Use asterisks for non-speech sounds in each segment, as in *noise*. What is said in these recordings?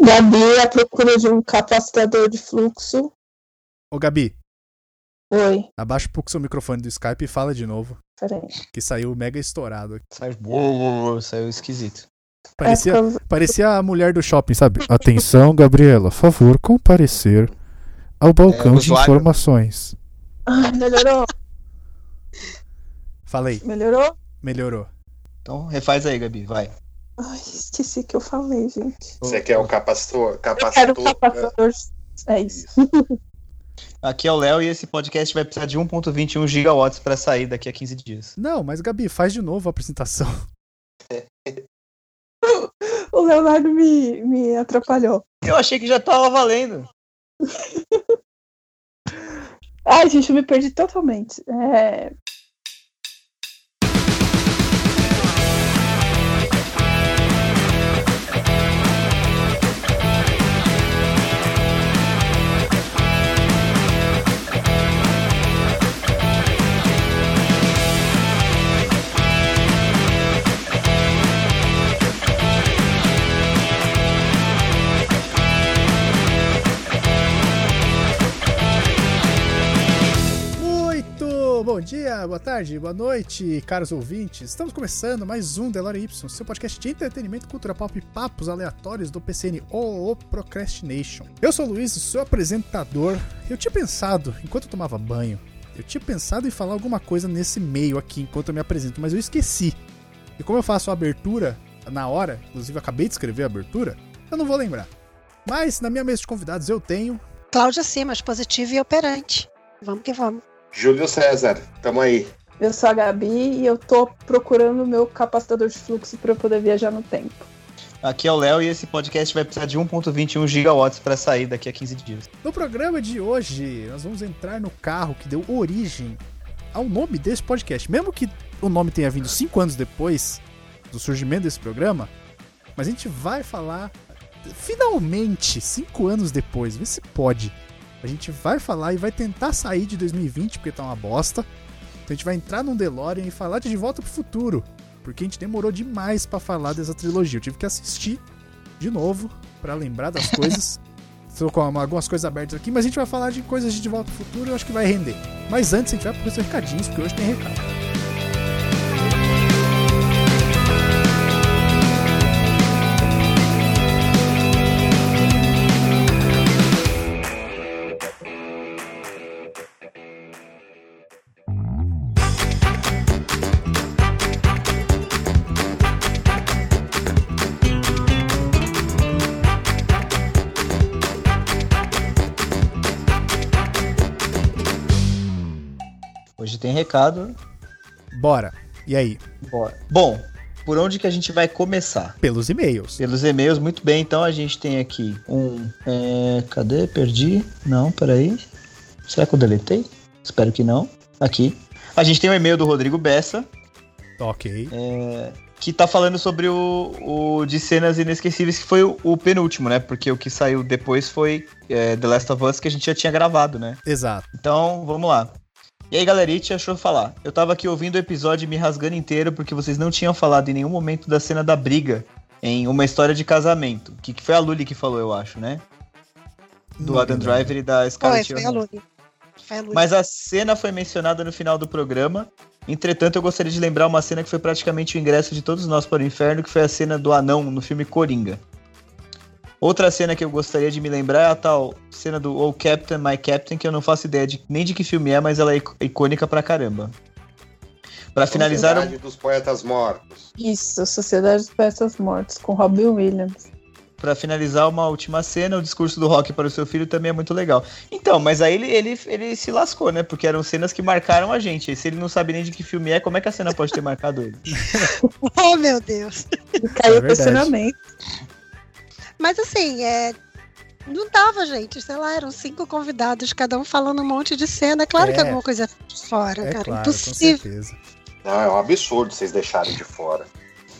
Gabi à procura de um capacitador de fluxo. Ô, Gabi, Oi, abaixa um pouco seu microfone do Skype e fala de novo, peraí. que saiu mega estourado. aqui. Saiu, uou, uou, uou, saiu esquisito. Parecia, É por causa- parecia a mulher do shopping, sabe? Atenção, Gabriela, favor comparecer ao balcão É, de usuário. informações. Ai, melhorou? Falei, Melhorou? melhorou. Então refaz aí, Gabi, vai. Ai, esqueci que eu falei, gente. Você quer o capacitor? Eu quero um Capacitor. capacitador. É isso. Aqui é o Léo e esse podcast vai precisar de 1.21 gigawatts pra sair daqui a 15 dias. Não, mas Gabi, faz de novo a apresentação. O Leonardo me, me atrapalhou. Eu achei que já tava valendo. Ai, gente, eu me perdi totalmente. É, Muito bom dia, boa tarde, boa noite, caros ouvintes. Estamos começando mais um Delore Y, seu podcast de entretenimento, cultura pop e papos aleatórios do PCN ou o Procrastination. Eu sou o Luiz, seu apresentador. Eu tinha pensado, enquanto eu tomava banho, eu tinha pensado em falar alguma coisa nesse meio aqui enquanto eu me apresento, mas eu esqueci. E como eu faço a abertura na hora, inclusive eu acabei de escrever a abertura, eu não vou lembrar. Mas na minha mesa de convidados eu tenho Cláudia Simas, positiva e operante. Vamos que vamos. Júlio César, tamo aí. eu sou a Gabi e eu tô procurando o meu capacitador de fluxo pra eu poder viajar no tempo. Aqui é o Léo e esse podcast vai precisar de 1.21 gigawatts pra sair daqui a 15 dias. No programa de hoje, nós vamos entrar no carro que deu origem ao nome desse podcast. Mesmo que o nome tenha vindo cinco anos depois do surgimento desse programa, mas a gente vai falar, finalmente, cinco anos depois, vê se pode. A gente vai falar e vai tentar sair de 2020, porque tá uma bosta. Então a gente vai entrar num DeLorean e falar de De Volta pro Futuro, porque a gente demorou demais pra falar dessa trilogia. Eu tive que assistir de novo pra lembrar das coisas. Estou com algumas coisas abertas aqui, mas a gente vai falar de coisas de De Volta pro Futuro e eu acho que vai render. Mas antes a gente vai para os recadinhos, porque hoje tem recado. Hoje tem recado. Bora! E aí? Bora. Bom, por onde que a gente vai começar? Pelos e-mails. Pelos e-mails, muito bem. Então a gente tem aqui um. é, cadê? Perdi? Não, peraí. Será que eu deletei? Espero que não. Aqui. A gente tem um e-mail do Rodrigo Bessa, Ok. que tá falando sobre o, o de cenas inesquecíveis, que foi o, o penúltimo, né? Porque o que saiu depois foi é, The Last of Us, que a gente já tinha gravado, né? Exato. Então, vamos lá. E aí, galerite, achou falar? Eu tava aqui ouvindo o episódio e me rasgando inteiro porque vocês não tinham falado em nenhum momento da cena da briga em Uma História de Casamento. Que, que foi a Lully que falou, eu acho, né? Do Não Adam lembro. Driver e da Foi, Scarlett é, foi a Johansson. Lully. Foi a Lully. Mas a cena foi mencionada no final do programa. Entretanto, eu gostaria de lembrar uma cena que foi praticamente o ingresso de todos nós para o inferno, que foi a cena do anão no filme Coringa. Outra cena que eu gostaria de me lembrar é a tal cena do Oh Captain, My Captain, que eu não faço ideia de- nem de que filme é, mas ela é ic- icônica pra caramba. Pra finalizar, eu- Sociedade dos Poetas Mortos. Isso, Sociedade dos Peças Mortos, com Robin Williams. Pra finalizar uma última cena, o discurso do Rock para o seu filho também é muito legal. Então, mas aí ele, ele, ele se lascou, né? Porque eram cenas que marcaram a gente. E se ele não sabe nem de que filme é, como é que a cena pode ter marcado ele? *laughs* Oh, meu Deus. E caiu É o verdade. questionamento. Mas assim, é... não dava, gente. Sei lá, eram cinco convidados, cada um falando um monte de cena. É claro É. que alguma coisa de fora, É cara. claro, com Impossível. certeza. Não, é um absurdo vocês deixarem de fora.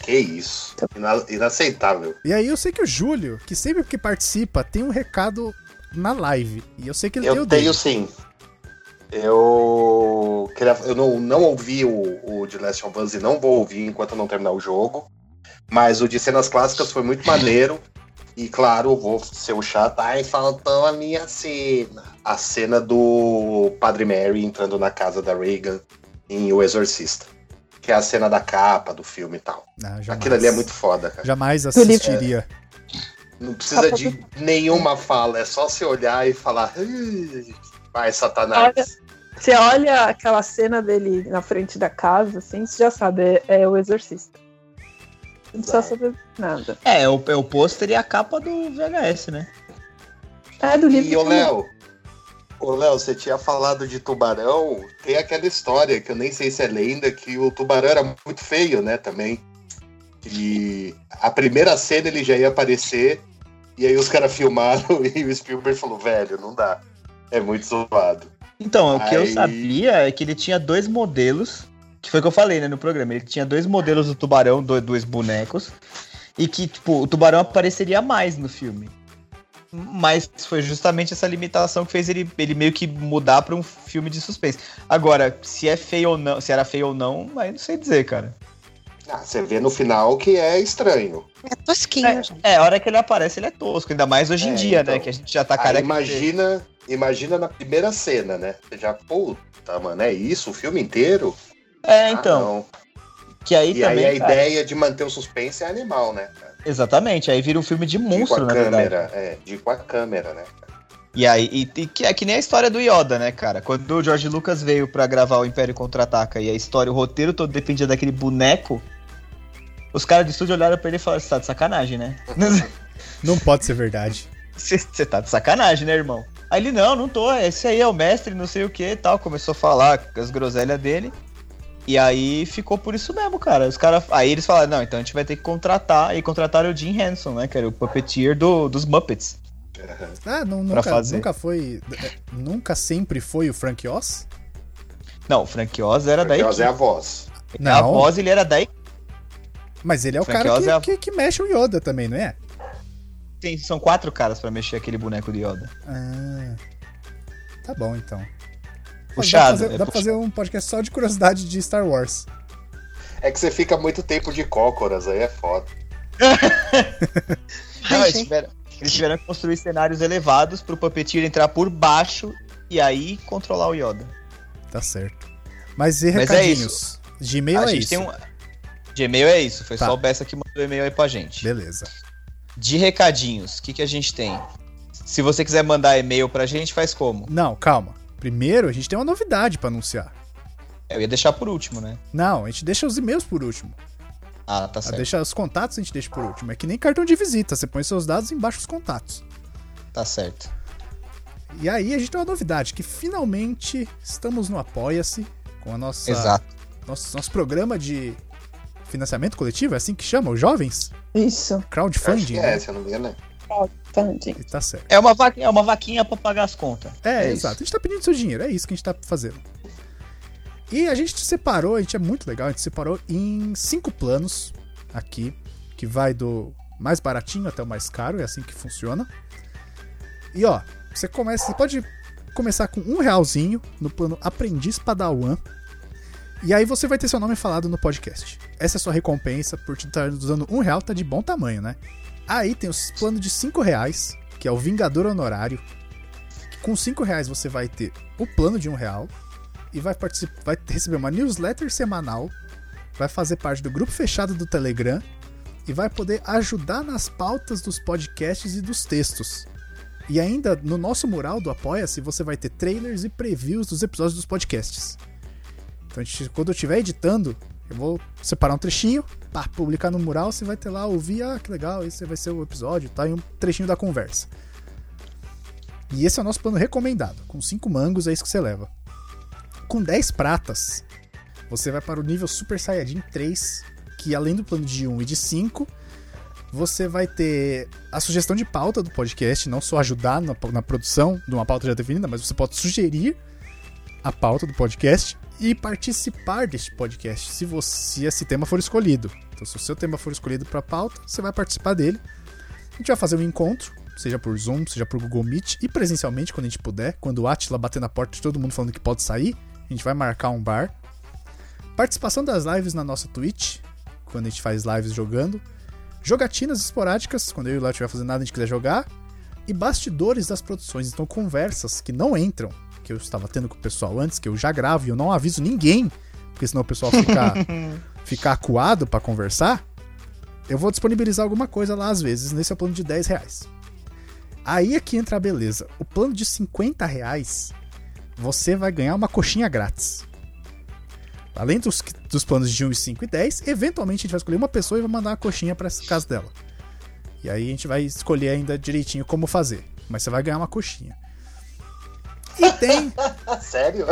Que isso. Ina- inaceitável. E aí eu sei que o Júlio, que sempre que participa, tem um recado na live. E eu sei que ele tem Eu o dele. tenho sim. Eu, queria, eu não, não ouvi o, o The Last of Us e não vou ouvir enquanto eu não terminar o jogo. Mas o de cenas clássicas foi muito maneiro. E claro, eu vou ser o chato. Ai, faltou a minha cena. A cena do Padre Mary entrando na casa da Reagan em O Exorcista. Que é a cena da capa do filme e tal. Ah, jamais. Aquilo ali é muito foda, cara. Jamais assistiria. Não precisa de nenhuma fala, é só se olhar e falar. "Ih, Vai, Satanás. Olha. Você olha aquela cena dele na frente da casa, assim, você já sabe, é, é o exorcista. Não precisa saber nada. É, é o, é o pôster e a capa do VHS, né? É do livro. E ô de- Léo, ô Léo, você tinha falado de tubarão, tem aquela história que eu nem sei se é lenda, que o tubarão era muito feio, né, também. E a primeira cena ele já ia aparecer, e aí os caras filmaram *laughs* e o Spielberg falou, velho, não dá. É muito zoado. Então, o que eu Aí- sabia é que ele tinha dois modelos, que foi o que eu falei, né, no programa. Ele tinha dois modelos do tubarão, do- dois bonecos, e que, tipo, o tubarão apareceria mais no filme. Mas foi justamente essa limitação que fez ele, ele meio que mudar pra um filme de suspense. Agora, se é feio ou não, se era feio ou não, aí não sei dizer, cara. Ah, você vê no final que é estranho. É tosquinho, gente. É, a hora que ele aparece, ele é tosco, ainda mais hoje em É, dia, né, então. que a gente já tá Aí careca. de- imagina, imagina na primeira cena, né? Você já, puta, mano, é isso? O filme inteiro? É, Ah, então, não. que aí E também... aí a cara, ideia de manter o suspense é animal, né? cara? Exatamente, aí vira um filme de De ir com monstro, Tipo na a verdade. câmera, é, de ir com a câmera, né? E aí, e, e que, é que nem a história do Yoda, né, cara? Quando o George Lucas veio pra gravar o Império Contra-Ataca e a história, o roteiro todo dependia daquele boneco, os caras de estúdio olharam pra ele e falaram, você tá de sacanagem, *laughs* né? Não pode ser verdade. Você você tá de sacanagem, né, irmão? Aí ele, não, não tô, esse aí é o mestre, não sei o que e tal. Começou a falar as groselhas dele. E aí ficou por isso mesmo, cara. Os cara. Aí eles falaram, não, então a gente vai ter que contratar. E contrataram o Jim Henson, né, que era o puppeteer do, dos Muppets. Ah, não, Pra nunca, fazer. nunca foi. é, Nunca sempre foi o Frank Oz? Não, o Frank Oz era da Porque equipe. é a voz. A voz, ele era da Mas ele é o Frank cara Oz que, é a- que, que mexe o Yoda também, não é? Tem- são quatro caras pra mexer aquele boneco de Yoda. Ah, tá bom então. Dá pra Puxado, fazer, é dá pra fazer um podcast só de curiosidade de Star Wars. É que você fica muito tempo de cócoras, aí é foda. Ai, Não, eles, gente. tiveram, eles tiveram que construir cenários elevados pro Puppeteer entrar por baixo e aí controlar o Yoda. Tá certo. Mas e Mas é recadinhos? Gmail a é gente isso. tem um. De e-mail é isso, foi Tá. só o Bessa que mandou e-mail aí pra gente. Beleza. De recadinhos, o que, que a gente tem? Se você quiser mandar e-mail pra gente, faz como? Não, calma. Primeiro, a gente tem uma novidade pra anunciar. Eu ia deixar por último, né? Não, a gente deixa os e-mails por último. Ah, tá A certo. deixa os contatos a gente deixa por último. É que nem cartão de visita, você põe seus dados embaixo dos contatos. Tá certo. E aí a gente tem uma novidade, que finalmente estamos no Apoia-se com a nossa Exato. nosso, nosso programa de financiamento coletivo, é assim que chama, os jovens? Isso, Eu Acho Crowdfunding, que né? é, se eu não me engano. né? *laughs* Tandy. Tá certo. É uma, vaquinha, é uma vaquinha pra pagar as contas. É, isso. exato. A gente tá pedindo seu dinheiro, é isso que a gente tá fazendo. E a gente separou, a gente é muito legal, a gente separou em cinco planos aqui, que vai do mais baratinho até o mais caro, é assim que funciona. E ó, você começa, você pode começar com um realzinho no plano Aprendiz Padawan. E aí você vai ter seu nome falado no podcast. Essa é a sua recompensa por te estar usando um real, tá de bom tamanho, né? Aí tem os planos de cinco reais, que é o Vingador Honorário. Com cinco reais você vai ter o plano de um real e vai, partici- vai receber uma newsletter semanal, vai fazer parte do grupo fechado do Telegram e vai poder ajudar nas pautas dos podcasts e dos textos. E ainda no nosso mural do Apoia-se você vai ter trailers e previews dos episódios dos podcasts. Então, a gente- quando eu estiver editando, eu vou separar um trechinho, pá, publicar no mural, você vai ter lá, ouvir, ah, que legal, esse vai ser o episódio, tá? E um trechinho da conversa. E esse é o nosso plano recomendado. Com 5 mangos é isso que você leva. Com 10 pratas, você vai para o nível Super Saiyajin 3, que além do plano de 1 e de 5, você vai ter a sugestão de pauta do podcast, não só ajudar na, na produção de uma pauta já definida, mas você pode sugerir a pauta do podcast e participar deste podcast, se você se esse tema for escolhido. Então, se o seu tema for escolhido para pauta, você vai participar dele. A gente vai fazer um encontro, seja por Zoom, seja por Google Meet e presencialmente quando a gente puder. Quando o Atila bater na porta de todo mundo falando que pode sair, a gente vai marcar um bar. Participação das lives na nossa Twitch, quando a gente faz lives jogando. jogatinas esporádicas, quando eu e o Léo estiver fazendo nada e a gente quiser jogar, e bastidores das produções, então conversas que não entram, que eu estava tendo com o pessoal antes, que eu já gravo e eu não aviso ninguém, porque senão o pessoal fica, fica acuado para conversar, eu vou disponibilizar alguma coisa lá às vezes, nesse é o plano de 10 reais. Aí é que entra a beleza. O plano de 50 reais, você vai ganhar uma coxinha grátis. Além dos, dos planos de 1, e 5 e 10, eventualmente a gente vai escolher uma pessoa e vai mandar uma coxinha para casa dela. E aí a gente vai escolher ainda direitinho como fazer. Mas você vai ganhar uma coxinha. E tem. Ah, Sério?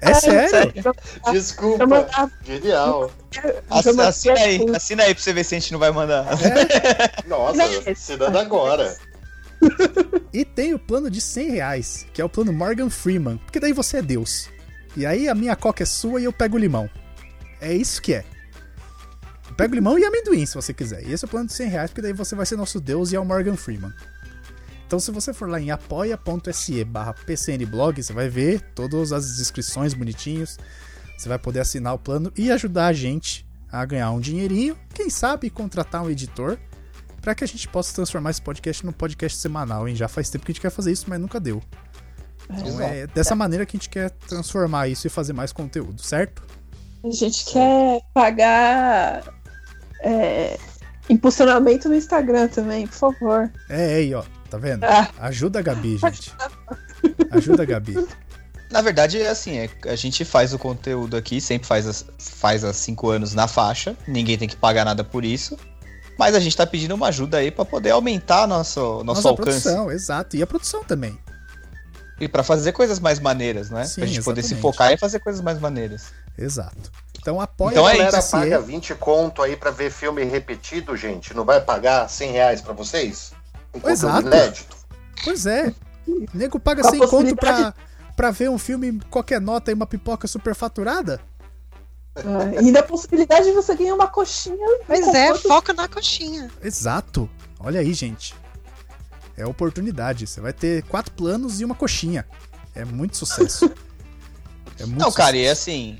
É sério? Eu Desculpa. mandava, Genial. eu Ass- mandava- Assina aí, assina aí pra você ver se a gente não vai mandar. Nossa, se dando agora. E tem o plano de 100 reais, que é o plano Morgan Freeman. Porque daí você é Deus. E aí a minha coca é sua e eu pego o limão. É isso que é. Eu pego limão e amendoim, se você quiser. E esse é o plano de 100 reais, porque daí você vai ser nosso Deus e é o Morgan Freeman. Então se você for lá em apoia.se barra pcnblog, você vai ver todas as inscrições bonitinhos. Você vai poder assinar o plano e ajudar a gente a ganhar um dinheirinho. Quem sabe contratar um editor para que a gente possa transformar esse podcast num podcast semanal, hein? Já faz tempo que a gente quer fazer isso, mas nunca deu. Então é dessa maneira que a gente quer transformar isso e fazer mais conteúdo, certo? A né, gente quer pagar é, impulsionamento no Instagram também, por favor. É aí, ó. Tá vendo? Ah. Ajuda a Gabi, gente. Ajuda a Gabi. *laughs* Na verdade, é assim, é, a gente faz o conteúdo aqui, sempre faz, as- faz há cinco anos na faixa, ninguém tem que pagar nada por isso. Mas a gente tá pedindo uma ajuda aí pra poder aumentar nosso, nosso Nossa alcance. produção, exato. E a produção também. E pra fazer coisas mais maneiras, né? Sim, pra gente poder se exatamente. focar e fazer coisas mais maneiras. Exato. Então apoia *laughs* Então a é galera isso, paga é. 20 conto aí pra ver filme repetido, gente. Não vai pagar 100 reais pra vocês? Um conteúdo Exato. inédito. Pois é. O nego paga Com a sem conto pra, possibilidade- pra ver um filme, qualquer nota e uma pipoca superfaturada? É, e da possibilidade de você ganhar uma coxinha. Pois com é, quanto- foco na coxinha. Exato. Olha aí, gente. É oportunidade. Você vai ter quatro planos e uma coxinha. É muito sucesso. É muito não, cara, sucesso. e assim,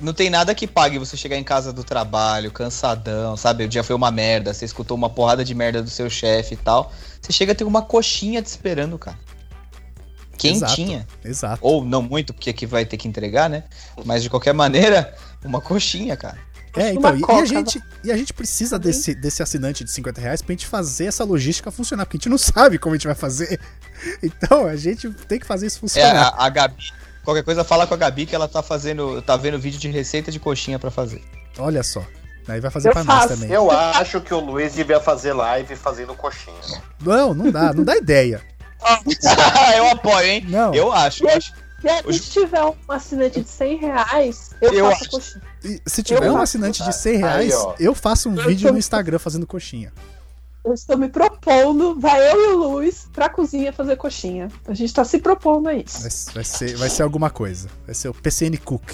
não tem nada que pague você chegar em casa do trabalho, cansadão, sabe? O dia foi uma merda, você escutou uma porrada de merda do seu chefe e tal. Você chega tem uma coxinha te esperando, cara. Exato. Quentinha. Exato. ou não muito, porque aqui vai ter que entregar, né? Mas de qualquer maneira, uma coxinha, cara. É, uma então, e, e a coca, gente, e a gente precisa Uhum. desse, desse assinante de 50 reais pra gente fazer essa logística funcionar, porque a gente não sabe como a gente vai fazer. *laughs* Então, a gente tem que fazer isso É, a, funcionar. a Gabi. Qualquer coisa, fala com a Gabi que ela tá fazendo, tá vendo vídeo de receita de coxinha pra fazer. *laughs* Olha só. Aí vai fazer Eu pra nós faço. também. Eu acho que o Luiz devia fazer live fazendo coxinha. *laughs* Não, não dá, não dá ideia. eu apoio, hein? Não. Eu acho. eu acho. Se a gente tiver um assinante de 100 reais, eu, Eu faço acho. coxinha. E Se tiver um faço. assinante de 100 reais, Aí, ó. eu faço um Eu vídeo tô- no Instagram fazendo coxinha. Eu estou me propondo, vai eu e o Luiz pra cozinha fazer coxinha. A gente tá se propondo a isso. Vai, vai ser, vai ser alguma coisa. Vai ser o PCN Cook.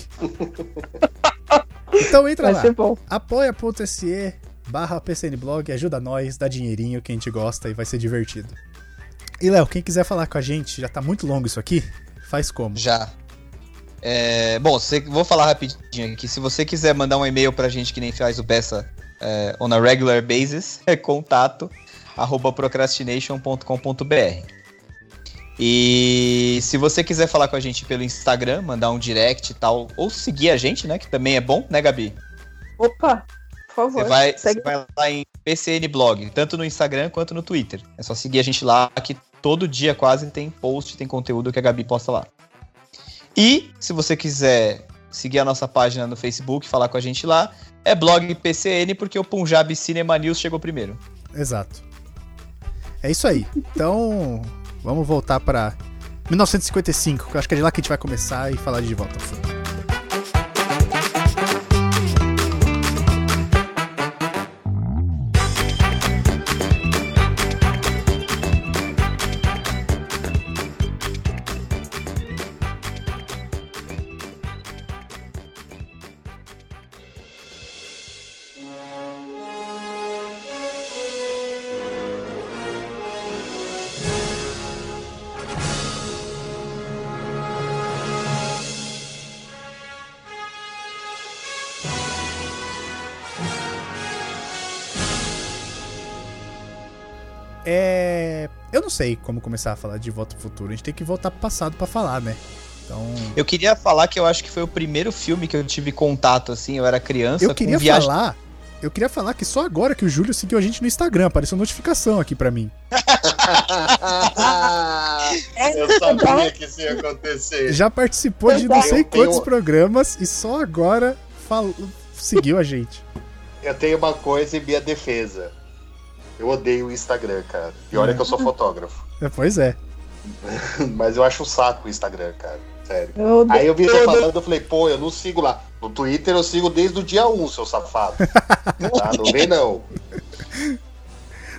*laughs* então entra Vai lá. ser bom. apoia.se barra PCNblog, ajuda nós, dá dinheirinho que a gente gosta e vai ser divertido. E Léo, quem quiser falar com a gente, já tá muito longo isso aqui, faz como? Já. É, bom, você- vou falar rapidinho aqui. Se você quiser mandar um e-mail pra gente que nem faz o Bessa é, on a regular basis, é contato arroba procrastination.com.br. E se você quiser falar com a gente pelo Instagram, mandar um direct e tal, ou seguir a gente, né? Que também é bom, né, Gabi? Opa, por favor. Você vai, você segue- vai lá em PCN Blog, tanto no Instagram quanto no Twitter. É só seguir a gente lá, que todo dia quase tem post, tem conteúdo que a Gabi posta lá. E, se você quiser seguir a nossa página no Facebook, falar com a gente lá, é blog PCN, porque o Punjab Cinema News chegou primeiro. Exato. É isso aí. Então, vamos voltar pra 1955, que eu acho que é de lá que a gente vai começar e falar de volta. ao Futuro. É... Eu não sei como começar a falar de volta pro futuro. A gente tem que voltar pro passado pra falar, né? Então. Eu queria falar que eu acho que foi o primeiro filme que eu tive contato, assim, eu era criança. Eu queria com viagem... falar. Eu queria falar que só agora que o Júlio seguiu a gente no Instagram, apareceu notificação aqui pra mim. Eu sabia que isso ia acontecer. Já participou de não Verdade. sei É. Eu tenho- quantos programas e só agora fal- seguiu a gente. Eu tenho uma coisa em minha defesa. Eu odeio o Instagram, cara. E olha que eu sou Uhum. fotógrafo. *laughs* É, Pois é. Mas eu acho um saco o Instagram, cara. Sério. Eu Aí eu vi Eu você odeio- falando, eu falei, pô, eu não sigo lá. No Twitter eu sigo desde o dia 1, *laughs* seu safado. tá, não vem não.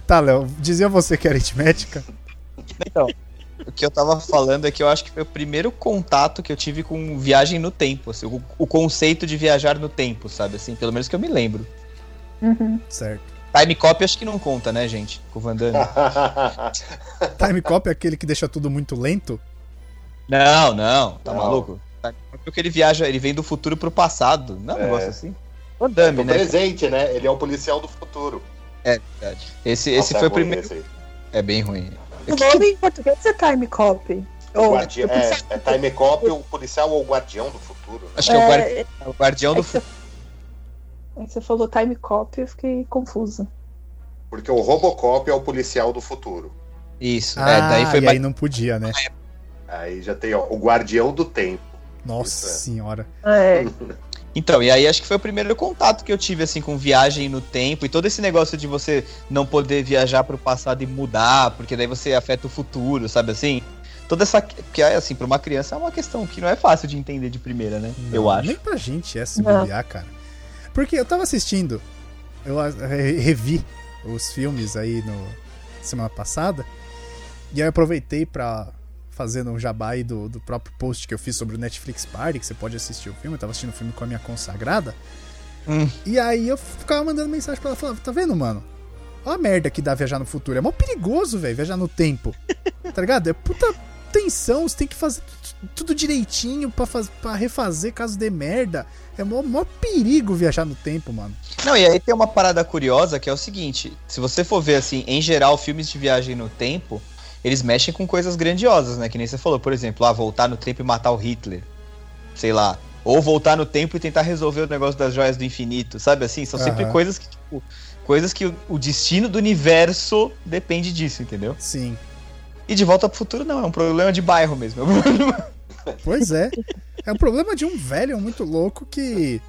Tá, Léo, dizia você que era aritmética. Então, o que eu tava falando é que eu acho que foi o primeiro contato que eu tive com viagem no tempo, assim, o, o conceito de viajar no tempo, sabe? Assim, pelo menos que eu me lembro. Uhum. É Certo. Time Cop acho que não conta, né, gente? Com o Van Ah. Damme. Time Cop é aquele que deixa tudo muito lento. Não, não, tá Não. maluco? Time Cop é que ele viaja, ele vem do futuro pro passado. Não é um É. negócio assim? Van Damme, no né? presente, né? Ele é o policial do futuro. Esse, esse Nossa, foi é o ruim primeiro. esse aí. É bem ruim. O nome em português é Time Copy. Ou, Guardi- é, é Time Cop, o policial ou o guardião do futuro. né? Acho que é o, guardi- é, é o guardião que do você... é que você falou Time Copy, eu fiquei confusa. Porque o Robocop é o policial do futuro. Isso, Ah, é, daí foi e mais. aí não podia, né? Aí já tem ó, o guardião do tempo. Nossa Isso é. senhora. É, Então, e aí acho que foi o primeiro contato que eu tive, assim, com viagem no tempo e todo esse negócio de você não poder viajar pro passado e mudar, porque daí você afeta o futuro, sabe assim? Toda essa. Que, assim, pra uma criança é uma questão que não é fácil de entender de primeira, né? Não, eu acho. Nem pra gente é se Não. bobear, cara. Porque eu tava assistindo, eu a- re- revi os filmes aí no semana passada, e aí eu aproveitei pra fazer um jabá aí do, do próprio post que eu fiz sobre o Netflix Party, que você pode assistir o filme, eu tava assistindo o filme com a minha consagrada, Hum. e aí eu ficava mandando mensagem pra ela, falava, tá vendo, mano? Olha a merda que dá viajar no futuro, é mó perigoso, velho, viajar no tempo, *laughs* tá ligado? É puta tensão, você tem que fazer tu- tudo direitinho pra, faz, pra refazer caso dê merda. É mó, mó perigo viajar no tempo, mano. Não, e aí tem uma parada curiosa que é o seguinte: se você for ver, assim, em geral, filmes de viagem no tempo, eles mexem com coisas grandiosas, né? Que nem você falou, por exemplo, ah, voltar no tempo e matar o Hitler. Sei lá. Ou voltar no tempo e tentar resolver o negócio das joias do infinito, sabe assim? São sempre Aham. coisas que, tipo, coisas que o- o destino do universo depende disso, entendeu? Sim. E de volta pro futuro não, é um problema de bairro mesmo. É um problema- Pois é. É o problema de um velho muito louco que.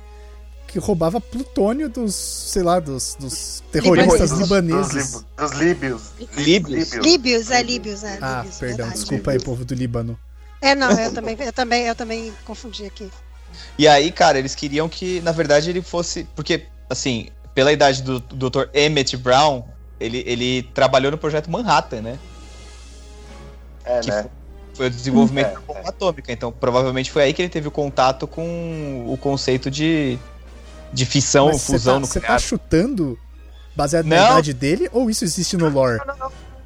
que roubava plutônio dos, sei lá, dos, dos terroristas Dos- libaneses. Dos, lib- dos líbios. Líbios? Líbios, é Líbios, é. Ah, Líbios, perdão, verdade. desculpa aí, povo do Líbano. É, não, eu também, eu também, eu também confundi aqui. E aí, cara, eles queriam que, na verdade, ele fosse. Porque, assim, pela idade do do Dr. Emmett Brown, ele, ele trabalhou no projeto Manhattan, né? É, Que né? foi- Foi o desenvolvimento É, da bomba atômica. Então, provavelmente foi aí que ele teve o contato com o conceito de, de fissão, Mas você um fusão tá, você tá nuclear. chutando baseado na Não. idade dele ou isso existe no lore?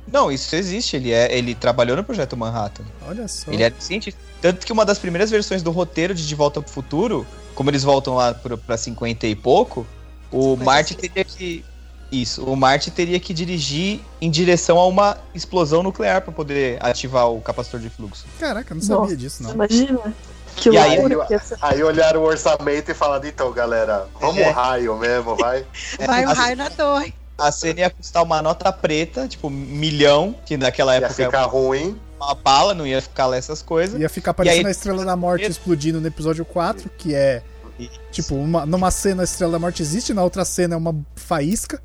Não, isso existe. Ele, é, ele trabalhou no projeto Manhattan. Olha só. Ele é era cientista. Tanto que uma das primeiras versões do roteiro de De Volta pro Futuro, como eles voltam lá pro- pra 50 e pouco, o 56. Marty teria que. Isso, o Marty teria que dirigir em direção a uma explosão nuclear pra poder ativar o capacitor de fluxo. Caraca, eu não sabia Nossa, disso, você não. imagina? Que E aí- loucura que essa... Aí olharam o orçamento e falaram, então, galera, vamos É. raio mesmo, vai. É, Vai um assim- raio na torre. A cena ia custar uma nota preta, tipo, milhão, que naquela Ia época era ficar ruim. uma bala, não ia ficar lá essas coisas. Ia ficar parecendo aí- a Estrela da Morte explodindo no episódio 4, que é. E- Tipo, uma- numa cena a Estrela da Morte existe, na outra cena é uma faísca.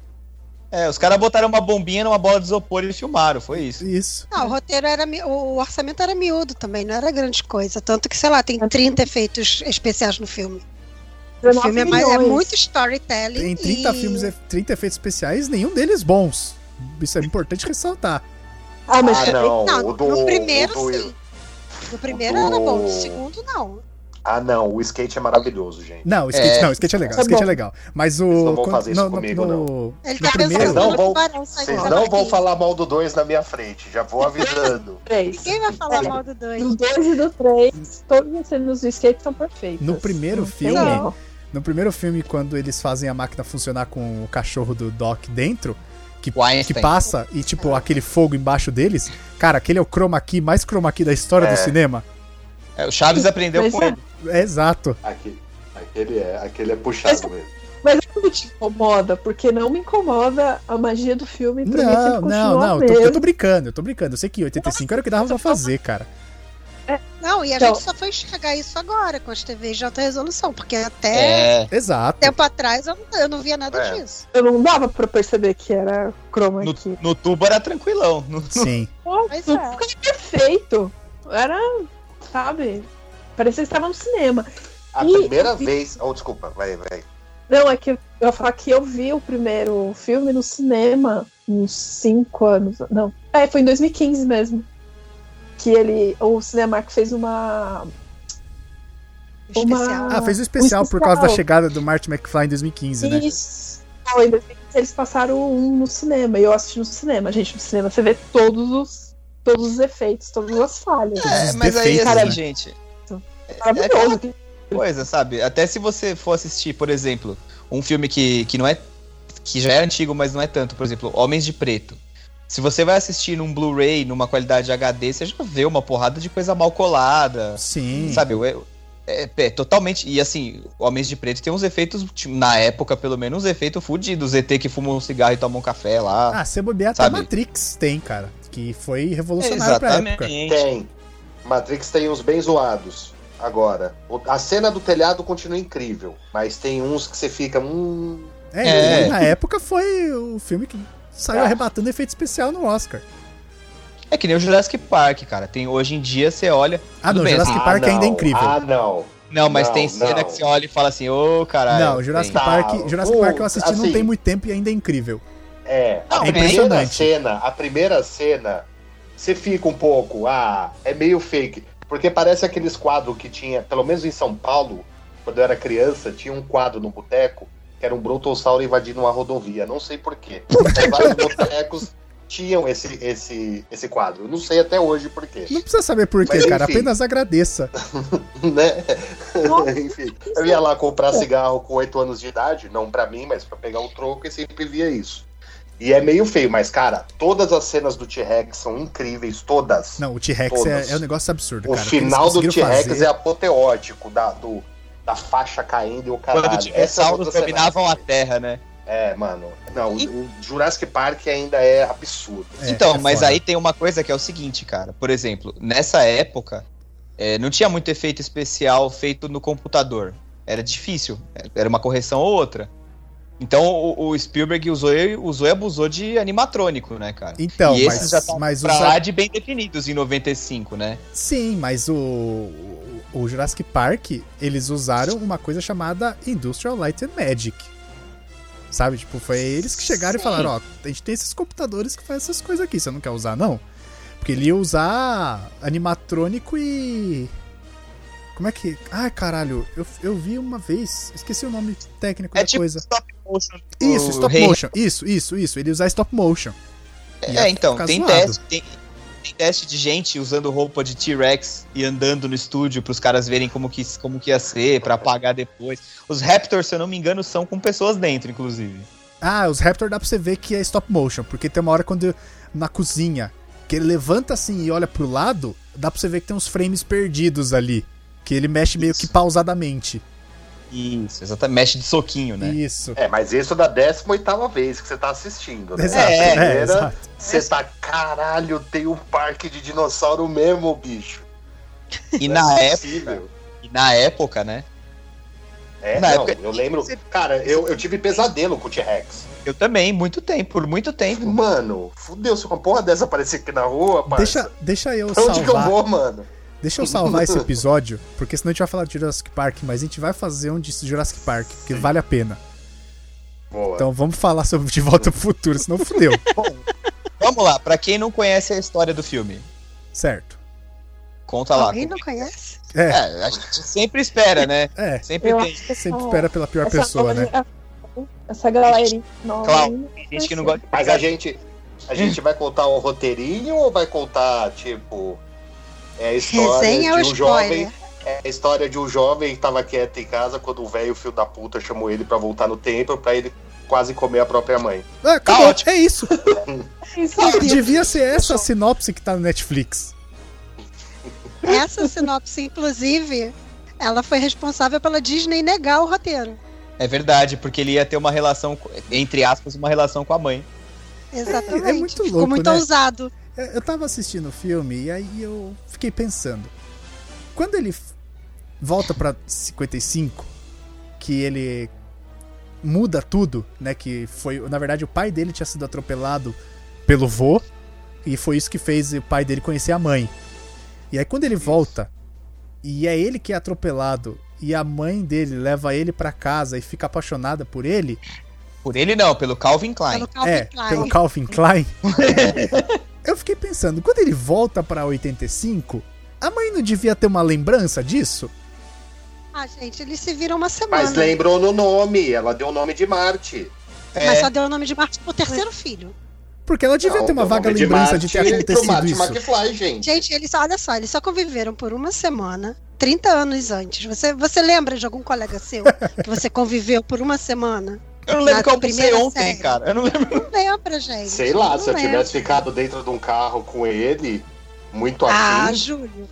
É, os caras botaram uma bombinha numa bola de isopor e filmaram, foi isso. Isso. Não, o roteiro era. mi- O orçamento era miúdo também, não era grande coisa. Tanto que, sei lá, tem 30 efeitos especiais no filme. O 19 filme é, mais, é milhões. muito storytelling. Tem 30 e- filmes, e 30 efeitos especiais, nenhum deles bons. Isso é importante ressaltar. Ah, mas Ah, não. Não, o do, no primeiro o do- sim. No primeiro o do- era bom, no segundo não. Ah, não. O skate é maravilhoso, gente. Não, o skate, É. não, o skate é legal. Tá o skate bom. é legal. Mas o. Vocês não vão quando- fazer isso no- no- comigo, no- Ele no tá primeiro. pensando Não no vão- tubarão saindo Vocês da não vão barriga. falar mal do 2 na minha frente, já vou avisando. três. Ninguém vai falar mal do *laughs* dois. Do 2 e do 3, todas as cenas do skate são perfeitas. No primeiro Não tem filme, erro. No primeiro filme, quando eles fazem a máquina funcionar com o cachorro do Doc dentro, que, que É, Weinstein. passa e, tipo, aquele fogo embaixo deles. Cara, aquele é o chroma key mais chroma key da história É. do cinema. É, o Chaves aprendeu Mas com é. ele. É exato. Aqui, aquele, é, aquele é puxado mesmo. Mas não me incomoda, porque não me incomoda a magia do filme. Pra mim, Não, sempre não, continua a não. Eu tô, eu tô brincando, eu tô brincando. Eu sei que 85 era o que dava pra fazer, cara. Não, e a Então- gente só foi enxergar isso agora com as TVs de alta resolução, porque até É. Exato. tempo atrás eu não, eu não via nada É. disso. Eu não dava pra perceber que era chroma No, aqui. no tubo era tranquilão. No- Sim. Pô, Pois não é. ficou perfeito. Era, sabe? Parecia que estava no cinema. A Ih, primeira eu vi- vez. Oh, desculpa, vai, vai. Não, é que eu eu ia falar que eu vi o primeiro filme no cinema uns 5 anos. Não. É, foi em 2015 mesmo. Que ele. O Cinemark fez uma. Uma- Especial. *laughs* Ah, fez um especial por causa da especial. chegada do Martin McFly em 2015, né? Isso. Em 2015 eles passaram um no cinema. E eu assisti no cinema. Gente, no cinema você vê todos os. Todos os efeitos, todas as falhas. É É, Os mas aí, defeitos, assim, né? gente, Maravilhoso. coisa, sabe? Até se você for assistir, por exemplo, um filme que, que não é. que já é antigo, mas não é tanto, por exemplo, Homens de Preto. Se você vai assistir num Blu-ray, numa qualidade HD, você já vê uma porrada de coisa mal colada. Sim. Sabe? eu- É, é totalmente. E assim, Homens de Preto tem uns efeitos, tipo, na época, pelo menos, uns efeitos fudidos. ET que fuma um cigarro e toma um café lá. Ah, se bobear até Sabe? Matrix tem, cara. Que foi revolucionário pra época. Tem. Matrix tem uns bem zoados. Agora, o- a cena do telhado continua incrível, mas tem uns que você fica. Hum, É, É. na época foi o filme que saiu Ah. arrebatando efeito especial no Oscar. É que nem o Jurassic Park, cara. Tem, hoje em dia você olha. Ah, Tudo não, bem, Jurassic ah, Park não, ainda é incrível. Ah, não. Não, mas Não, tem cena não. que você olha e fala assim, ô caralho. não, Jurassic tem. Tá, Park, Jurassic pô, Park eu assisti não assim- tem muito tempo e ainda é incrível. É, a Não, é primeira impressionante. cena, a primeira cena, você fica um pouco, ah, é meio fake. Porque parece aqueles quadros que tinha, pelo menos em São Paulo, quando eu era criança, tinha um quadro no boteco que era um brontossauro invadindo uma rodovia. Não sei porquê. Vários botecos tinham esse, esse, esse quadro. Não sei até hoje porquê. Não precisa saber por quê, Mas, cara. enfim. Apenas agradeça. *laughs* né? Nossa, *laughs* Enfim, eu ia lá comprar cigarro com 8 anos de idade, não pra mim, mas pra pegar um troco e sempre via isso. E é meio feio, mas cara, todas as cenas do T-Rex são incríveis, todas. Não, o T-Rex Todas. é, é um negócio absurdo, o cara. que eles final do conseguiram T-Rex fazer. é apoteótico, da, do, da faixa caindo e o caralho. Quando os dinossauros Essas outras dominavam a cenas- Terra, né? É, mano. Não, o o Jurassic Park ainda é absurdo. É, então, é mas foda. aí tem uma coisa que é o seguinte, cara. Por exemplo, nessa época, é, não tinha muito efeito especial feito no computador. Era difícil. Era uma correção ou outra. Então o, o Spielberg usou, e- usou e abusou de animatrônico, né, cara? Então, e esses mas, já estão mas pra os- lá de bem definidos em 95, né? Sim, mas o, o- o Jurassic Park, eles usaram uma coisa chamada Industrial Light and Magic. Sabe? Tipo, foi eles que chegaram e Sim. falaram, ó, a gente tem esses computadores que fazem essas coisas aqui, você não quer usar, não? Porque ele ia usar animatrônico e. Como é que. Ai, caralho, eu, eu vi uma vez, esqueci o nome técnico É da tipo coisa. stop motion. do Isso, stop Rei- motion. Isso, isso, isso. Ele ia usar stop motion. E ia É, então, ficar tem zoado. teste, tem, tem teste de gente usando roupa de T-Rex e andando no estúdio pros caras verem como que, como que ia ser, pra apagar depois. Os Raptors, se eu não me engano, são com pessoas dentro, inclusive. Ah, os Raptor dá pra você ver que é stop motion, porque tem uma hora quando na cozinha que ele levanta assim e olha pro lado, dá pra você ver que tem uns frames perdidos ali, que ele mexe meio Isso. que pausadamente. Isso, exatamente. Mexe de soquinho, né? Isso. É, mas isso da 18 vez que você tá assistindo, né? Exato, É, é, A primeira, exato. Você tá, caralho, tem um parque de dinossauro mesmo, bicho. E, Não na é época, possível. e na época, né? É, na não, época- eu lembro. Cara, eu, eu tive pesadelo com o T-Rex. Eu também, muito tempo, por muito tempo. Mano, fudeu, se uma porra dessa aparecer aqui na rua, parça. Deixa, deixa eu Pra onde que eu salvar. vou, mano? Deixa eu salvar *laughs* esse episódio, porque senão a gente vai falar de Jurassic Park, mas a gente vai fazer um de Jurassic Park, porque vale a pena. Boa. Então vamos falar sobre De Volta pro Futuro, senão *laughs* fudeu. Vamos lá, pra quem não conhece a história do filme, certo. conta lá. Alguém não conhece? É, a gente sempre espera, né? É, Sempre Eu tem. acho que essa- sempre espera pela pior essa pessoa, né? galera- Essa galerinha nova. Clau, aí, Tem gente que não gosta de Mas a gente, é. a gente vai contar um roteirinho ou vai contar, tipo. É a história Resenha ou de um jovem. spoiler? É a história de um jovem que tava quieto em casa quando o velho filho da puta chamou ele pra voltar no tempo pra ele quase comer a própria mãe. Ah, acabou. Tá ótimo. É isso. é Isso. Devia ser essa a sinopse que tá no Netflix. Essa sinopse, inclusive, ela foi responsável pela Disney negar o roteiro. É verdade, porque ele ia ter uma relação, co- entre aspas, uma relação com a mãe. Exatamente. É, é muito Ficou louco, muito né? ousado. É, Eu tava assistindo o filme e aí eu fiquei pensando. Quando ele f- volta pra 55, que ele muda tudo, né? Que foi, na verdade, o pai dele tinha sido atropelado pelo vô e foi isso que fez o pai dele conhecer a mãe. E aí quando ele volta e é ele que é atropelado e a mãe dele leva ele pra casa e fica apaixonada por ele, Por ele não, pelo Calvin Klein. Pelo Calvin é, Klein. pelo Calvin *laughs* Klein. eu fiquei pensando, quando ele volta pra 85, a mãe não devia ter uma lembrança disso? Ah, gente, eles se viram uma semana. Mas é- Mas, lembrou no nome, ela deu o nome de Marte. É, só deu o nome de Marte pro terceiro filho. Porque ela devia Não, ter uma deu o vaga nome lembrança de, Marte ter pro acontecido Marty isso. McFly, gente. Gente, eles, olha só, eles só conviveram por uma semana, 30 anos antes. Você, você lembra de algum colega seu que você conviveu por uma semana? eu não lembro na que eu almocei primeira ontem, série. cara. Eu não lembro. Não lembra, gente. Sei lá, Não é. se eu lembra. tivesse ficado dentro de um carro com ele, muito Ah, afim. *laughs* Júlio.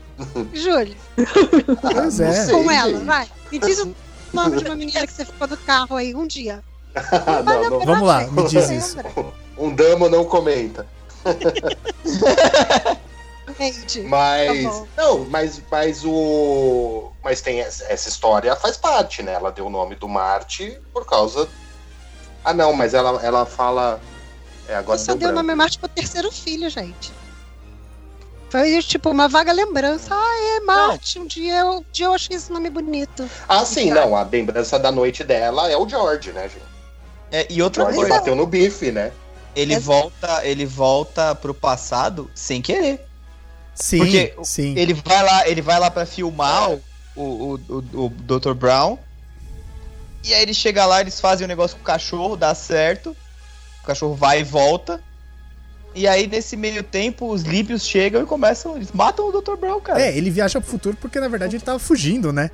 Júlio, ah, Pois não é. sei, com ela, gente. *laughs* vai. Me diz o nome de uma menina que você ficou no carro aí um dia. Ah, Vai não, não. lembrar, Vamos lá, gente, me não diz isso. lembra. Um damo não comenta. Gente, Mas. Tá bom. não, mas, mas o. Mas tem essa essa história, faz parte, né? Ela deu o nome do Marte por causa. Ah, não, mas ela, ela fala. É, Eu agora só deu deu o branco. nome Marte pro terceiro filho, gente. Foi tipo uma vaga lembrança. Ah, é Marte. Um dia, eu, um dia eu achei esse nome bonito. Ah, sim, não. A lembrança da noite dela é o George, né, gente? É, e outra George coisa, bateu no bife, né? ele Exato. volta, ele volta pro passado sem querer. Sim, Porque o- sim. Ele vai lá, ele vai lá para filmar o, o, o, o Dr. Brown. E aí ele chega lá, eles fazem um negócio com o cachorro, dá certo. O cachorro vai e volta. E aí, nesse meio tempo, os líbios chegam e começam. Eles matam o Dr. Brown, cara. É, ele viaja pro futuro porque, na verdade, ele tava fugindo, né?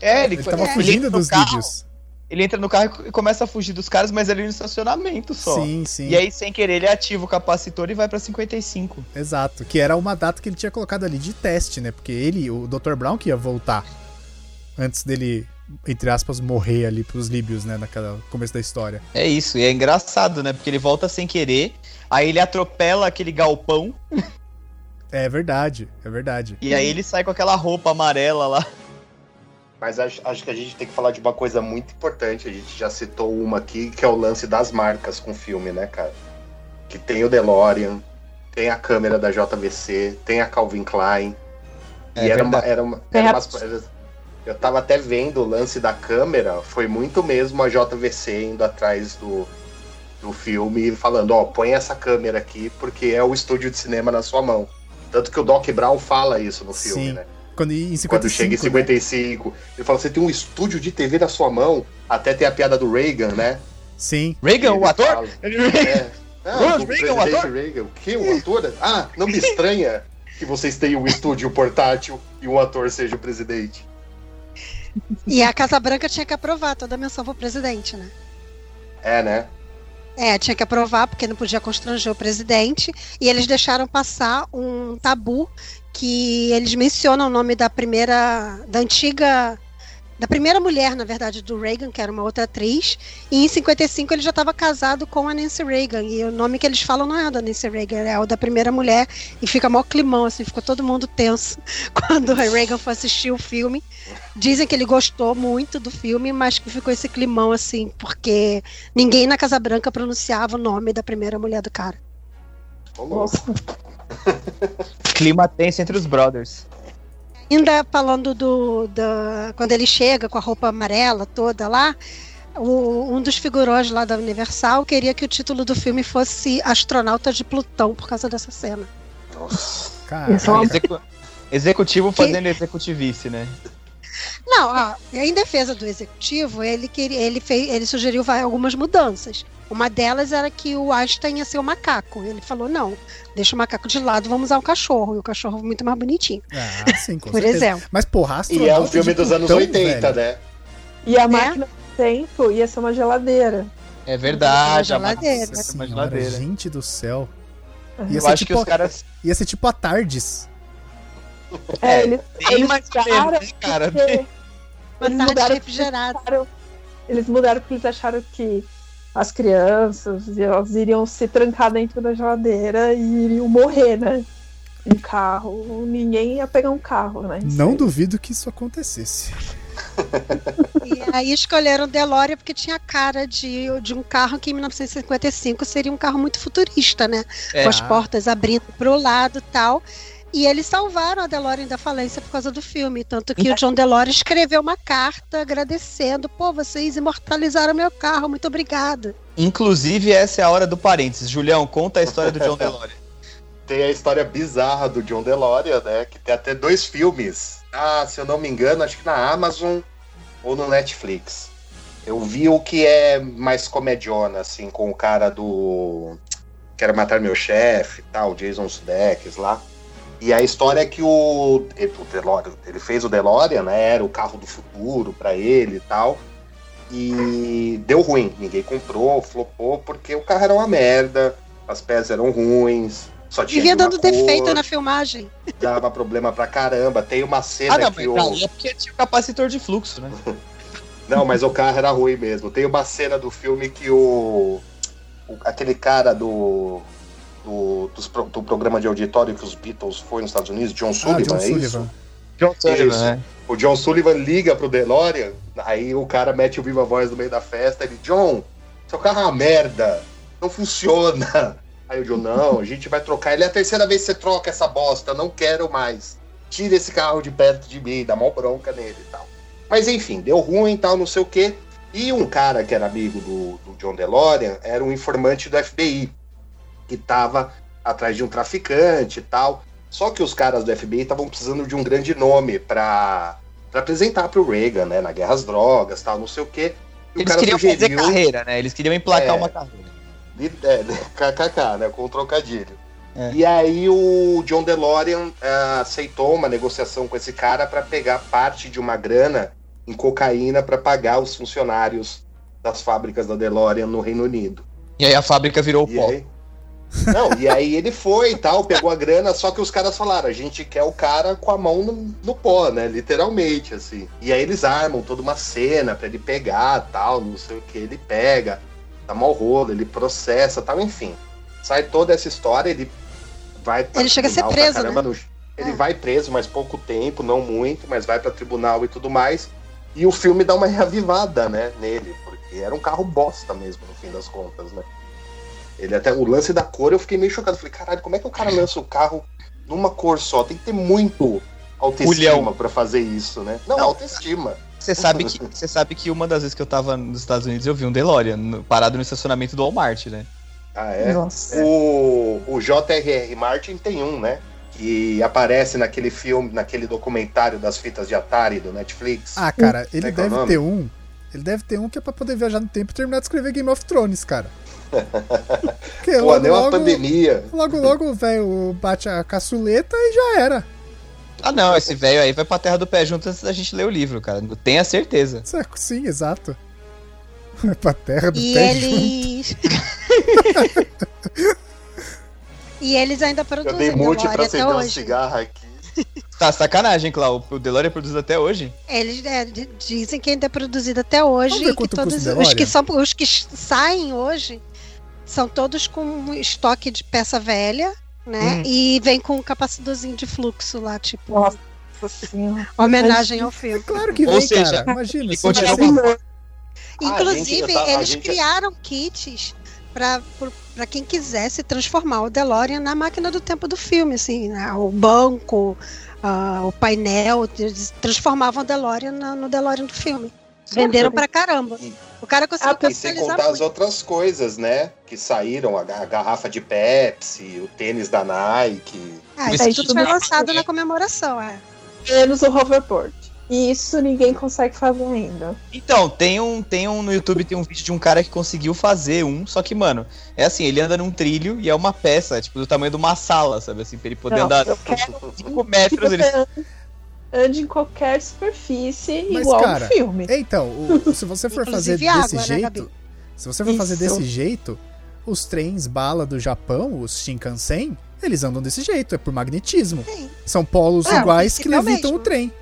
É, ele, Ele foi- tava ele fugindo entra no dos carro, vídeos. Ele entra no carro e começa a fugir dos caras, mas ele é no estacionamento só. Sim, sim. E aí, sem querer, ele ativa o capacitor e vai pra 55. Exato. Que era uma data que ele tinha colocado ali de teste, né? Porque ele, o Dr. Brown, que ia voltar antes dele, entre aspas, morrer ali pros líbios, né? Naquela começo da história. É isso, e é engraçado, né? Porque ele volta sem querer, aí ele atropela aquele galpão, É verdade, é verdade. e aí ele sai com aquela roupa amarela lá. Mas acho, acho que a gente tem que falar de uma coisa muito importante. A gente já citou uma aqui, que é o lance das marcas com o filme, né, cara? Que tem o DeLorean, tem a câmera da JVC, tem a Calvin Klein. É e era uma, verdade. era uma- Tem era a- umas coisas- Eu tava até vendo o lance da câmera, foi muito mesmo a JVC indo atrás do, do filme e falando, ó, põe essa câmera aqui porque é o estúdio de cinema na sua mão. Tanto que o Doc Brown fala isso no filme, Sim. né? Quando em Quando chega em 55, né? 55, ele fala: você tem um estúdio de TV na sua mão, até tem a piada do Reagan, né? Sim. Reagan, Ele o ator? fala, É. Ah, Ronald Reagan, o o presidente ator? Reagan. O que? O ator? Ah, não me estranha que vocês tenham um estúdio portátil e um ator seja o presidente. E a Casa Branca tinha que aprovar toda a menção pro presidente, né? É, né? É, tinha que aprovar, porque não podia constranger o presidente. E eles deixaram passar um tabu que eles mencionam o nome da primeira. da antiga. da primeira mulher, na verdade, do Reagan, que era uma outra atriz. E em 55 ele já estava casado com a Nancy Reagan. E o nome que eles falam não é o da Nancy Reagan, é o da primeira mulher. E fica mó climão, assim, ficou todo mundo tenso *laughs* quando o Reagan foi assistir o filme. Dizem que ele gostou muito do filme, mas que ficou esse climão, assim, porque. Ninguém na Casa Branca pronunciava o nome da primeira mulher do cara. Ô, louco. Nossa, *laughs* Clima tenso entre os brothers. Ainda falando do, da- quando ele chega com a roupa amarela toda lá, o- um dos figurões lá da Universal queria que o título do filme fosse Astronauta de Plutão por causa dessa cena. Cara, Isso é uma- Execu- Executivo Que- fazendo executivice, né? Não, ó, em defesa do executivo, ele, queria, ele, fez, ele sugeriu vai- algumas mudanças. Uma delas era que o Einstein ia ser o macaco. Ele falou: não, deixa o macaco de lado, vamos usar um cachorro. E o cachorro é muito mais bonitinho, ah, sim, com por certeza. exemplo. Mas porra, E é um astronauta filme de dos anos Plutão, 80, velho. né? E a máquina do tempo ia ser uma geladeira. É verdade, Uma geladeira. massa- Nossa uma Senhora, geladeira. gente do céu. Eu Ia Eu ser, acho que assim. tipo, os caras ia ser tipo a Tardes. É, eles, bem eles mais tiraram caros, né, cara? porque Uma Eles tarde mudaram- refrigerada. acharam- eles mudaram porque eles acharam que as crianças elas iriam se trancar dentro da geladeira e iriam morrer, né? Um carro, ninguém ia pegar um carro, né? Não duvido que isso acontecesse. E aí escolheram o DeLorean porque tinha cara de, de um carro que em 1955 seria um carro muito futurista, né? É. Com as portas abrindo pro lado e tal. E eles salvaram a DeLorean da falência por causa do filme. Tanto que o John DeLorean escreveu uma carta agradecendo. Pô, vocês imortalizaram meu carro, muito obrigado. Inclusive, essa é a hora do parênteses. Julião, conta a história do John DeLorean. Tem a história bizarra do John DeLorean, né? Que tem até dois filmes. Ah, se eu não me engano, acho que na Amazon ou no Netflix. Eu vi o que é mais comediona, assim, com o cara do Quero Matar Meu Chefe e tal, Jason Sudeikis lá. E a história é que o, o DeLorean, ele fez o DeLorean, né? Era o carro do futuro pra ele e tal. E deu ruim, ninguém comprou, flopou, porque o carro era uma merda, as peças eram ruins, só tinha Vivia de uma dando cor, defeito né? na filmagem. dava problema pra caramba. Tem uma cena Ah, não, mas que o daí é porque tinha o capacitor de fluxo, né? Não, mas o carro era ruim mesmo. Tem uma cena do filme que o. o- aquele cara do. Do, dos pro- do programa de auditório que os Beatles foi nos Estados Unidos, John Sullivan, Ah, John é Sullivan. isso? John Sullivan, né? O John Sullivan liga pro DeLorean, aí o cara mete o Viva Voz no meio da festa, ele, John, seu carro é uma merda, não funciona. Aí o John, não, a gente vai trocar. Ele é a terceira vez que você troca essa bosta, não quero mais. Tira esse carro de perto de mim, dá mó bronca nele e tal. Mas enfim, deu ruim e tal, não sei o quê. E um cara que era amigo do, do John DeLorean era um informante do FBI, que tava atrás de um traficante e tal. Só que os caras do FBI estavam precisando de um grande nome pra, pra apresentar pro Reagan, né? Na guerra às drogas, tal, não sei o quê. E Eles queriam fazer carreira, né? Eles queriam emplacar É. uma carreira. Li- É, né, *laughs* KKK, né? Com o trocadilho. É. E aí o John DeLorean ah, aceitou uma negociação com esse cara para pegar parte de uma grana em cocaína para pagar os funcionários das fábricas da DeLorean no Reino Unido. E aí a fábrica virou o E pó. aí... Não, e aí ele foi e tal, pegou a grana, só que os caras falaram, a gente quer o cara com a mão no, no pó, né? Literalmente, assim. E aí eles armam toda uma cena pra ele pegar tal, não sei o que, ele pega, dá mau rolo, ele processa tal, enfim. Sai toda essa história, ele vai pra Ele chega a ser tribunal pra preso, caramba, no- Ele É. vai preso, mas pouco tempo, não muito, mas vai pra tribunal e tudo mais. E o filme dá uma reavivada, né, nele, porque era um carro bosta mesmo, no fim das contas, né? Ele até o lance da cor eu fiquei meio chocado. Falei, caralho, como é que o cara lança o carro numa cor só? Tem que ter muito autoestima Culhão. pra fazer isso, né? Não, Não. autoestima. Você sabe, que, você sabe que uma das vezes que eu tava nos Estados Unidos, eu vi um DeLorean no- parado no estacionamento do Walmart, né? Ah, é. Nossa. O, o J.R.R. Martin tem um, né? Que aparece naquele filme, naquele documentário das fitas de Atari do Netflix. Ah, cara, ele é que é o deve nome? ter um. Ele deve ter um que é pra poder viajar no tempo e terminar de escrever Game of Thrones, *laughs* cara. Porque Pô, logo, deu uma logo, pandemia. logo, logo o velho bate a caçuleta e já era. Ah, não, esse velho aí vai pra terra do pé junto antes da gente ler o livro, cara. Tenha certeza. Isso é- Sim, exato. *laughs* Vai pra terra do E pé eles. e eles ainda Eu produzem dei mute pra DeLorean até acender um hoje. cigarro aqui. Tá sacanagem, Cláudio. O DeLorean é produzido até hoje? Eles né, di- dizem que ainda é produzido até Vamos hoje ver e que quanto custa todos o os que DeLorean? são os que s- saem hoje são todos com um estoque de peça velha, Hum. né? E vem com um capacitadorzinho de fluxo lá, tipo, Nossa senhora. homenagem ao filme. Claro que Ou vem, seja, cara. Imagina, ele se continua você- É Ah, a gente- Inclusive, eu tava- a eles gente- criaram kits para para quem quisesse transformar o DeLorean na máquina do tempo do filme, assim, né? o banco, ah, o painel, eles transformavam o DeLorean na- no DeLorean do filme. Venderam pra caramba. O cara conseguiu Ah, E sem capitalizar contar as muito. outras coisas, né? Que saíram, a ga- a garrafa de Pepsi, o tênis da Nike. Ah, Aí isso tudo tudo foi é bem. lançado na comemoração, é. Menos o hoverboard. E isso ninguém consegue fazer ainda. Então, tem um, tem um no YouTube, tem um vídeo de um cara que conseguiu fazer um, só que, mano, é assim, ele anda num trilho e é uma peça, tipo, do tamanho de uma sala, sabe assim, pra ele poder Não, andar eu tipo assim, quero É, 5 que metros, ele você ande- ande em qualquer superfície Mas, igual cara, é- no filme. Então, o- se você for fazer Inclusive desse água, né, jeito, Gabi? Se você for fazer Isso. desse jeito, os trens bala do Japão, os Shinkansen, eles andam desse jeito, é por magnetismo. Sim. São polos É, o iguais que princípio é o levitam o mesmo. trem.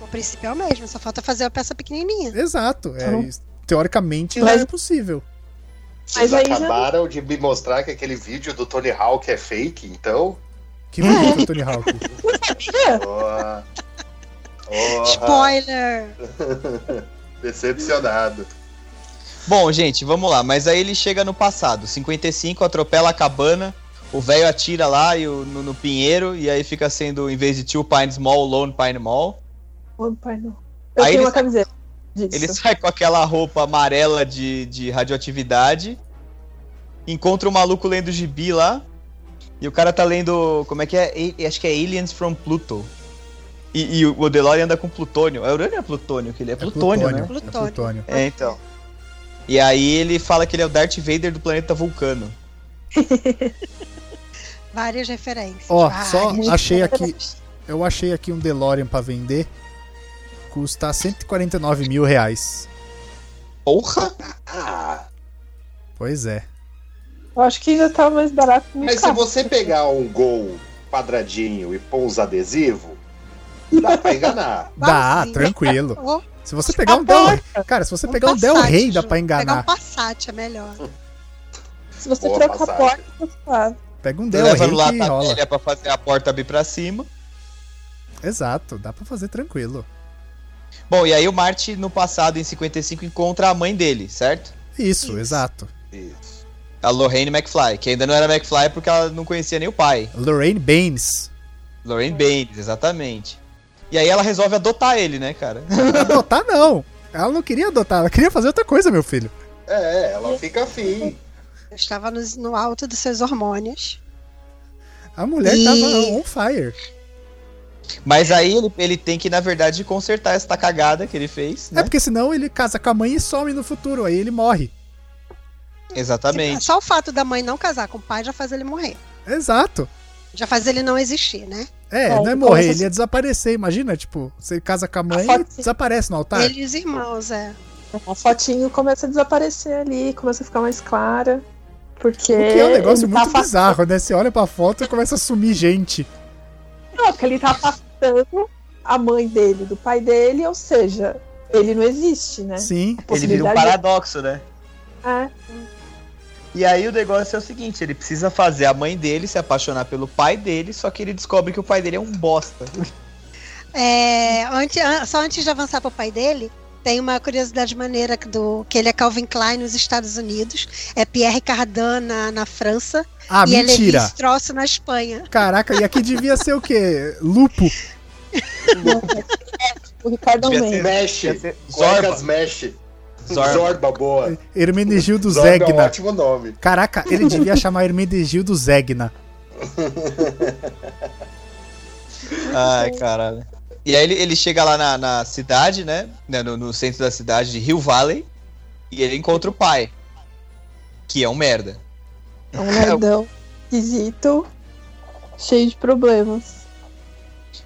O princípio é o mesmo, só falta fazer uma peça pequenininha. Exato. É, Então- isso- teoricamente não Mas- é possível. Mas Vocês aí já- acabaram de me mostrar que aquele vídeo do Tony Hawk é fake, então? Que bonito, Tony Hawk. É, Ó. Ó, Spoiler! Decepcionado. Bom, gente, vamos lá. Mas aí ele chega no passado. 55, atropela a cabana. O velho atira lá e o- no, no pinheiro. E aí fica sendo, em vez de Two Pines Mall, Lone Pine Mall. Ô, pai, não. Eu Aí tenho ele- uma camiseta disso. Ele sai com aquela roupa amarela de, de radioatividade. Encontra o maluco lendo gibi lá. E o cara tá lendo. Como é que é? A- acho que é Aliens from Pluto. E, e o DeLorean anda com Plutônio. É Urânio ou é Plutônio que ele é? Plutônio, né? É Plutônio. plutônio. É, então. E aí ele fala que ele é o Darth Vader do planeta Vulcano. Várias referências. Ó, várias. só achei aqui. diferente. Eu achei aqui um DeLorean pra vender. Custa 149 mil reais. Porra! Ah, Pois é. Eu acho que já tá mais barato no mas se carro. você pegar um gol quadradinho e pôr uns adesivos, dá pra enganar. Dá, Igualzinho. tranquilo. Ou Se você pegar um Del Cara, se você pegar um Del Passat, Rey, dá pra Pegar um enganar. Passat é melhor. Se você Boa trocar a passagem. porta, você tá- faz. Pega um Del Leva tá Rey no lata que rola. velha pra fazer a porta abrir pra cima. Exato, dá pra fazer tranquilo. Bom, e aí o Marte, no passado, em 55, encontra a mãe dele, certo? É Isso, Isso. exato. Isso. A Lorraine McFly, que ainda não era McFly porque ela não conhecia nem o pai. Lorraine Baines. Lorraine Baines, exatamente. E aí ela resolve adotar ele, né, cara? *laughs* Adotar não. Ela não queria adotar, ela queria fazer outra coisa, meu filho. É, ela fica afim. Eu estava no, no alto dos seus hormônios. A mulher E- tava on fire. Mas aí ele, ele tem que, na verdade, consertar essa cagada que ele fez, É né? porque senão ele casa com a mãe e some no futuro, aí ele morre. Exatamente. Só o fato da mãe não casar com o pai já faz ele morrer. Exato. Já faz ele não existir, né? É, Bom, não é então morrer, essas- ele ia desaparecer, imagina, tipo, você casa com a mãe foto- e desaparece no altar. Ele e os irmãos, é. A fotinho começa a desaparecer ali, começa a ficar mais clara. Porque. Que é um negócio ele muito tá bizarro, né? Você olha pra foto e começa a sumir gente. Não, porque ele tá afastando a mãe dele do pai dele, ou seja, ele não existe, né? Sim. A Ele vira um possibilidade paradoxo, né? é- E aí o negócio é o seguinte, ele precisa fazer a mãe dele se apaixonar pelo pai dele, só que ele descobre que o pai dele é um bosta. É, ante- an- só antes de avançar para o pai dele, tem uma curiosidade maneira que do que ele é Calvin Klein nos Estados Unidos, é Pierre Cardin na, na França Ah, e ele é mentira. Levi-Strauss na Espanha. Caraca, e aqui devia ser o quê? Lupo. é, tipo, O Ricardo Devia Almeida. Mexe. Zorba. Cuecas mexe. Zorba. É. Zorba, boa. Hermenegildo Zorba é um Zegna. ótimo nome. Caraca, ele devia chamar Hermenegildo Zegna. Ai, caralho. E aí ele, ele chega lá na, na cidade, né? né, No, no centro da cidade de Hill Valley. E ele encontra o pai. Que é um merda. É um nerdão esquisito, cheio de problemas.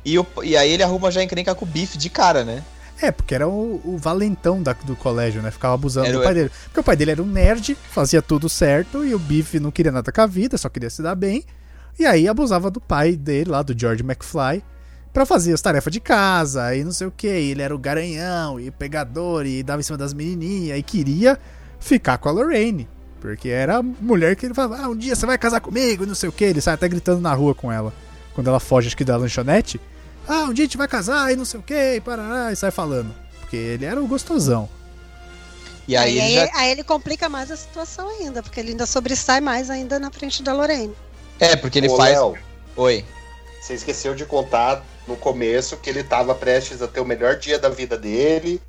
E, o- e aí ele arruma já encrenca com o bife de cara, né? É, porque era o, o valentão da- do colégio, né? Ficava abusando Era do o- pai dele. Porque o pai dele era um nerd, fazia tudo certo, e o Biff não queria nada com a vida, só queria se dar bem. E aí abusava do pai dele, lá do George McFly, pra fazer as tarefas de casa, e não sei o que. Ele era o garanhão, e pegador, e dava em cima das menininhas, e queria ficar com a Lorraine. Porque era a mulher que ele falava, ah, um dia você vai casar comigo, e não sei o que. Ele sai até gritando na rua com ela. Quando ela foge, acho que da lanchonete. Ah, um dia a gente vai casar e não sei o que, e parará, e sai falando. Porque ele era o gostosão. E aí, ele já. aí é? ele complica mais a situação ainda, porque ele ainda sobressai mais ainda na frente *laughs* da Lorraine. É, porque ele Ô, faz. Léo, Oi. Você esqueceu de contar no começo que ele tava prestes a ter o melhor dia da vida dele,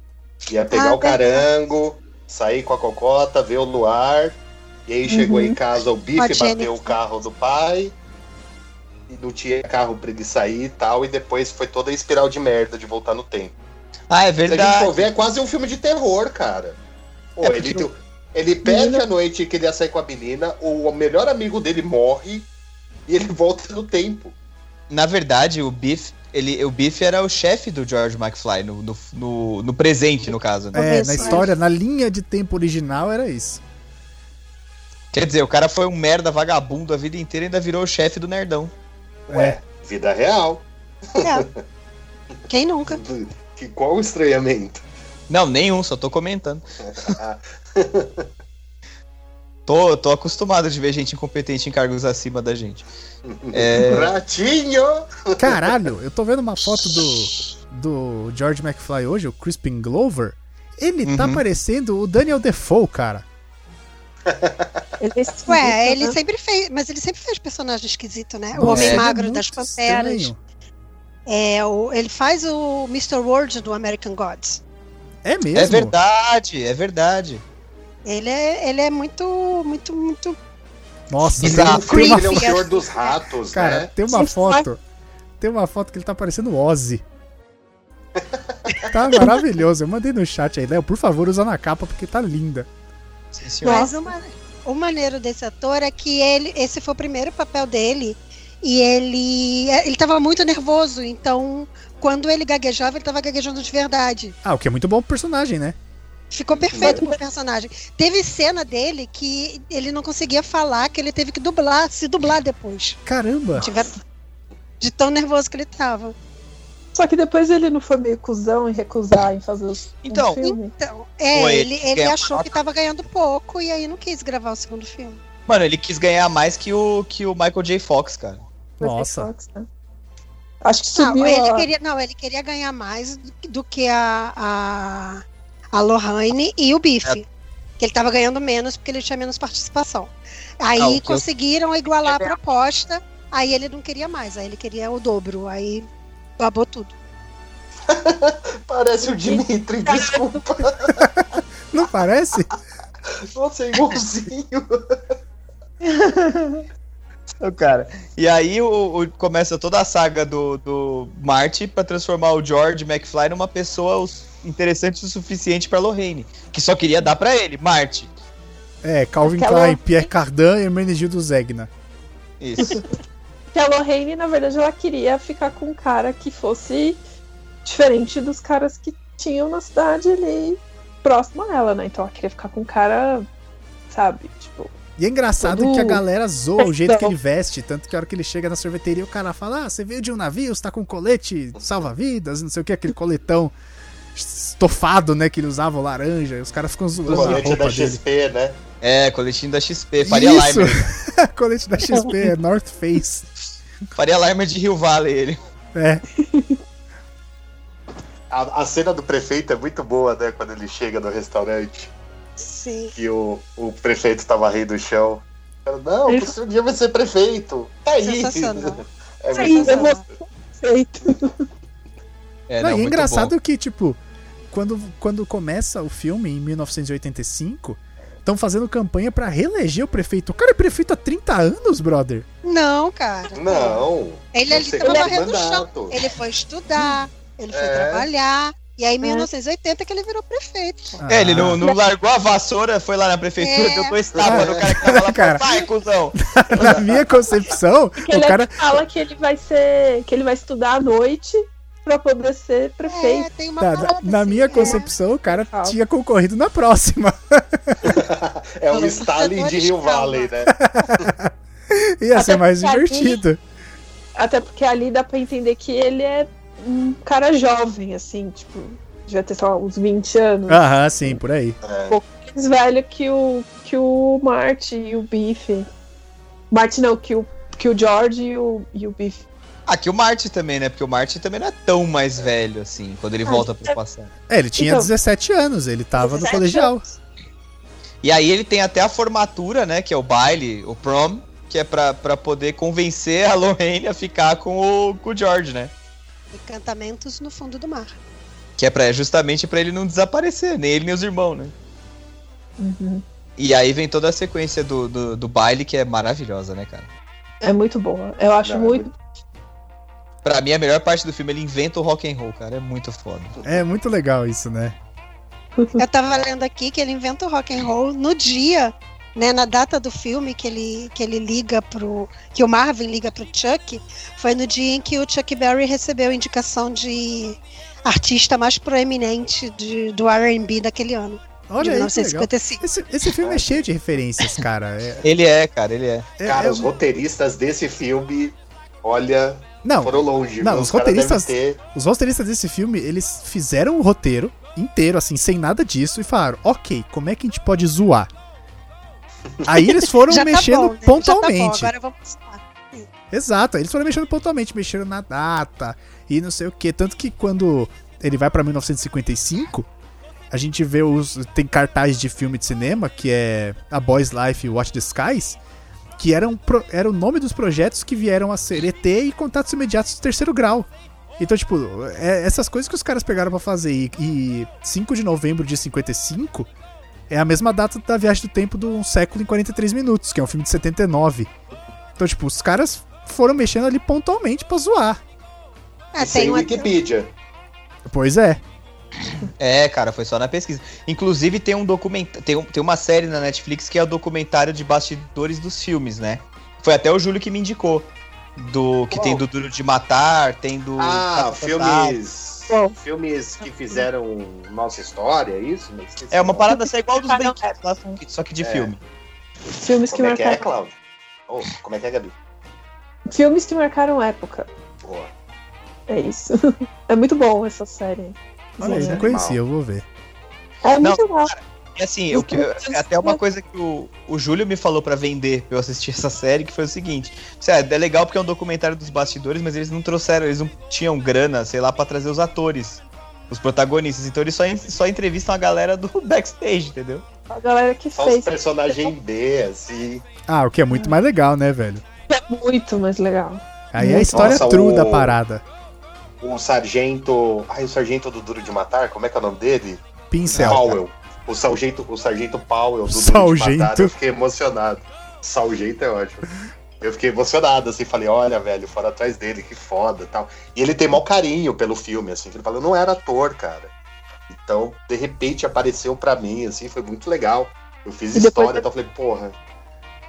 ia pegar Ah, o carango, sair com a cocota, ver o luar, e aí chegou em casa, o bife Pode, bateu Uhum. Jennifer. o carro do pai, e não tinha carro pra ele sair e tal, e depois foi toda a espiral de merda de voltar no tempo. Ah, é Se a gente verdade. for ver, é quase um filme de terror, cara. Pô, É, ele, porque tipo, tem- ele perde a noite que ele ia sair com a menina, o melhor amigo dele morre, e ele *laughs* volta no tempo. Na verdade, o Biff, Ele, o Biff era o chefe do George McFly, no, no, no, no presente, no caso. Né? É, Começo, na história, na linha de tempo original era isso. Quer dizer, o cara foi um merda vagabundo a vida inteira e ainda virou o chefe do nerdão. Ué, vida real. É. Quem nunca? Que, qual o estranhamento? Ah, Não, nenhum, só tô comentando. *laughs* Tô, tô acostumado de ver gente incompetente em cargos acima da gente. É. um Ratinho! Caralho, eu tô vendo uma foto do, do George McFly hoje, o Crispin Glover. Ele tá Uhum. parecendo o Daniel Defoe, cara. Ele é esquisito, Ué, ele né? sempre fez, mas ele sempre fez personagem esquisito, né? O Uhum. Nossa, Homem é Magro muito das Panteras. estranho. É, o, ele faz o Mr. World do American Gods. É mesmo? É verdade, é verdade. Ele é, ele é muito, muito, muito. Nossa, tem, Bizarro. tem uma, Ele é o senhor dos ratos, cara, né? tem uma Sim, foto. Tem uma foto que ele tá parecendo o Ozzy. Tá maravilhoso. Eu mandei no chat aí, Léo. Por favor, usa na capa porque tá linda. Sim, senhor. Mas o, ma- o um maneiro desse ator é que ele, esse foi o primeiro papel dele e ele, é, ele estava muito nervoso. Então, quando ele gaguejava, ele estava gaguejando de verdade. Ah, o que é muito bom pro personagem, né? Ficou perfeito pro personagem. Teve cena dele que ele não conseguia falar, que ele teve que dublar, se dublar depois. Caramba! Tiver- De tão nervoso que ele tava. Só que depois ele não foi meio cuzão em recusar em fazer os Então, um filme. Então, é, Foi, ele, ele ganhou achou que tava ganhando pouco e aí não quis gravar o segundo filme. Mano, ele quis ganhar mais que o, que o Michael J. Fox, cara. Foi Nossa. Fox, né? Acho que Não, subiu. ele a- queria, não, ele queria ganhar mais do, do que a, a, a Lorraine e o É. Bife. Que ele tava ganhando menos porque ele tinha menos participação. Aí Ah, o que eu- É conseguiram igualar a proposta, aí ele não queria mais, aí ele queria o dobro, aí babou tudo. Parece o Dimitri, desculpa. Não parece? Nossa, é *laughs* igualzinho. O cara. E aí o, o- começa toda a saga do, do Marty pra transformar o George McFly numa pessoa os- interessante o suficiente pra Lorraine. Que só queria dar pra ele, Marty. É, Calvin Aquela- Klein, Pierre Cardin e Hermenegildo Zegna. *laughs* Isso. Que a Lorraine, na verdade, ela queria ficar com um cara que fosse diferente dos caras que tinham na cidade ali próximo a ela, né? Então ela queria ficar com um cara, sabe? Tipo, E é engraçado Todo- que a galera zoa o jeito que Não. ele veste, tanto que a hora que ele chega na sorveteria, o cara fala: Ah, você veio de um navio, você tá com um colete salva-vidas, não sei o que, aquele coletão estofado, né, que ele usava, o laranja, e os caras ficam zoando a Colete da roupa dele. XP, né? É, coletinho da XP. Faria Isso! Limer. *laughs* colete da XP, é North Face. Faria Limer de Rio Valley ele. É, A, a cena do prefeito é muito boa, né? Quando ele chega no restaurante, Sim. que o, o prefeito tá varrendo o chão. Fala, Não, o seu dia vai ser prefeito. Tá aí. Sensacional. *laughs* É Sim, muito eu vou- feito. É, Não, não, e é muito engraçado que, tipo, quando, quando começa o filme, em 1985, estão fazendo campanha pra reeleger o prefeito. O cara é prefeito há 30 anos, brother. Não, cara. Não. Ele, não ele sei, tava ele é varrendo o chão. mandato. Ele foi estudar, ele foi É. trabalhar. E aí, em 1980, que ele virou prefeito. É, ele não, Ah, não largou a vassoura, foi lá na prefeitura, É. deu dois tapas no cara que tava lá. Ah, *laughs* Cara. Cara. Vai, cuzão! Na minha *laughs* concepção, Porque o ele é tipo cara. *laughs* fala que ele vai ser. que ele vai estudar à noite pra poder ser prefeito. É, tem uma tá- Na, parada na assim, né? minha é. concepção, o cara Ah. tinha concorrido na próxima. *laughs* É o Não, Stalin de Rio calma. Valley, né? Ia ser Até mais porque ali- divertido. Até porque ali dá pra entender que ele é um cara jovem, assim, tipo, devia ter só uns 20 anos. Aham, sim, por aí. mais velho que o, que o Marty e o Biff. Marty não, que o, que o George e o, e o Biff. Aqui Ah, o Marty também, né? Porque o Marty também não é tão mais velho assim, quando ele volta pro passado. É, ele tinha Então- 17 anos, ele tava no 17 colegial. E aí ele tem até a formatura, né? Que é o baile, o prom, que é pra, pra poder convencer a *laughs* Lorraine a ficar com o, com o George, né? Encantamentos no fundo do mar. Que é pra, justamente pra ele não desaparecer, nem ele nem os irmãos, né? E aí vem toda a sequência do, do, do baile, que é maravilhosa, né, cara? É muito boa. Eu acho Não, é muito. Pra mim, a melhor parte do filme, ele inventa o rock and roll, cara. É muito foda. É muito legal isso, né? Eu tava lendo aqui que ele inventa o rock and roll no dia né, na data do filme que ele, que ele liga pro. que o Marvin liga pro Chuck, foi no dia em que o Chuck Berry recebeu a indicação de artista mais proeminente de- do RB daquele ano. de Olha aí, que legal. 1955. Esse, esse filme é cheio de referências, cara. É, Ele é, cara, ele é. é- Cara, é os um- roteiristas desse filme, olha, Não, foram longe. não, viu? os Os caras devem roteiristas- ter- Ah, Os roteiristas desse filme, eles fizeram o roteiro inteiro, assim, sem nada disso, e falaram, ok, como é que a gente pode zoar? Aí *laughs* eles foram Já tá mexendo bom, né? pontualmente. Já tá bom, agora vamos lá. Exato, eles foram mexendo pontualmente, mexeram na data e não sei o que. Tanto que quando ele vai pra 1955, a gente vê os. Tem cartaz de filme de cinema, que é A Boy's Life e Watch the Skies, que eram, pro- era o nome dos projetos que vieram a ser ET e Contatos Imediatos do Terceiro Grau. Então, tipo, é- essas coisas que os caras pegaram pra fazer e, e 5 de novembro de 55 é a mesma data da Viagem do Tempo do Um Século em 43 Minutos, que é um filme de 79. Então, tipo, os caras foram mexendo ali pontualmente pra zoar. É, tem sem uma- Wikipedia. Pois é. É, cara, foi só na pesquisa. Inclusive tem um documentário, tem, um- tem uma série na Netflix que é o documentário de bastidores dos filmes, né? Foi até o Júlio que me indicou do que Qual? tem do Duro de Matar, tem Hum, do Ah, tá, Caça Fantasma. filmes. Filmes que fizeram nossa história, é isso? Não esqueci É uma o nome. parada assim, é igual dos Ah, não, brinquedos, lá, só que- só que de É. filme. *laughs* Filmes que Como é que marcaram. é, Cláudio? Oh, como é que é, Gabi? Filmes que marcaram época. Boa. É isso. *laughs* É muito bom essa série. Olha aí, Sim, não né? conhecia, eu vou ver. É Não, muito legal. E assim, eu, eu- até uma coisa que o, o Júlio me falou pra vender pra eu assistir essa série, que foi o seguinte: "Isso é, é legal porque é um documentário dos bastidores, mas eles não trouxeram, eles não tinham grana, sei lá, pra trazer os atores, os protagonistas. Então eles só, en- só entrevistam a galera do *laughs* backstage, entendeu? A galera que Só os fez personagens B, assim. Ah, o que é muito mais legal, né, velho? é muito mais legal. Aí é a história Nossa, true o- da parada. O sargento. Ai, o sargento do Duro de Matar, como é que é o nome dele? Pincel. Powell. O sargento, o sargento Powell do Duro Sargento. de Matar. Eu fiquei emocionado. Sargento é ótimo. Eu fiquei emocionado, assim, falei, olha, velho, foram atrás dele, que foda tal. E ele tem mau carinho pelo filme, assim, que ele falou, eu não era ator, cara. Então, de repente, apareceu pra mim, assim, foi muito legal. Eu E fiz depois história, ele- então eu falei, porra,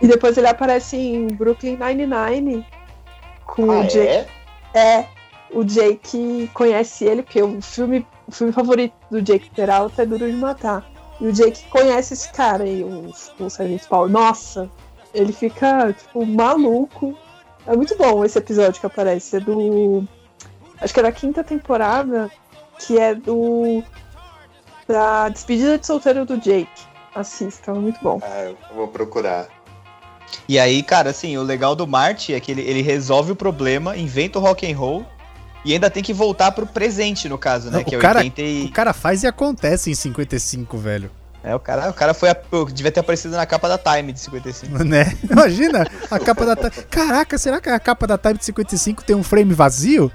E depois ele aparece em Brooklyn Nine-Nine com ah, o Jake. é? É. o Jake conhece ele, porque o filme, o filme favorito do Jake Peralta é Duro de Matar. E o Jake conhece esse cara aí, o, o Sargento Paul. Nossa, ele fica, tipo, maluco. É muito bom esse episódio que aparece. É do. Acho que é da quinta temporada, que é do. Da despedida de solteiro do Jake. Assista, é muito bom. Ah, eu vou procurar. E aí, cara, assim, o legal do Marty é que ele, ele resolve o problema, inventa o rock and roll e ainda tem que voltar pro presente, no caso, né? Não, que o é cara- 80 e... O cara faz e acontece em 55, velho. *laughs* É, o cara, o cara foi. A, devia ter aparecido na capa da Time de 55. Né? Imagina a capa da Time. Caraca, será que a capa da Time de 55 tem um frame *laughs* vazio?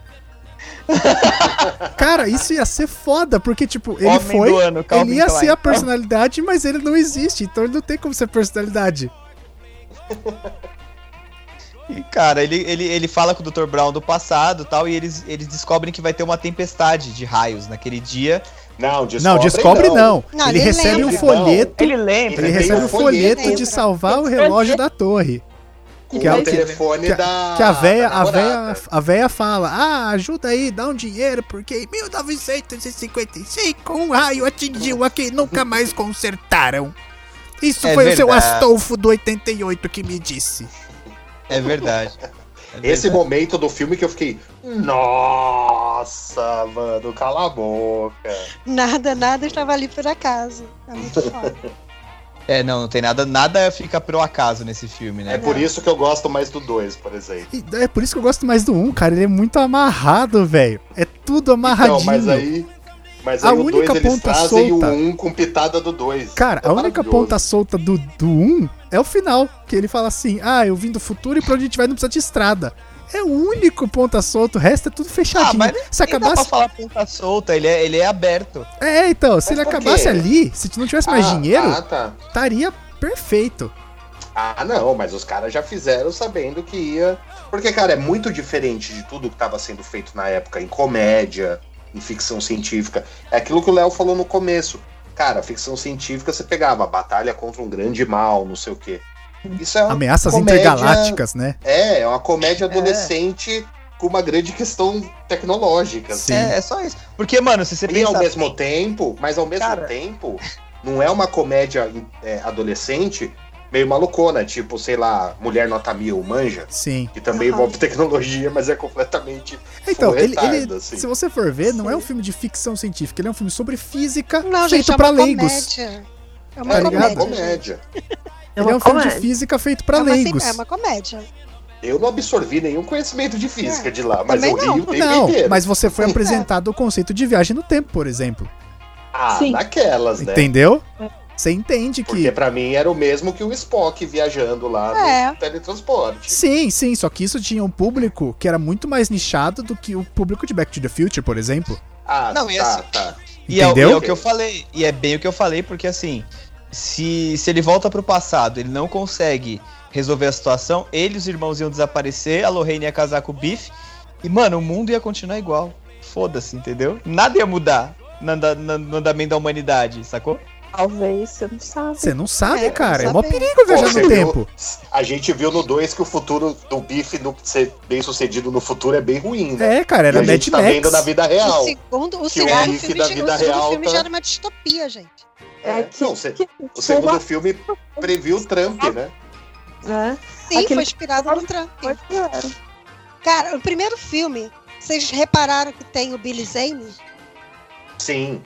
Cara, isso ia ser foda, porque, tipo, ele Homem foi. do ano, Calvin ele ia Klein. ser a personalidade, mas ele não existe, então ele não tem como ser personalidade. E, Cara, ele, ele, ele fala com o Dr. Brown do passado e tal, e eles, eles descobrem que vai ter uma tempestade de raios naquele dia. Não, descobre não, descobre não. Não, ele, ele recebe lembra. um folheto. Ele Ele, lembra. Ele tem recebe um um folheto folheto. de salvar o Lembra. relógio da torre. Com Que a- é o telefone que a- da. Que a véia, da a véia, Ah, tá namorada. a véia fala: Ah, ajuda aí, dá um dinheiro, porque em 1955 um raio atingiu a quem nunca mais consertaram. Isso É foi o seu verdade. Astolfo do 88 que me disse. É *laughs* verdade. É Esse verdade. momento do filme que eu fiquei. Nossa, mano, cala a boca. Nada, nada estava ali por acaso. É *laughs* muito foda. É, não, não tem nada. Nada fica pro acaso nesse filme, né? É por isso que eu gosto mais do 2, por exemplo. E é por isso que eu gosto mais do 1, cara. Ele é muito amarrado, velho. É tudo amarradinho. Então, mas aí. Mas aí A o única 2 eles ponta trazem solta. o 1 um com pitada do É 2. Cara, a única ponta solta do, do 1 é o final, que ele fala assim: ah, eu vim do futuro e pra onde a gente vai não precisa de estrada. É o único ponta solta, o resto é tudo fechadinho. Ah, se Nem dá pra acabasse. falar ponta solta, ele é, ele é aberto. É, então, se Mas ele por acabasse quê? ali, se não tivesse mais dinheiro, Ah, tá. estaria perfeito. Ah, não, mas os caras já fizeram sabendo que ia. Porque, cara, é muito diferente de tudo que estava sendo feito na época em comédia, em ficção científica. É aquilo que o Léo falou no começo. Cara, ficção científica você pegava batalha contra um grande mal, não sei o quê. Isso é uma Ameaças comédia- intergalácticas, né? É, é uma comédia adolescente com uma grande questão tecnológica. assim. Sim. É, é só isso. Porque, mano, se você Ri ao pensar... mesmo tempo, mas ao mesmo Cara. tempo, não é uma comédia é, adolescente meio malucona, tipo, sei lá, Mulher Nota Mil, Manja, Sim. que também Aham. envolve tecnologia, mas é completamente Então, um ele, retardo, ele- assim. se você for ver, não é um Sim. filme de ficção científica, ele é um filme sobre física Não, feito gente, é pra uma leigos. comédia. É é uma Tá uma ligado? comédia. comédia. É Ele uma é um filme de comédia. física feito pra é, uma, sim- leigos. é uma comédia. Eu não absorvi nenhum conhecimento de física É, de lá, mas também eu não. li o tempo Não, inteiro. mas você *laughs* foi apresentado o conceito de viagem no tempo, por exemplo. Ah, Sim. naquelas, né? Entendeu? Você entende Porque que. pra mim era o mesmo que o Spock viajando lá É. no teletransporte. Sim, sim, só que isso tinha um público que era muito mais nichado do que o público de Back to the Future, por exemplo. Ah, Não, e tá, assim- tá. E é, o- e é Entendeu? o que eu falei. E é bem o que eu falei, porque assim, se, se ele volta pro passado, ele não consegue resolver a situação, ele e os irmãos iam desaparecer, a Lorraine ia casar com o Biff, e, mano, o mundo ia continuar igual. Foda-se, entendeu? Nada ia mudar no, anda- na- no andamento da humanidade, sacou? Talvez, você não sabe. Você não sabe, É, cara. É não mó sabe. perigo Pô, viajar você no viu? tempo. A gente viu no 2 que o futuro do bife no- ser bem sucedido no futuro é bem ruim, né? É, cara, era e a Mad gente tá vendo na Max. vida real. O segundo, o o segundo Rick filme, é da já- vida o segundo real filme tá- já era uma distopia, gente. É que, Não, se- que- o segundo filme previu o Trump, né? né? Sim, Aquele- foi inspirado no Trump. Mas não era. Cara, o primeiro filme, vocês repararam que tem o Billy Zane? Sim.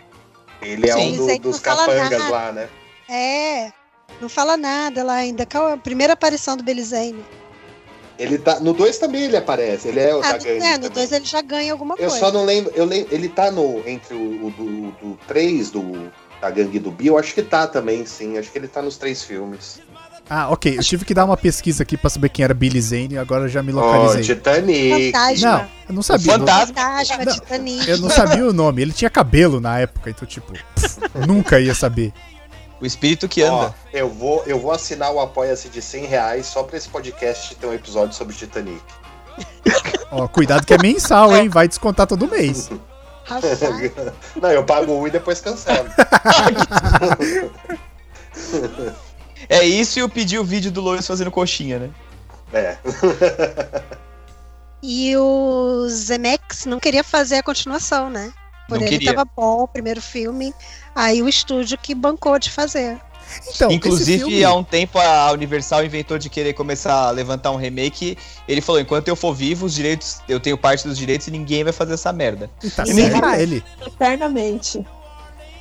Ele é Sim, um do- isso aí dos não fala capangas nada. lá, né? É, não fala nada lá ainda. Qual é a primeira aparição do Billy Zane? Ele tá. No 2 também ele aparece. Ele é o Ah, da do- gangue é, no também. 2 ele já ganha alguma Eu coisa. só não lembro. Eu lembro. Ele tá no. Entre o, o do, do 3, do, da gangue do Bill, acho que tá também, sim. Acho que ele tá nos três filmes. Ah, ok. Eu tive que dar uma pesquisa aqui pra saber quem era Billy Zane e agora eu já me Ó, localizei. Titanic. Fantasma. Não, eu não sabia. Fantasma. Fantasma, Não. Titanic. Eu não sabia o nome. Ele tinha cabelo na época, então, tipo, pff, nunca ia saber. O espírito que anda. Ó, eu, vou, eu vou assinar o Apoia-se de 100 reais só pra esse podcast ter um episódio sobre Titanic. Ó, cuidado que é mensal, hein? Vai descontar todo mês. Rapaz, *laughs* Não, eu pago um e *laughs* depois cancelo. É isso e eu pedi o vídeo do Lois fazendo coxinha, né? É. E o Zemex não queria fazer a continuação, né? Por Não ele queria. tava bom o primeiro filme, aí o estúdio que bancou de fazer. Então, esse Inclusive, filme- é há um tempo a Universal inventou de querer começar a levantar um remake. Ele falou: enquanto eu for vivo, os direitos, eu tenho parte dos direitos e ninguém vai fazer essa merda. E tá Sim, certo vai. ele. Eternamente.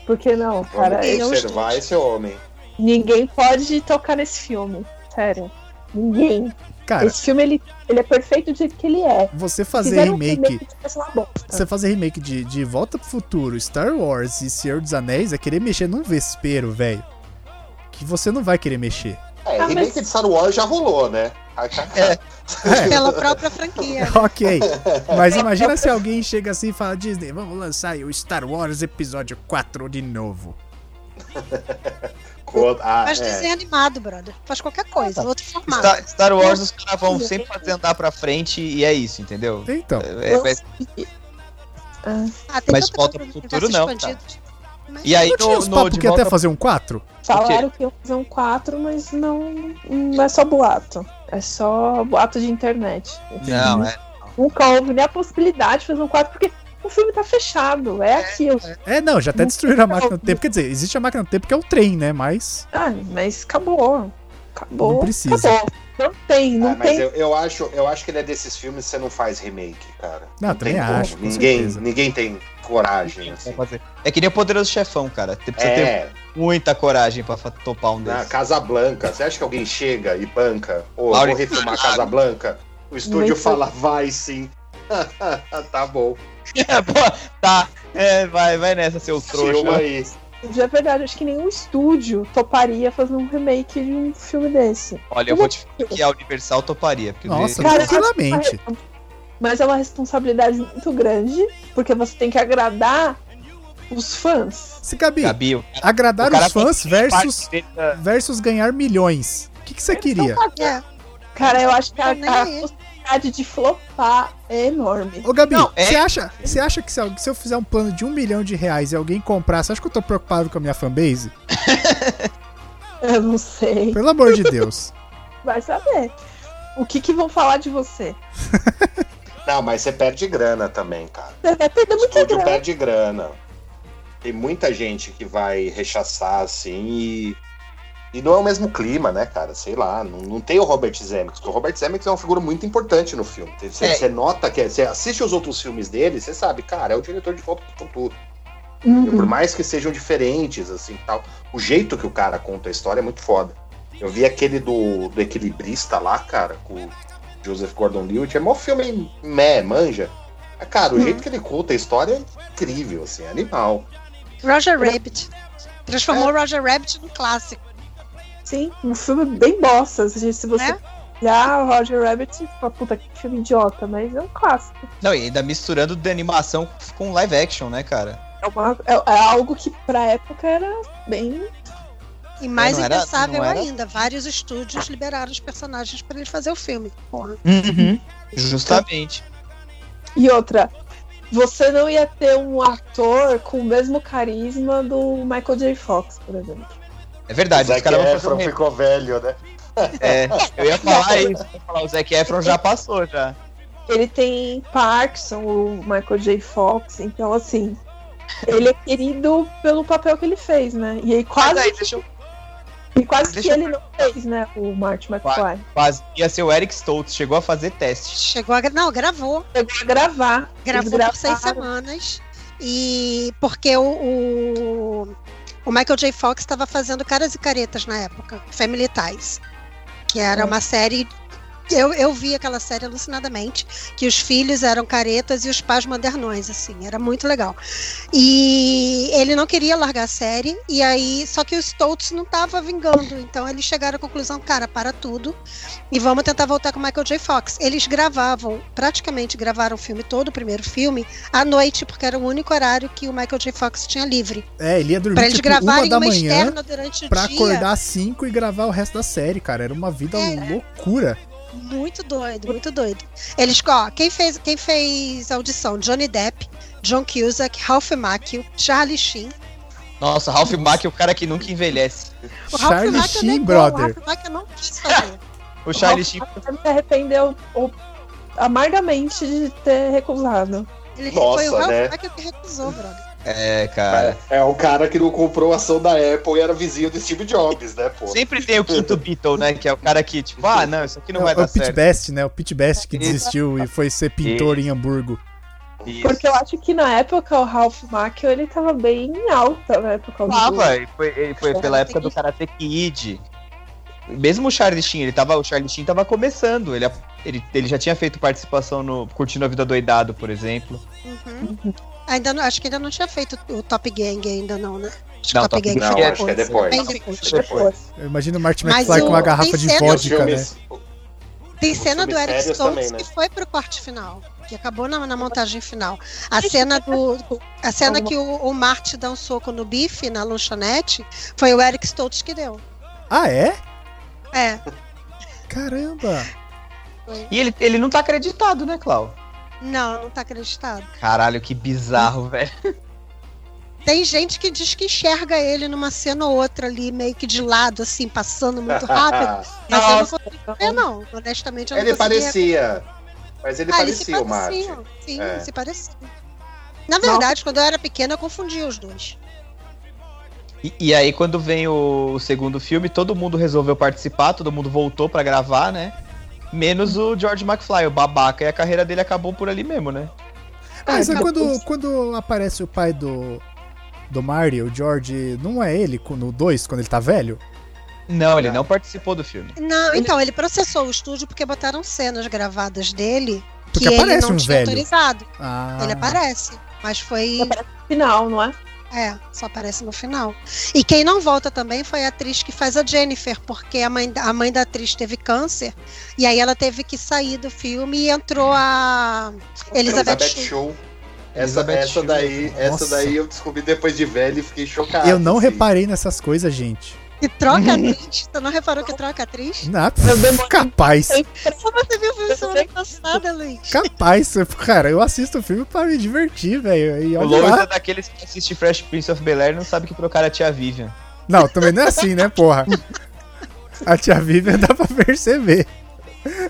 Por que não, cara? eu Homem, tem que observar esse homem. Ninguém pode tocar nesse filme. Sério. Ninguém. Cara, Esse filme, ele, ele é perfeito do jeito que ele é. você fazer Fizeram um remake. que tivesse uma bosta. Você fazer remake de, de Volta pro Futuro, Star Wars e Senhor dos Anéis é querer mexer num vespeiro, velho. Que você não vai querer mexer. *laughs* É, Ah, remake mas- de Star Wars já *laughs* rolou, né? É, Pela *laughs* própria franquia. ok. Mas imagina se alguém chega assim e fala, Disney, vamos lançar aí o Star Wars Episódio 4 de novo. Co- ah, Faz é. desenho animado, brother. Faz qualquer coisa, Tá. outro formato. Star, Star Wars, os caras vão sempre fazer andar pra frente e é isso, entendeu? Então, É, é, é- Ah, tem Mas tanta Volta coisa pro no Futuro universo não, tá. expandido. Mas- e aí, não tinha uns no, no papos de que ia até volta, fazer um 4? Falaram que iam fazer um 4, mas não, não é só boato. É só boato de internet. né? não, é, Nunca houve nem a possibilidade de fazer um 4, porque o filme tá fechado. É aquilo. É, não, já até destruíram a máquina do tempo. Quer dizer, existe a máquina do tempo que é o trem, né? Mas. Ah, mas acabou. Acabou. Não precisa. Acabou. Não tem, não Ah, mas tem. eu, eu acho, eu acho que ele é desses filmes que você não faz remake, cara. Não, Ah, também tem como. acho, com Ninguém, certeza. ninguém tem coragem, assim. fazer. é que nem o Poderoso Chefão, cara. Você precisa ter É, muita coragem pra fa- topar um na desses. Casa Blanca. Você acha que alguém chega e banca? Ou Mauri- Ah, vou refilmar Casa Blanca? O estúdio Muito. fala, vai sim. *laughs* tá bom. *laughs* Pô, tá, é, vai, vai nessa, seu Filma trouxa. aí. De verdade, acho que nenhum estúdio toparia fazer um remake de um filme desse. Olha, eu vou te falar que a Universal toparia. Porque Nossa, Cara, tranquilamente. Mas é uma responsabilidade muito grande, porque você tem que agradar os fãs. Se Gabi, Gabi, o cara- agradar o cara os fãs tem versus, parte dele né? da- versus ganhar milhões. O que, que você queria? É, Cara, eu acho que a, Não tá nem a aí. probabilidade de flopar é enorme. Ô, Gabi, Não, você é- acha, você acha que se, al- se eu fizer um plano de um milhão de reais e alguém comprar, você acha que eu tô preocupado com a minha fanbase? Eu não sei. Pelo amor de *laughs* Deus. Vai saber. O que, que vão falar de você? Não, mas você perde grana também, cara. Você vai perder O É muita estúdio grana. perde grana. Tem muita gente que vai rechaçar, assim, e. E não é o mesmo clima, né, cara? Sei lá, não, não tem o Robert Zemeckis. porque O Robert Zemeckis é uma figura muito importante no filme. Você, É. você nota que você assiste os outros filmes dele, você sabe, cara, é o diretor de Volta pro Futuro. E Por Uhum. mais que sejam diferentes, assim, tal, o jeito que o cara conta a história é muito foda. Eu vi aquele do, do equilibrista lá, cara, com o Joseph Gordon-Levitt, é mó filme meh, manja. Mas, Cara, o Hum. jeito que ele conta a história é incrível, assim, é animal. Roger Rabbit. Transformou Roger Rabbit num clássico. Sim, um filme bem bosta. Se se você Né? olhar o Roger Rabbit, fala, puta, que filme idiota, mas é um clássico. Não, e ainda misturando de animação com live action, né, cara? É, uma- é- é algo que pra época era bem. E mais É, não era- impensável não era- ainda, vários estúdios liberaram os personagens para ele fazer o filme. Porra. Uhum. Justamente. E outra, você não ia ter um ator com o mesmo carisma do Michael J. Fox, por exemplo. É verdade, os Zac caras vão fazer um Efron re- ficou velho, né? É, eu *laughs* ia falar isso. eu ia falar, o Zac Efron já passou, já. Ele tem Parkinson, o Michael J. Fox, então assim. Ele é querido pelo papel que ele fez, né? E aí Mas quase, aí, deixa eu... e quase que deixa eu ele não fez, né? O Martin McFly. Quase ia ser o Eric Stoltz, chegou a fazer teste. Chegou a. gra- Não, gravou. Chegou a gravar. Gravou Eles por seis gravaram. semanas. E porque o, o, o Michael J. Fox estava fazendo caras e caretas na época, Family Ties. Que era uma série. Eu, eu vi aquela série alucinadamente, que os filhos eram caretas e os pais modernões, assim, era muito legal. E ele não queria largar a série, e aí, só que o Stoltz não estava vingando, então eles chegaram à conclusão, cara, para tudo, e vamos tentar voltar com o Michael J. Fox. Eles gravavam, praticamente gravaram o filme todo, o primeiro filme, à noite, porque era o único horário que o Michael J. Fox tinha livre. É, ele ia dormir Pra eles tipo uma gravarem da uma, manhã externa durante o pra dia. acordar às cinco e gravar o resto da série, cara. Era uma vida É. loucura. Muito doido, muito doido. Eles, ó, quem fez, quem fez a audição? Johnny Depp, John Cusack, Ralph Macchio, Charlie Sheen. Nossa, Ralph Mack é o cara que nunca envelhece. O Ralph Charlie Macchio Sheen, negou, O brother. Ralph Macchio não quis fazer. O Charlie Sheen. Você me arrependeu o- amargamente de ter recusado. Ele Nossa, foi o Ralph né? Macchio que recusou, brother. É, cara. É o cara que não comprou a ação da Apple e era vizinho do Steve Jobs, né, pô? Sempre tem o quinto Beatle, né? Que é o cara que, tipo, ah, não, isso aqui não vai É o dar Pit certo. Best, né? O Pit Best que Isso. desistiu e foi ser pintor em Hamburgo. Isso. Porque eu acho que na época o Ralph Macchio ele tava bem em alta, né? Por causa Ah, do- velho, foi, ele foi pela época do Karate Kid. Mesmo o Charlie Sheen, ele tava, o Charlie Sheen tava começando. Ele, ele, ele já tinha feito participação no Curtindo a Vida Doidado, por exemplo. Uhum. Ainda não, acho que ainda não tinha feito o Top Gang, ainda não, né? Acho que Não, o Top Top Gang Gang foi Não, acho que é depois. depois. Bem depois. Acho que é depois. Depois. Eu imagino o Martin Mas McFly o- com uma garrafa tem de cenas- E os vodka, né? filmes, Tem Os cena do filmes Eric sérios Stoltz também, né? Uhum. que foi pro corte final, que acabou na, na montagem final. A cena do a cena que o, o Marte dá um soco no bife na lanchonete foi o Eric Stoltz que deu. Ah, é? É, Caramba! E ele, ele não tá acreditado, né, Clau? não, não tá acreditado. Caralho, que bizarro, *laughs* velho. Tem gente que diz que enxerga ele numa cena ou outra ali, meio que de lado, assim, passando muito rápido. Mas eu não consigo Então, ver, não. Honestamente, eu não *laughs* ele consegui parecia. Mas ele Ah, eles parecia o Marte. pareciam, Sim, É. eles se pareciam. Na verdade, quando eu era pequena, eu confundia os dois. E, e aí, quando vem o, o segundo filme, todo mundo resolveu participar, todo mundo voltou pra gravar, né? Menos o George McFly, o babaca, e a carreira dele acabou por ali mesmo, né? Mas é Ah, acabou. quando, quando aparece o pai do, do Mario, o George, não é ele co- no 2, quando ele tá velho? Não, ele não participou do filme. Não, então, ele processou o estúdio porque botaram cenas gravadas dele Porque que ele aparece não um tinha velho. autorizado. Ah, Ele é aparece, mas foi. Final, não é? É, só aparece no final. E quem não volta também foi a atriz que faz a Jennifer, porque a mãe, da- a mãe da atriz teve câncer, e aí ela teve que sair do filme e entrou a Elizabeth Shue. Show. Essa, Elizabeth essa Shue. daí, Nossa. essa daí eu descobri depois de velho e fiquei chocado. eu não assim. reparei nessas coisas, gente. Que *laughs* troca atriz. Tu não reparou que troca atriz? Nada. Eu demorei. *laughs* Capaz. Só você viu o filme Eu semana sei. passada, Luiz. Capaz. Cara, eu assisto o filme pra me divertir, velho. E O olha Lois é lá. daqueles que assiste Fresh Prince of Bel-Air e não sabe que trocaram a tia né? Vivian. Não, também não é assim, né, porra? A tia Vivian dá pra perceber.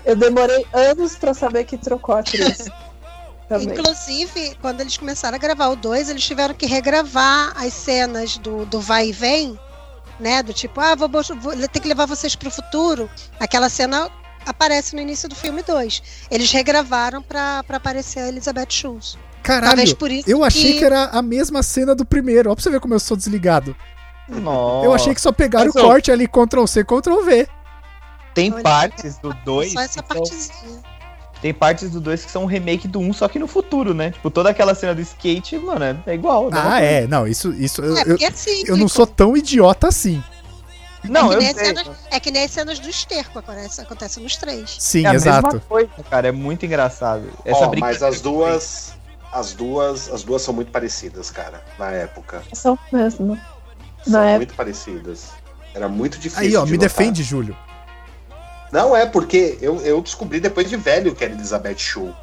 Eu demorei anos pra saber que trocou a atriz. Também. Inclusive, quando eles começaram a gravar o 2, eles tiveram que regravar as cenas do, do vai e vem, né? Do tipo, ah, vou, bot- vou ter que levar vocês pro futuro. Aquela cena aparece no início do filme 2. Eles regravaram pra, pra aparecer a Elizabeth Schultz. Talvez Caralho. por isso Eu achei que era a mesma cena do primeiro. Ó, pra você ver como eu sou desligado. Nossa. Eu achei que só pegaram o Mas, ô, corte ali, Ctrl C, Ctrl V. Tem Olha, partes do 2 Só essa então. partezinha. Tem partes do 2 que são um remake do 1, um, só que no futuro, né? Tipo, toda aquela cena do skate, mano, é- é igual. né? Ah, é. Não, isso. isso eu, é, eu, porque é cíclico. eu não sou tão idiota assim. Não, é, eu que nem as sei. cenas, é que nem as cenas do esterco, acontece, acontece nos três. Sim, é a exato. mesma coisa, cara. É muito engraçado. Essa Ó, brincadeira é mas as duas. As duas. As duas são muito parecidas, cara, na época. São É mesmo. são Na época. muito parecidas. Era muito difícil. Aí, ó, de me notar. defende, Júlio. Não, é porque eu, eu descobri depois de velho que era Elizabeth Shaw.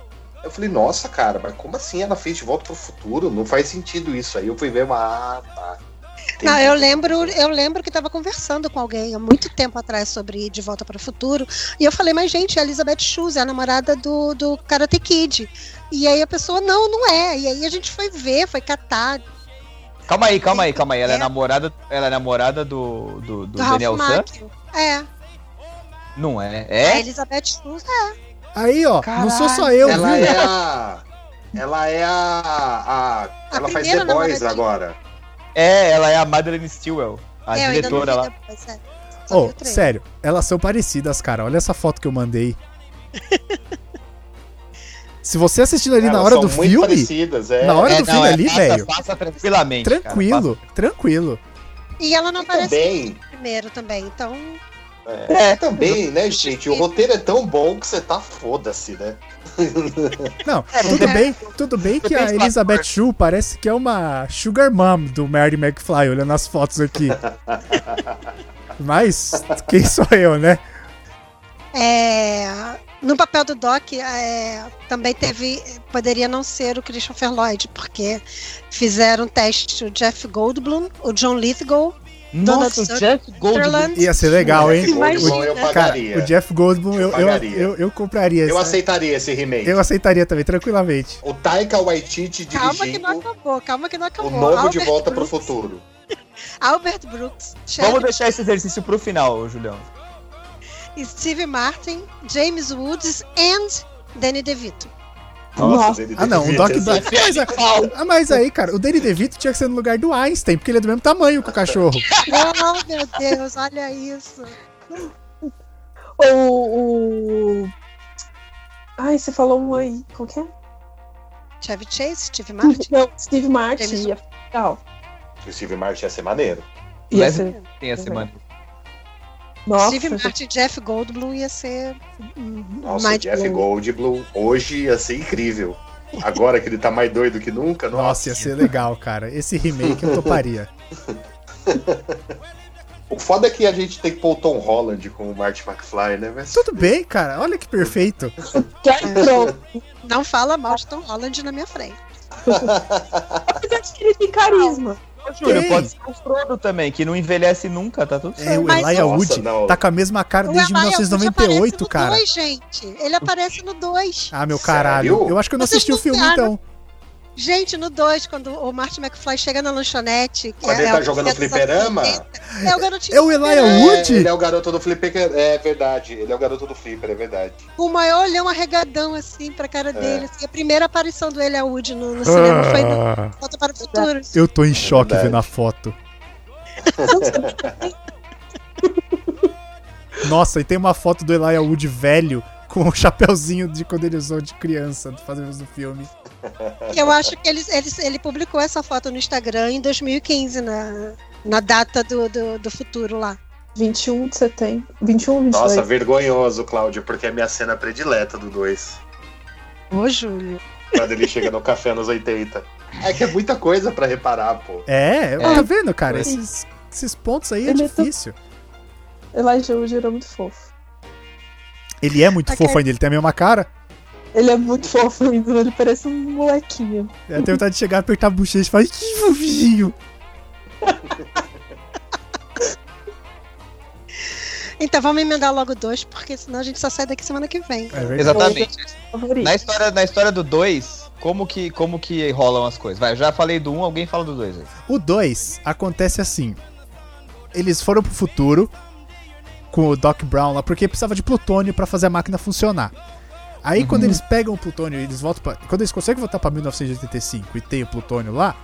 Eu falei, nossa, cara, mas como assim ela fez de volta pro futuro? Não faz sentido isso. Aí eu fui ver, mas. Ah, tá. Entendi. Não, eu lembro, eu lembro que estava conversando com alguém há muito tempo atrás sobre De Volta para o Futuro. E eu falei, mas gente, é a Elizabeth Shoes é a namorada do, do Karate Kid. E aí a pessoa, não, não é. E aí a gente foi ver, foi catar do, Calma aí, calma aí, calma aí. Ela é É. namorada, ela é namorada do, do, do Ralph Daniel San? Macchio. É, Não é. a É? Elizabeth Shoes Aí, ó, não sou só eu, né? Ela viu? é a. Ela é a. a- ela faz primeira The Boys namoradinha. agora. É, ela é a Madeleine Stewart, a é. é, eu ainda não vi diretora lá. depois, é. Só Ô, vi o trailer. sério, elas são parecidas, cara. Olha essa foto que eu mandei. Se você assistindo ali na Elas hora são do muito filme, parecidas, é. Na hora do filme ali, passa- velho. Passa tranquilamente. cara, tranquilo, tranquilo. E ela não E aparece também, primeiro também, então. é, e também, né, gente? O roteiro é tão bom que você tá foda-se, né? É, É, é. Tudo bem, tudo bem que a Elizabeth Shue parece que é uma sugar mom do Mary McFly, olhando as fotos *laughs* aqui. Mas quem sou eu, né? É, no papel do Doc é, também teve. Poderia não ser o Christopher Lloyd, porque fizeram um teste o Jeff Goldblum, o John Lithgow, Nossa, o Donald Jeff Goldblum. Sutherland. Ia ser legal, hein? Imagina. O- Eu Cara, pagaria. o Jeff Goldblum, eu, eu, Pagaria. eu, eu compraria. Eu essa- aceitaria esse remake. eu aceitaria também, tranquilamente. O Taika Waititi Calma que dirigindo não acabou, calma que não o acabou. novo De Albert Volta pro Brooks, Futuro. Albert Brooks, Vamos Chad deixar esse exercício pro final, Julião. Steve Martin, James Woods and Danny DeVito. Nossa. ele Ah, não, o devia Doc ter Brown. Mas, a- ah, mas aí, cara, o Danny DeVito tinha que ser no lugar do Einstein, porque ele é do mesmo tamanho que o cachorro. Oh, meu Deus, olha isso. Ou o. Ai, você falou um aí. Qual que é? Chevy Chase, Steve Martin. Não, Steve Martin. James- Ia... Não, O Steve Martin ia ser é maneiro. ia Mas- ser... Tem a semana. Nossa, Steve gente. Martin, Jeff Goldblum ia ser. Uhum. hum, Nossa, o mind Jeff blowing. Goldblum hoje ia ser incrível. Agora que ele tá mais doido que nunca, Nossa, nossa. ia ser legal, cara. Esse remake eu toparia. O foda é que a gente tem que pôr o Tom Holland com o Martin McFly, né? Mas Tudo bem, cara. Olha que perfeito. Já entrou. Não fala mal de Tom Holland na minha frente. Apesar de que ele tem *laughs* carisma. Júlio, Tem. pode ser o Frodo também, que não envelhece nunca, tá tudo certo. É, o Mas Elijah nossa, Wood não. tá com a mesma cara desde Elijah Wood aparece 1998, no cara. 2, gente. Ele aparece no 2. Ah, meu caralho. Sério? Eu acho que eu não Vocês assisti o não filme, ficaram- então. Gente, no 2, quando o Martin McFly chega na lanchonete. que Quando é- ele é tá o- jogando é dos fliperama? anos 80, É o garotinho. É o Elijah fliperama, É, Wood? ele é o garoto do Flipper, é verdade. Ele é o garoto do Flipper, é verdade. Com o maior olhão arregadão, assim, pra É. cara dele. assim. a primeira aparição do Elijah Wood no, no cinema foi no Ah, Volta para o Futuro. Eu tô em choque verdade. vendo a foto. Nossa, e tem uma foto do Elijah Wood velho com o *laughs* chapéuzinho de quando ele usou de criança, fazendo o filme. É. Eu acho que ele, ele, ele publicou essa foto no Instagram em 2015, na, na data do, do, do futuro lá. 21 de setembro. 21 ou 22? Nossa, vergonhoso, Cláudio, porque é a minha cena predileta do 2. Ô, Júlio. Quando ele chega no café nos 80. É que é muita coisa pra reparar, pô. É, tá vendo, cara? É. Esses Esses pontos aí Ele é é tão- difícil. Elijah Wood era muito fofo. Ele é muito Tá fofo quer- ainda, ele tem a mesma cara. Ele é muito fofo ainda, ele parece um molequinho. Eu tenho vontade de chegar, apertar a bochecha e falar, que fofinho. Então vamos emendar logo dois, porque senão a gente só sai daqui semana que vem. É verdade. Exatamente. Favorito. Na história, na história do 2, como que, como que rolam as coisas? Vai, eu já falei do 1, um, alguém fala do 2 aí. O 2 acontece assim. Eles foram pro futuro com o Doc Brown lá, porque precisava de plutônio pra fazer a máquina funcionar. Aí Uhum. quando eles pegam o plutônio, eles voltam para, quando eles conseguem voltar pra 1985 e tem o plutônio lá,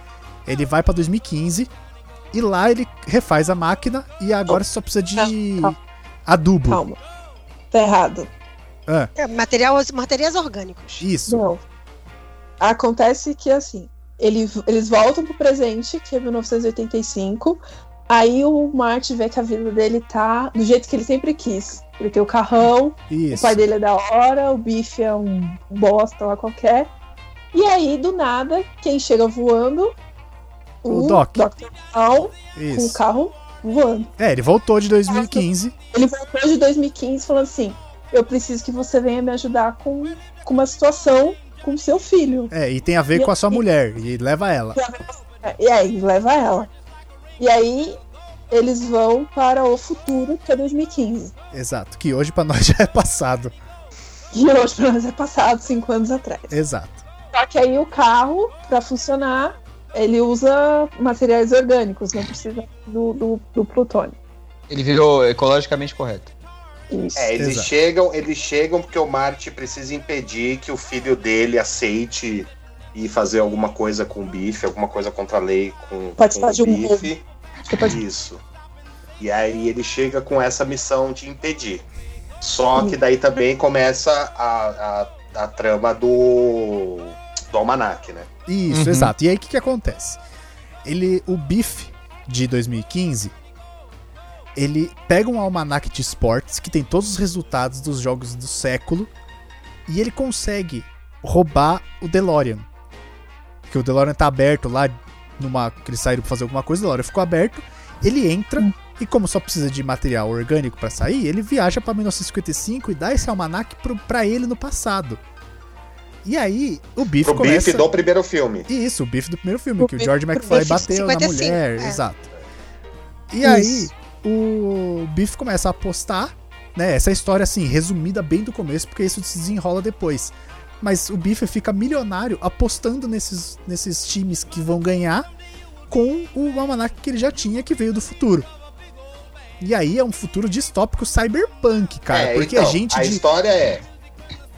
ele vai pra 2015 e lá ele refaz a máquina e agora só precisa de calma. adubo. Calma. Tá errado. É, material, materiais orgânicos. Isso. Não. Acontece que assim, ele- eles voltam pro presente, que é 1985. Aí o Marty vê que a vida dele tá do jeito que ele sempre quis. Ele tem o carrão, o Isso. pai dele é da hora, o bife é um bosta lá qualquer. E aí, do nada, quem chega voando? O Doc. Dr. Brown, com o Isso. carro voando. É, ele voltou de 2015. Ele voltou de 2015 falando assim: Eu preciso que você venha me ajudar com, com uma situação com seu filho. É, e tem a ver com a sua mulher e leva ela. E aí, leva ela. E aí, eles vão para o futuro, que é 2015. Exato, que hoje pra *laughs* nós já é passado. E hoje, pra nós, é passado, cinco anos atrás. Exato. Só que aí, o carro, para funcionar, ele usa materiais orgânicos, não precisa do, do, do plutônio. Ele virou ecologicamente correto. Isso. É, eles Exato. chegam, eles chegam porque o Marte precisa impedir que o filho dele aceite e fazer alguma coisa com o bife, alguma coisa contra a lei com, Participar com de o um bife. Você pode- Isso. E aí ele chega com essa missão de impedir. Só que daí também começa a, a, a trama do, do almanac, né? Isso, Uhum. exato. E aí o que, que acontece? Ele, o Biff de 2015, ele pega um almanac de esportes que tem todos os resultados dos jogos do século e ele consegue roubar o DeLorean. Porque o DeLorean tá aberto lá, numa, que eles saíram pra fazer alguma coisa, o DeLorean ficou aberto, ele entra e como só precisa de material orgânico pra sair, ele viaja pra 1955 e dá esse almanac pro, pra ele no passado. E aí, o Biff Pro começa... bife do primeiro filme. E Isso, o bife do primeiro filme, O que o bife George do McFly bife, bateu na 55, mulher, é. exato. E Isso. aí, o bife começa a apostar, né? Essa história, assim, resumida bem do começo, porque isso se desenrola depois. Mas o bife fica milionário apostando nesses, nesses times que vão ganhar com o almanac que ele já tinha, que veio do futuro. E aí é um futuro distópico cyberpunk, cara. É, porque então, a gente a de. história é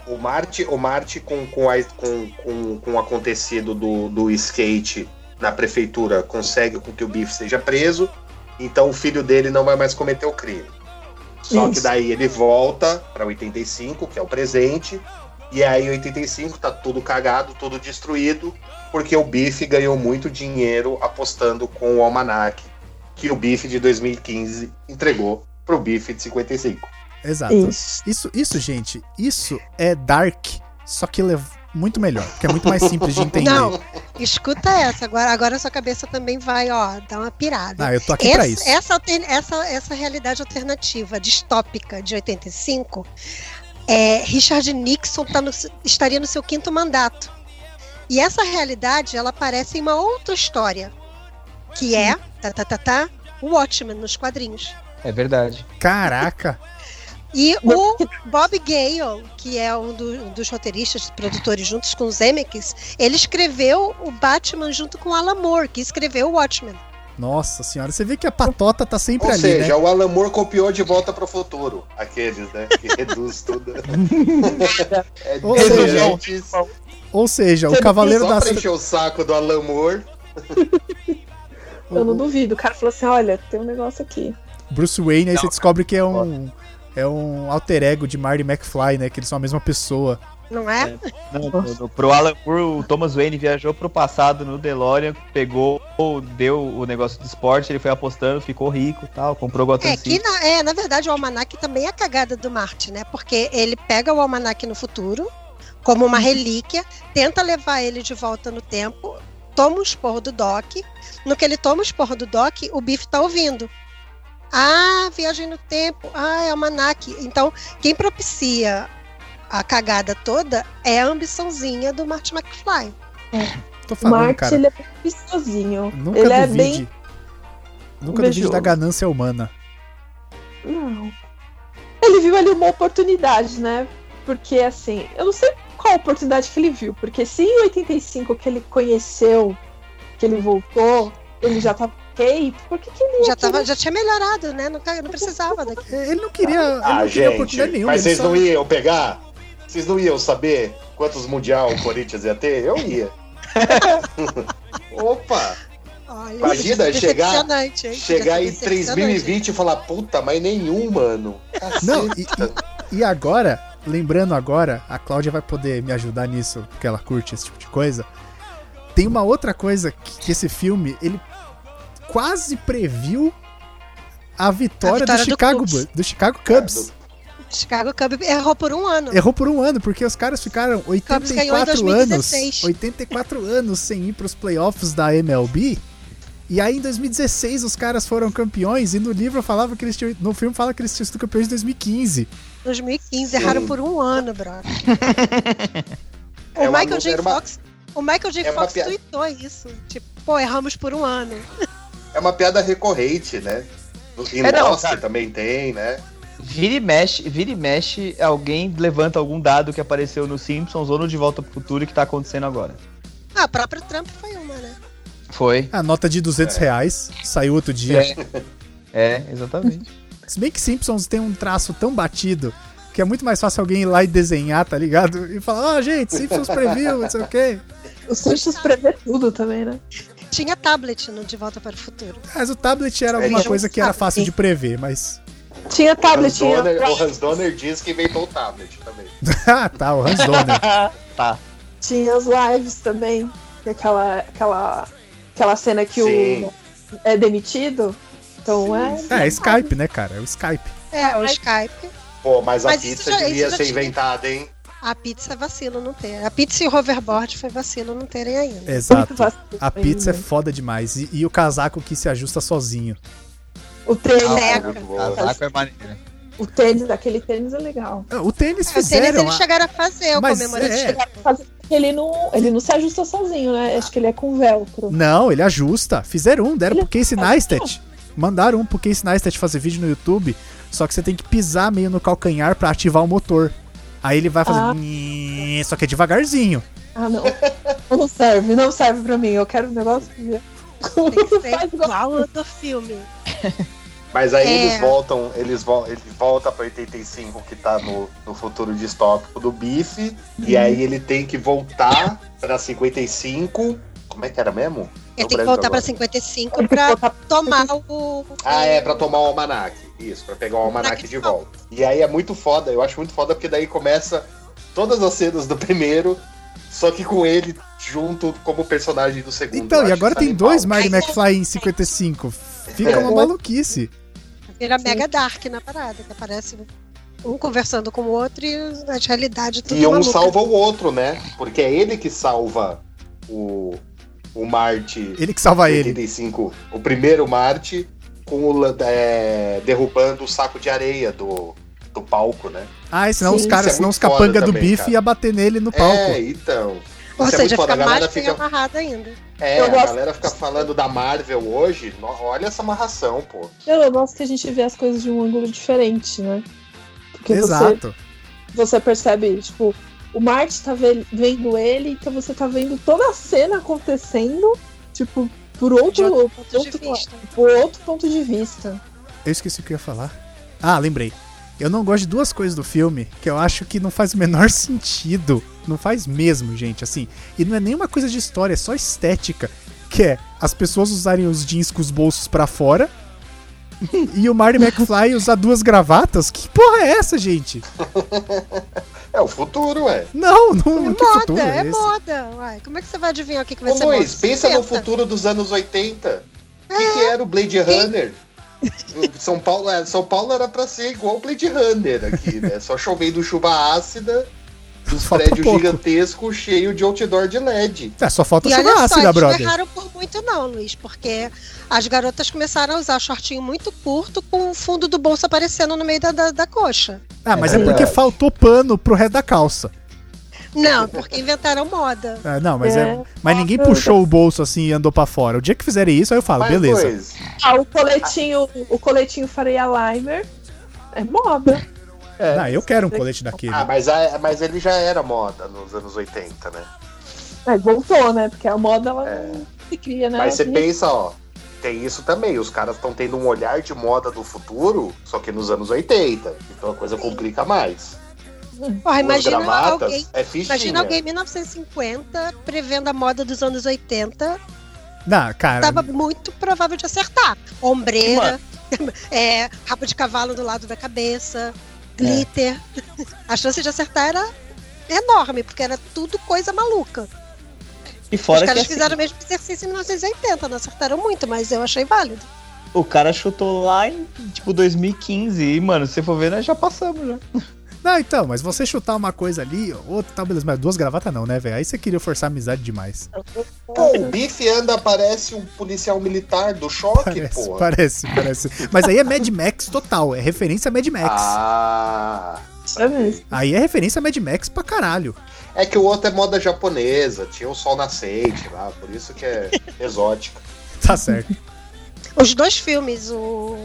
o Marte, o Marte com, com, a- com, com, com o acontecido do, do skate na prefeitura consegue com que o Biff seja preso, então o filho dele não vai mais cometer o crime. Só que Isso. daí ele volta pra 85, que é o presente, e aí em 85 tá tudo cagado, tudo destruído, porque o Biff ganhou muito dinheiro apostando com o Almanac, que o Biff de 2015 entregou pro Biff de 55. Exato. Isso. Isso, isso, gente, isso é Dark, só que lev- muito melhor, porque é muito mais simples de entender. Não, escuta essa. Agora, agora a sua cabeça também vai, ó, dar uma pirada. Ah, eu tô aqui pra isso. Essa, é essa, altern- essa, essa realidade alternativa, distópica de 85, é, Richard Nixon tá no se- estaria no seu quinto mandato. E essa realidade, ela aparece em uma outra história, que é, tá, tá, tá, tá, o Watchmen nos quadrinhos. É verdade. Caraca, E Mas o Bob Gale, que é um do- dos roteiristas, produtores juntos com os Zemeckis, ele escreveu o Batman junto com Alan Moore, que escreveu o Watchmen. nossa senhora, você vê que a patota tá sempre Ou ali, seja, né? o Alan Moore copiou de volta pro futuro. Aqueles, né? Que *laughs* reduz tudo. é Ou seja, inteligentes, Ou seja, o Você Cavaleiro Só da pra encher o saco do Alan Moore. Eu não duvido. O cara falou assim: Olha, tem um negócio aqui. Bruce Wayne, aí você descobre que é um é um alter ego de Marty McFly, né? Que eles são a mesma pessoa. Não é? Não, no- no- pro Alan Moore, o Thomas Wayne viajou pro passado no DeLorean, pegou, deu o negócio de esporte, ele foi apostando, ficou rico e tal, comprou Gotham Assim. É, que City. na, é, na verdade o almanac também é a cagada do Marte, né? Porque ele pega o Uhum. almanac no futuro como uma relíquia, tenta levar ele de volta no tempo, toma um esporro do Doc. No que ele toma o esporro do Doc, o Biff tá ouvindo. Ah, viagem no tempo. Ah, é o Manac. Então, quem propicia a cagada toda é a ambiçãozinha do Marty McFly. Tô O falando, Marte, cara. ele é bem vistosinho. Nunca ele é duvide. bem. Nunca duvide invejoso. da ganância humana. Não. Ele viu ali uma oportunidade, né? Porque assim, eu não sei qual oportunidade que ele viu, porque se em 85 que ele conheceu, que ele voltou, ele já tava ok, por que, que ele Já, ia tava, querer- já tinha melhorado, né? Não, ca- não precisava daqui. É, Ele não queria, ele Ah, não queria oportunidade gente, nenhuma. mas ele vocês só- não iam pegar? Vocês não iam saber quantos Mundial o Corinthians ia ter? Eu ia. *laughs* Opa! Olha, Imagina *laughs* que chegar- decepcionante, hein? Chegar Que em decepcionante. 3020 e falar, puta, mas nenhum, mano. Não, Caceta. e, tá. e- e agora, lembrando agora, a Cláudia vai poder me ajudar nisso, porque ela curte esse tipo de coisa. Tem uma outra coisa que, que esse filme, ele quase previu a vitória, A vitória do, do Chicago, Cubs. É, Bu- do Chicago Cubs. Chicago Cubs errou por um ano. Errou por um ano, porque os caras ficaram ganhou em 84 anos, 2016. 84 anos sem ir pros playoffs da MLB. E aí em 2016 os caras foram campeões e no livro falava que eles tinham, no filme fala que eles tinham sido campeões em 2015. 2015, erraram por um ano, *laughs* brother. É o uma- Michael J. era uma- Fox. O Michael J. é uma Fox piada. tweetou isso. Tipo, pô, erramos por um ano. É uma piada recorrente, né? Em É, não, Lost cara. também tem, né? Vira e mexe, vira e mexe, alguém levanta algum dado que apareceu no Simpsons ou no De Volta pro Futuro que tá acontecendo agora. Ah, o próprio Trump foi uma, né? Foi. A Ah, nota de 200 reais saiu outro dia. É, exatamente. Se bem que Simpsons tem um traço tão batido que é muito mais fácil alguém ir lá e desenhar, tá ligado? E falar, ó, gente, Simpsons previu, não sei o quê. Os Simpsons prevê tudo também, né? Tinha tablet no De Volta para o Futuro. Mas o tablet era alguma Eles não coisa que era sabem. fácil de prever, mas. *laughs* Tinha Hans tablet, tinha. Donner- o Hans Donner diz que inventou o tablet também. ah, tá, o Hans Donner. tá. Tinha as lives também. que é Aquela, aquela, aquela cena que Sim. o é demitido. Então Sim, é. É, é Skype, né, cara? É o Skype. É, o Skype. Pô, mas a Mas isso pizza já- isso devia já ser tinha. inventada, hein? A pizza é vacilo não ter. A pizza e o hoverboard foi vacilo não terem ainda. É, É, Exato. muito né? vacilo A pizza é ainda. foda demais. E, e o casaco que se ajusta sozinho. O tênis, Ah, foi Seca. muito boa. Casaco é maneiro. o tênis, aquele tênis é legal. Ah, O tênis Ah, se eles, fizeram. eles chegaram a fazer o Mas comemorativo. é. Ele não, ele não se ajusta sozinho, né? Acho que ele é com velcro. a- Não, ele ajusta. Fizeram um, deram Ele- pro Casey Neistat. Mandaram um pro Casey Neistat fazer vídeo no YouTube. Só que você tem que pisar meio no calcanhar pra ativar o motor. Aí ele vai fazendo. Ah. "Nhê", Só que é devagarzinho. Ah, não. Não serve, não serve pra mim. Eu quero um negócio que. Tem que ser Faz igual. igual ao do filme. Mas aí É. eles voltam, eles, vo ele volta pra 85, que tá no, no futuro distópico do bife. E Uhum. aí ele tem que voltar pra 55. Como é que era mesmo? Ele Tô tem que branco voltar pra agora. 55 pra tomar o. Ah, é, pra tomar o almanac. Isso, pra pegar o almanac de volta. E aí é muito foda, eu acho muito foda, porque daí começa todas as cenas do primeiro, só que com ele junto como personagem do segundo. Então, Eu e acho agora isso tem animal. dois Marty Mas- McFly em 55. Fica uma É. maluquice. Vira mega dark na parada, que aparece um conversando com o outro e a realidade tudo E um maluca. salva o outro, né? Porque é ele que salva o, o Marte Ele que salva ele. 85, o primeiro Marte, com o, lan- é, derrubando o saco de areia do, do palco, né? Ah, e senão Sim, os isso caras, é senão os muito capanga foda do também, bife cara. ia bater nele no palco. É, então. Ou Isso é seja, muito fica foda, a mais galera bem fica amarrado ainda. É, Eu a gosto- galera fica falando da Marvel hoje. no- olha essa amarração, pô. Eu gosto que a gente vê as coisas de um ângulo diferente, né? Porque você, Exato. você percebe, tipo, o Marte tá ve- vendo ele, então você tá vendo toda a cena acontecendo, tipo, por De outro, outro ponto de outro, vista. por outro ponto de vista. Eu esqueci o que eu ia falar. Ah, lembrei. Eu não gosto de duas coisas do filme que eu acho que não faz o menor *laughs* sentido. Não faz mesmo, gente, assim. E não é nenhuma coisa de história, é só estética. Que é as pessoas usarem os jeans com os bolsos pra *laughs* fora e o Marty McFly usar duas gravatas. Que porra é essa, gente? É o futuro, ué. Não, não, que moda, futuro é é esse? moda. Uai, como é que você vai adivinhar o que, que vai Ô ser Luiz, moda? pensa no 50. futuro dos anos 80. O É. que, que era o Blade Runner? O São *laughs* Paulo, é, São Paulo era pra ser igual o Blade Runner aqui, né? Só chovendo chuva ácida Uns um Falta prédios pouco. gigantescos cheios de outdoor de LED. É, só falta E olha chamar a só, Cida, eles não brother. erraram por muito não, Luiz, porque as garotas começaram a usar shortinho muito curto com o fundo do bolso aparecendo no meio da, da, da coxa. Ah, mas É é, porque verdade. faltou pano pro resto da calça. Não, porque inventaram moda. Ah, não, mas é. É. Mas ninguém puxou o bolso assim e andou pra fora. O dia que fizerem isso, aí eu falo, Mas, beleza. pois, Ah, o coletinho, o coletinho Faria Limer é moda. Ah, eu quero um colete daquele. É. Ah, mas, a- mas ele já era moda nos anos 80, né? Mas voltou, né? Porque a moda ela não se cria, né? Tá, Mas você Ela cria- pensa, ó, tem isso também. Os caras estão tendo um olhar de moda do futuro, só que nos anos 80. Então a coisa complica mais. Porra, As imagina gramatas alguém. é fichinha. Imagina alguém em 1950 prevendo a moda dos anos 80. Não, cara. Tava muito provável de acertar. Ombreira, *laughs* é, rabo de cavalo do lado da É. cabeça, glitter. A chance de acertar era enorme, porque era tudo coisa maluca. E fora Os caras que assim, fizeram o mesmo exercício em 1980, não acertaram muito, mas eu achei válido. o cara chutou lá em, tipo, 2015. E, mano, se você for ver, nós já passamos, né? já. Não, então, mas você chutar uma coisa ali, outra, tá, beleza. Mas duas gravatas não, né, velho? Aí você queria forçar a amizade demais. Pô, o Biff anda, parece um policial militar do choque, Parece, porra. parece, parece. Mas aí é Mad Max total, é referência a Mad Max. Ah. É mesmo. Aí é referência a Mad Max pra caralho. É que o outro é moda japonesa, tinha o sol nascente lá, por isso *laughs* que é exótico. Tá certo. Os dois filmes, o,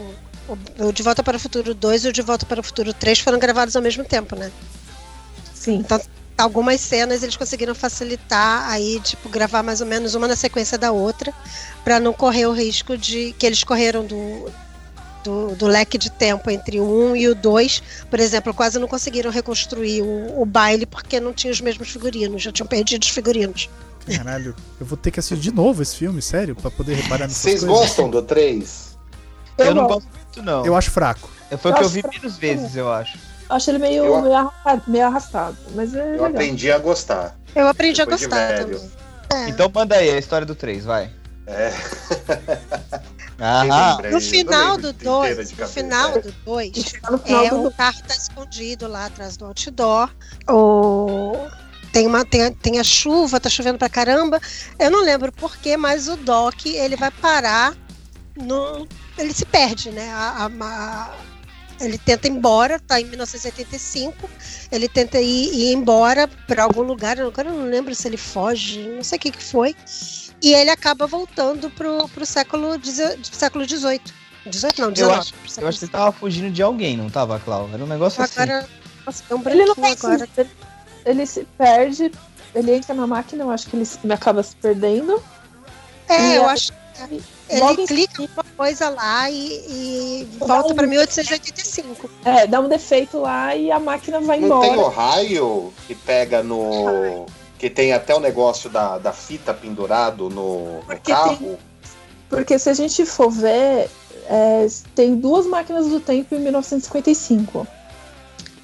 o, o De Volta para o Futuro 2 e o De Volta para o Futuro 3, foram gravados ao mesmo tempo, né? Sim. Algumas cenas eles conseguiram facilitar aí, tipo, gravar mais ou menos uma na sequência da outra, pra não correr o risco de que eles correram do, do, do leque de tempo entre o 1 e o 2. Por exemplo, quase não conseguiram reconstruir o, o baile porque não tinha os mesmos figurinos, já tinham perdido os figurinos. Caralho, eu vou ter que assistir de novo esse filme, sério, pra poder reparar nessas Vocês coisas. gostam do 3? Eu, Eu, não gosto. gosto muito, não. Eu acho fraco. É, Foi o que eu acho vi menos vezes, eu acho. Eu acho ele meio, Eu- meio, arrastado, meio arrastado. Mas é Eu legal. aprendi a gostar. Eu aprendi Depois de a gostar velho. também. É. Então manda aí a história do 3, vai. É. Ah, Quem No lembra aí? Eu final não do lembro inteira 2, de no cabeça. final É. do 2, E chegar no final É, do o carro tá escondido lá atrás do outdoor. O... Tem, uma, tem, tem a chuva, tá chovendo pra caramba. Eu não lembro porquê, mas o Doc, ele vai parar no... Ele se perde, né? A- a- a- Ele tenta ir embora, tá em 1985. Ele tenta ir, ir embora pra algum lugar. Agora eu não lembro se ele foge, não sei o que, que foi. E ele acaba voltando pro, pro século XVIII. Século 18. 18 não, 19. acho- Eu acho que você tava fugindo de alguém, não tava, Clau? Era um Tipo negócio assim. Agora, nossa, deu um Ele não branquinho faz agora. isso. Ele, ele se perde, ele entra na máquina, eu acho que ele se- ele acaba se perdendo. É, eu E- acho que ele Logo em clica uma coisa lá e, e Dá volta um- pra 1885. É, dá um defeito lá e a máquina vai Não tem embora. o raio que pega no. Que tem até o negócio da, da fita pendurado no, no Porque carro. Porque se a gente for ver, é, tem duas máquinas do tempo em 1955.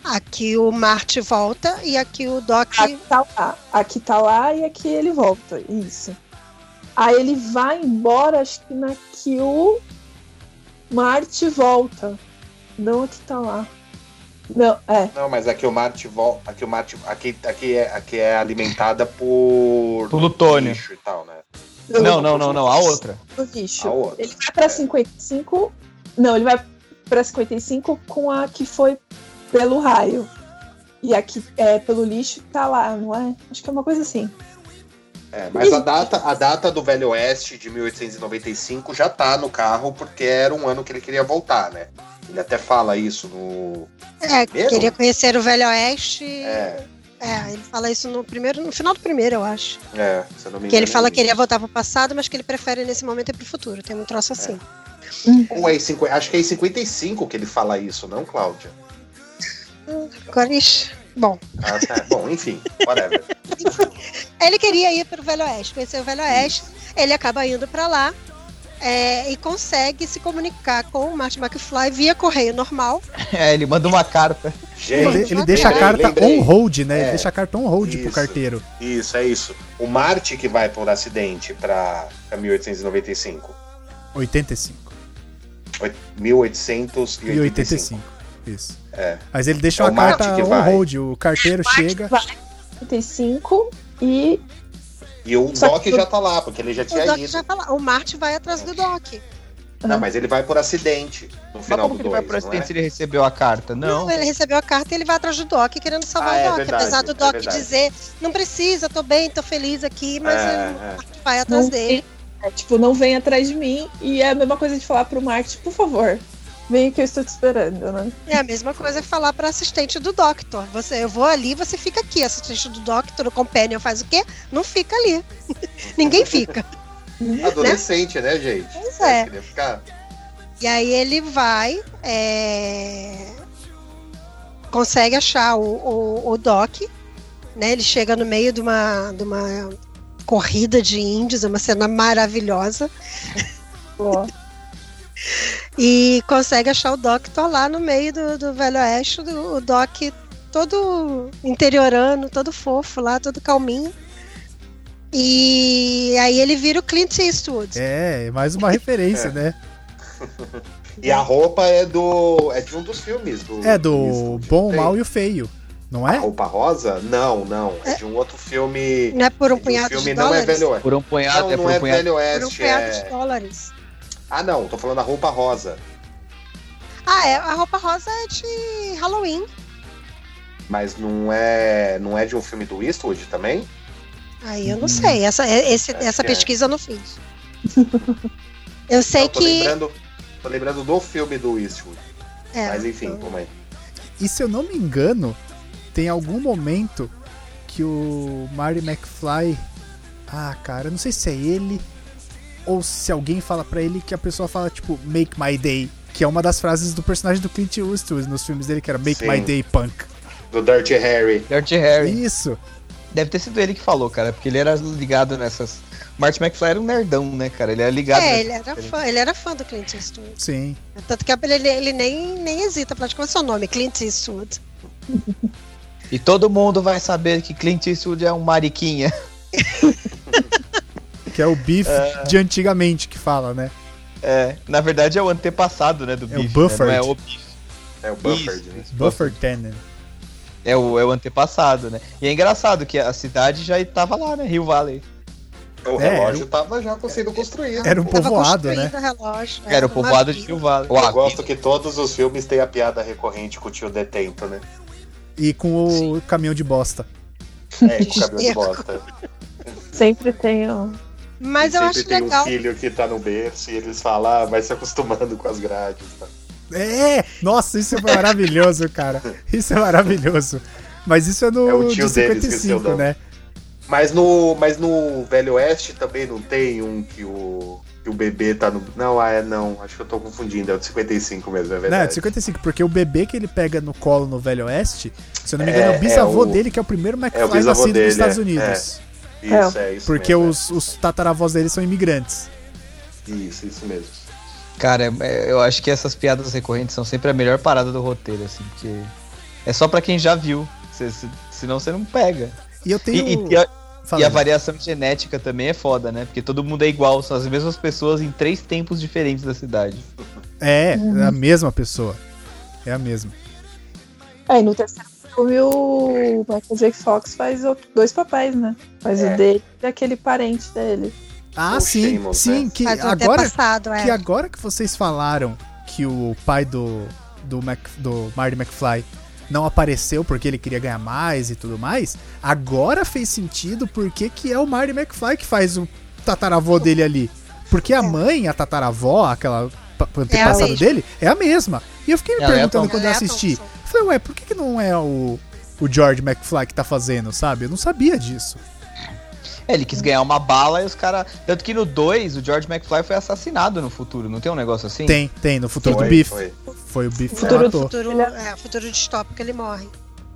Aqui o Marte volta e aqui o Doc. A que tá lá. A que tá lá e a que ele volta. Isso. Aí ele vai embora, acho que na que o Marte volta. Não a que tá lá. Não, é. Não, mas aqui o Marte volta. Aqui o Marte. Aqui, aqui, é, aqui é alimentada por. Plutônio. lixo e tal, né? Não, não, não, não. A outra. *laughs* Do lixo. Tipo, A outra. Ele vai pra É. 55. Não, ele vai pra 55 com a que foi pelo raio. E a que é pelo lixo tá lá, não é? Acho que é uma coisa assim. É, mas a data, a data do Velho Oeste de 1895 já tá no carro, porque era um ano que ele queria voltar, né? Ele até fala isso no. É, Primeiro? queria conhecer o Velho Oeste. É. É, ele fala isso no primeiro, no final do primeiro, eu acho. é, se eu não me engano. Que ele fala que ele é ia voltar pro passado, mas que ele prefere nesse momento ir pro futuro. Tem um troço assim. Ou é em 50, acho que é em 55 que ele fala isso, não, Cláudia? Agora, ixi. Bom, Ah, tá. *laughs* Bom, enfim, whatever. Ele queria ir para o Velho Oeste, conhecer o Velho Oeste. Ele acaba indo para lá é, e consegue se comunicar com o Marty McFly via correio normal. É, ele manda uma carta. Ele, Gente, ele deixa a É. lembrei, carta lembrei. on hold, né? Ele É. deixa a carta on hold pro Isso. carteiro. Isso, é isso. O Marte que vai por acidente pra, pra 1895. 85. Oit- E 1885. 85. Isso. É. Mas ele deixa É uma o Marte carta que on vai. hold, o carteiro chega. Vai, 1975 e E o Só Doc que- já tá lá, porque ele já O tinha Doc ido. já tá lá. O Marte vai atrás do Doc. Não, mas ele vai por acidente no Mas final como do que ele vai pro 2, não acidente é? se ele recebeu a carta? Não. Não, é. ele recebeu a carta e ele vai atrás do Doc querendo salvar Ah, é o Doc. verdade, apesar do é Doc verdade. dizer, não precisa, tô bem, tô feliz aqui, mas É, ele- é. o Marte vai atrás Não dele. É, tipo, não vem atrás de mim. E é a mesma coisa de falar pro Marte, por favor, vem que eu estou te esperando, né? É a mesma coisa que falar pra assistente do Doctor. Você, eu vou ali, você fica aqui. Assistente do Doctor, o Companion faz o quê? Não fica ali. *laughs* Ninguém fica. Adolescente, né, gente? Pois é. Queria ficar. E aí ele vai, é, consegue achar o, o, o Doc, né? Ele chega no meio de uma, de uma corrida de índios, é uma cena maravilhosa. Ó, E consegue achar o Doctor lá no meio do, do Velho Oeste, do- o Doc todo interiorano, todo fofo lá, todo calminho. E aí ele vira o Clint Eastwood. É, mais uma referência, né? E a roupa é do. É de um dos filmes. Do, É do bom, o mal e o feio, não A é? roupa rosa? Não, não. É de um outro filme. Não é por um de punhado filme de não é dólares? Velho Oeste. Por um punhado, Não, é não por um é punhado. Velho por um Oeste. punhado de É... dólares. Ah, não. Tô falando da roupa rosa. Ah, é. A roupa rosa é de Halloween. Mas não é. Não é de um filme do Eastwood também? Aí Uhum. eu não sei. Essa, é- esse- Acho essa que é. pesquisa eu *laughs* não fiz. Eu sei Não, tô que. lembrando. Tô lembrando do filme do Eastwood. é, Mas enfim, como é? E se eu não me engano, tem algum momento que o Marty McFly. Ah, cara, eu não sei se é ele ou se alguém fala pra ele que a pessoa fala tipo Make My Day, que é uma das frases do personagem do Clint Eastwood nos filmes dele que era Make Sim. My Day Punk. Do Dirty Harry. Dirty Harry. Isso. Deve ter sido ele que falou, cara, porque ele era ligado nessas. Martin McFly era um nerdão, né, cara? Ele era ligado. É, nessas- ele era fã, ele era fã do Clint Eastwood. Sim. Tanto que ele, ele nem, nem hesita pra qual é o seu nome, Clint Eastwood. E todo mundo vai saber que Clint Eastwood é um mariquinha. *laughs* Que é o Biff de antigamente que fala, né? É, na verdade é o antepassado, né, do É o Biff. Bufford. Né? Não é o Biff. É o Bufford, né? Isso, Buffer Tannen. É o, é o antepassado, né? E é engraçado que a cidade já estava lá, né? Rio Valley. O É, relógio tava já sendo construído. Era um pô. Tava Povoado, construindo né? o relógio, né? Era o povoado de Maravilha. Rio um- Valley. Eu gosto que todos os filmes têm a piada recorrente com o tio detento, *laughs* né? E com o caminhão de bosta. É, com o cabelo de bosta. sempre tem, um- ó. Mas E eu sempre acho tem legal. um filho que tá no berço e eles falam, ah, vai se acostumando com as grades. tá? É! Nossa, isso é maravilhoso, cara. Isso é maravilhoso. Mas isso é no É o tio de deles, esqueci o 55, nome. né? Mas no, mas no Velho Oeste também não tem um que o, que o bebê tá no. Não, ah, é não. Acho que eu tô confundindo. É o de 55 mesmo, Não, é é de verdade. 55, porque o bebê que ele pega no colo no Velho Oeste, se eu não me engano, é, É, o bisavô é o- dele, que é o primeiro o McFly bisavô nascido dele, nos Estados é, Unidos. Isso, é, isso. Porque mesmo, os, os tataravós dele são imigrantes. é. Isso, isso mesmo. Cara, é- eu acho que essas piadas recorrentes são sempre a melhor parada do roteiro, assim, porque é só pra quem já viu. Cê- cê- senão você não pega. E eu tenho. E, e pior- Fala, e a Ju. variação genética também é foda, né? Porque todo mundo é igual, são as mesmas pessoas em três tempos diferentes da cidade. É, é a mesma pessoa. É a mesma. É, e no terceiro filme o Michael J. Fox faz o- dois papéis, né? Faz É. o dele e aquele parente dele. Ah, O sim, Sheamus, sim. né? Que Mas o agora antepassado, é. que agora que vocês falaram que o pai do do, Mac, do Marty McFly não apareceu porque ele queria ganhar mais e tudo mais, agora fez sentido porque que é o Marty McFly que faz o tataravô dele ali. Porque a É. mãe, a tataravó, aquela pa- antepassada mesma. dele, é a mesma. E eu fiquei me Ela é a perguntando Thompson. quando eu Ela é a assisti. Thompson. Eu falei, ué, por que, que não é o, o George McFly que tá fazendo, sabe? Eu não sabia disso. É, ele Hum. quis ganhar uma bala e os caras. Tanto que no 2, o George McFly foi assassinado no futuro, não tem um negócio assim? Tem, tem, no futuro Foi, do Biff. Foi. foi. o Biff que Futuro do- matou. Futuro, é, futuro distópico ele morre.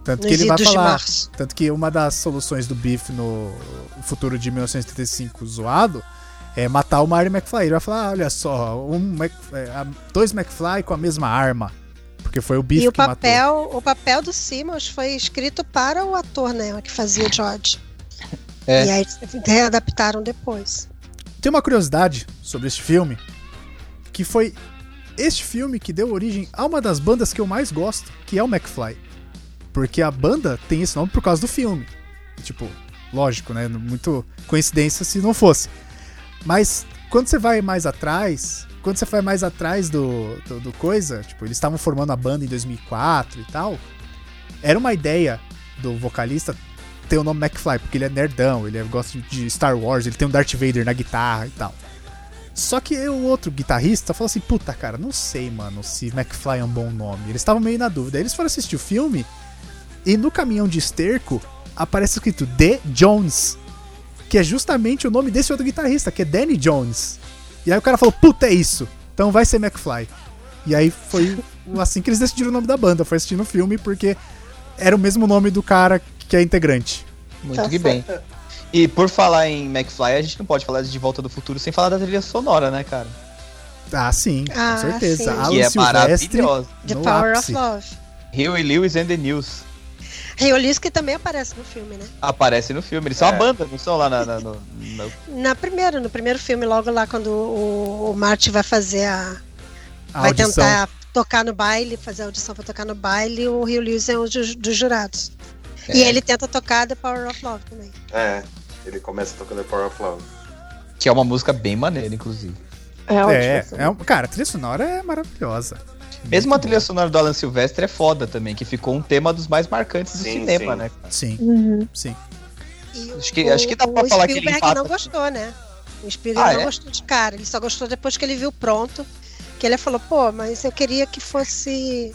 Tanto Nos que ele vai idos de falar. março. Tanto que uma das soluções do Biff no futuro de 1935 zoado é matar o Marty McFly. Ele vai falar, ah, olha só, um Mc- é, a- dois McFly com a mesma arma. Porque foi o Biff E o que matou. papel, o papel do Simmons foi escrito para o ator, né? Que fazia o George. É. E aí eles readaptaram depois. Tem uma curiosidade sobre este filme, que foi este filme que deu origem a uma das bandas que eu mais gosto, que é o McFly. Porque a banda tem esse nome por causa do filme. Tipo, lógico, né? Muito coincidência se não fosse. Mas quando você vai mais atrás, quando você vai mais atrás do, do, do coisa, tipo, eles estavam formando a banda em 2004 e tal, era uma ideia do vocalista ter o nome McFly, porque ele é nerdão, ele é- gosta de Star Wars, ele tem um Darth Vader na guitarra e tal. Só que o outro guitarrista falou assim: puta, cara, não sei, mano, se McFly é um bom nome. Eles estavam meio na dúvida. Aí eles foram assistir o filme e no caminhão de esterco aparece escrito The Jones, que é justamente o nome desse outro guitarrista, que é Danny Jones. E aí o cara falou: puta, é isso. Então vai ser McFly. E aí foi assim que eles decidiram o nome da banda. Foi assistindo o filme porque era o mesmo nome do cara que é integrante. Muito Tá que bem. E por falar em McFly, a gente não pode falar de Volta do Futuro sem falar da trilha sonora, né, cara? Ah, sim, Ah, com certeza. sim. Alan que é Silvestre maravilhosa. The no Power ápice. of Love. Hill e Lewis and the News Reolis que também aparece no filme, né? aparece no filme. Eles são É. a banda, não são lá na, na- no- no- Na primeira, no primeiro filme, logo lá quando o, o Marty vai fazer a. a vai audição. tentar tocar no baile, fazer a audição pra tocar no baile, o Rio Lewis é um dos, dos jurados. É. E ele tenta tocar The Power of Love também. É, ele começa tocando Power of Love. que é uma música bem maneira, inclusive. É ótimo. É, assim. é um- cara, a trilha sonora é maravilhosa. Mesmo a trilha sonora do Alan Silvestre é foda também, que ficou um tema dos mais marcantes do Sim, cinema, sim. né? Sim, Uhum. sim. E Acho que- acho que dá pra falar que ele Spielberg empata- não gostou, né? O Spielberg Ah, não é? gostou de cara, ele só gostou depois que ele viu pronto. Que ele falou, pô, mas eu queria que fosse.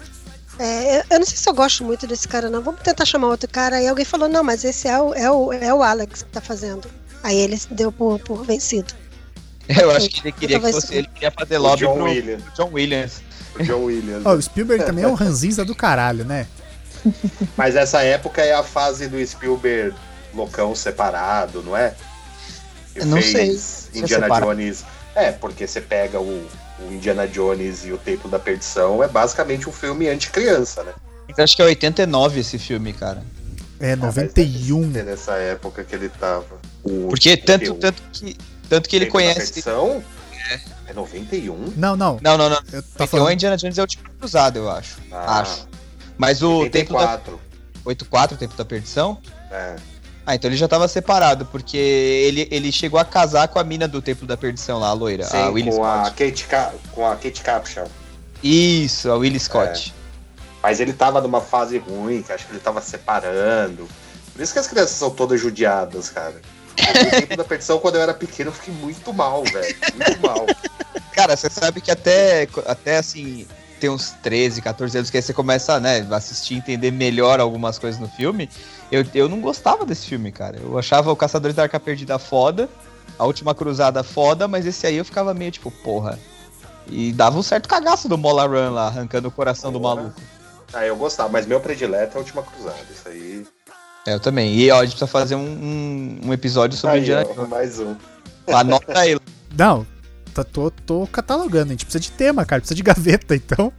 é, eu, eu não sei se eu gosto muito desse cara, não. Vamos tentar chamar outro cara. Aí alguém falou, não, mas esse é o, é o, é o Alex que tá fazendo. Aí ele se deu por, por vencido. Eu acho que ele queria que Talvez fosse. sim. Ele queria fazer O lobby John pro Williams. John Williams. O John *laughs* Williams. Ó, o Spielberg também é um ranzinza do caralho, né? Mas essa época é a fase do Spielberg loucão separado, não é? Que Eu não sei se é Indiana separado. Jones. É, porque você pega o, o Indiana Jones e o Templo da Perdição, é basicamente um filme anti-criança, né? Eu acho que é 89 esse filme, cara. É mas 91. É nessa época que ele tava. O- Porque tanto, o tanto que. Tanto que ele Templo da conhece. Perdição é. 91? Não, não. Não, não, não. Eu tá Tá então falando. Indiana Jones é o tipo cruzado, eu acho. Ah, Acho. Mas o tempo da 84. 84, o tempo da perdição. É. Ah, então ele já tava separado, porque ele, ele chegou a casar com a mina do Templo da Perdição lá, a loira, a Sim, Willie com, a Scott. Kate Ca- com a Kate Capshaw. Isso, a Willie É. Scott. Mas ele tava numa fase ruim, que acho que ele tava separando. Por isso que as crianças são todas judiadas, cara. O tempo da perdição, quando eu era pequeno, eu fiquei muito mal, velho. Muito mal. Cara, você sabe que até, até assim, tem uns 13, 14 anos que aí você começa, né, a assistir, entender melhor algumas coisas no filme. Eu, eu não gostava desse filme, cara. Eu achava o Caçadores da Arca Perdida foda, a Última Cruzada foda, mas esse aí eu ficava meio tipo, porra. E dava um certo cagaço do Mola Run lá, arrancando o coração do Porra. maluco. Ah, eu gostava, mas meu predileto é a última cruzada. Isso aí. É, Eu também. E ó, a gente precisa fazer um, um, um episódio sobre aí, Indiana ó, mais um. Jones. Anota aí. Não, tá- tô, tô catalogando. A gente precisa de tema, cara. Precisa de *laughs* gaveta, então.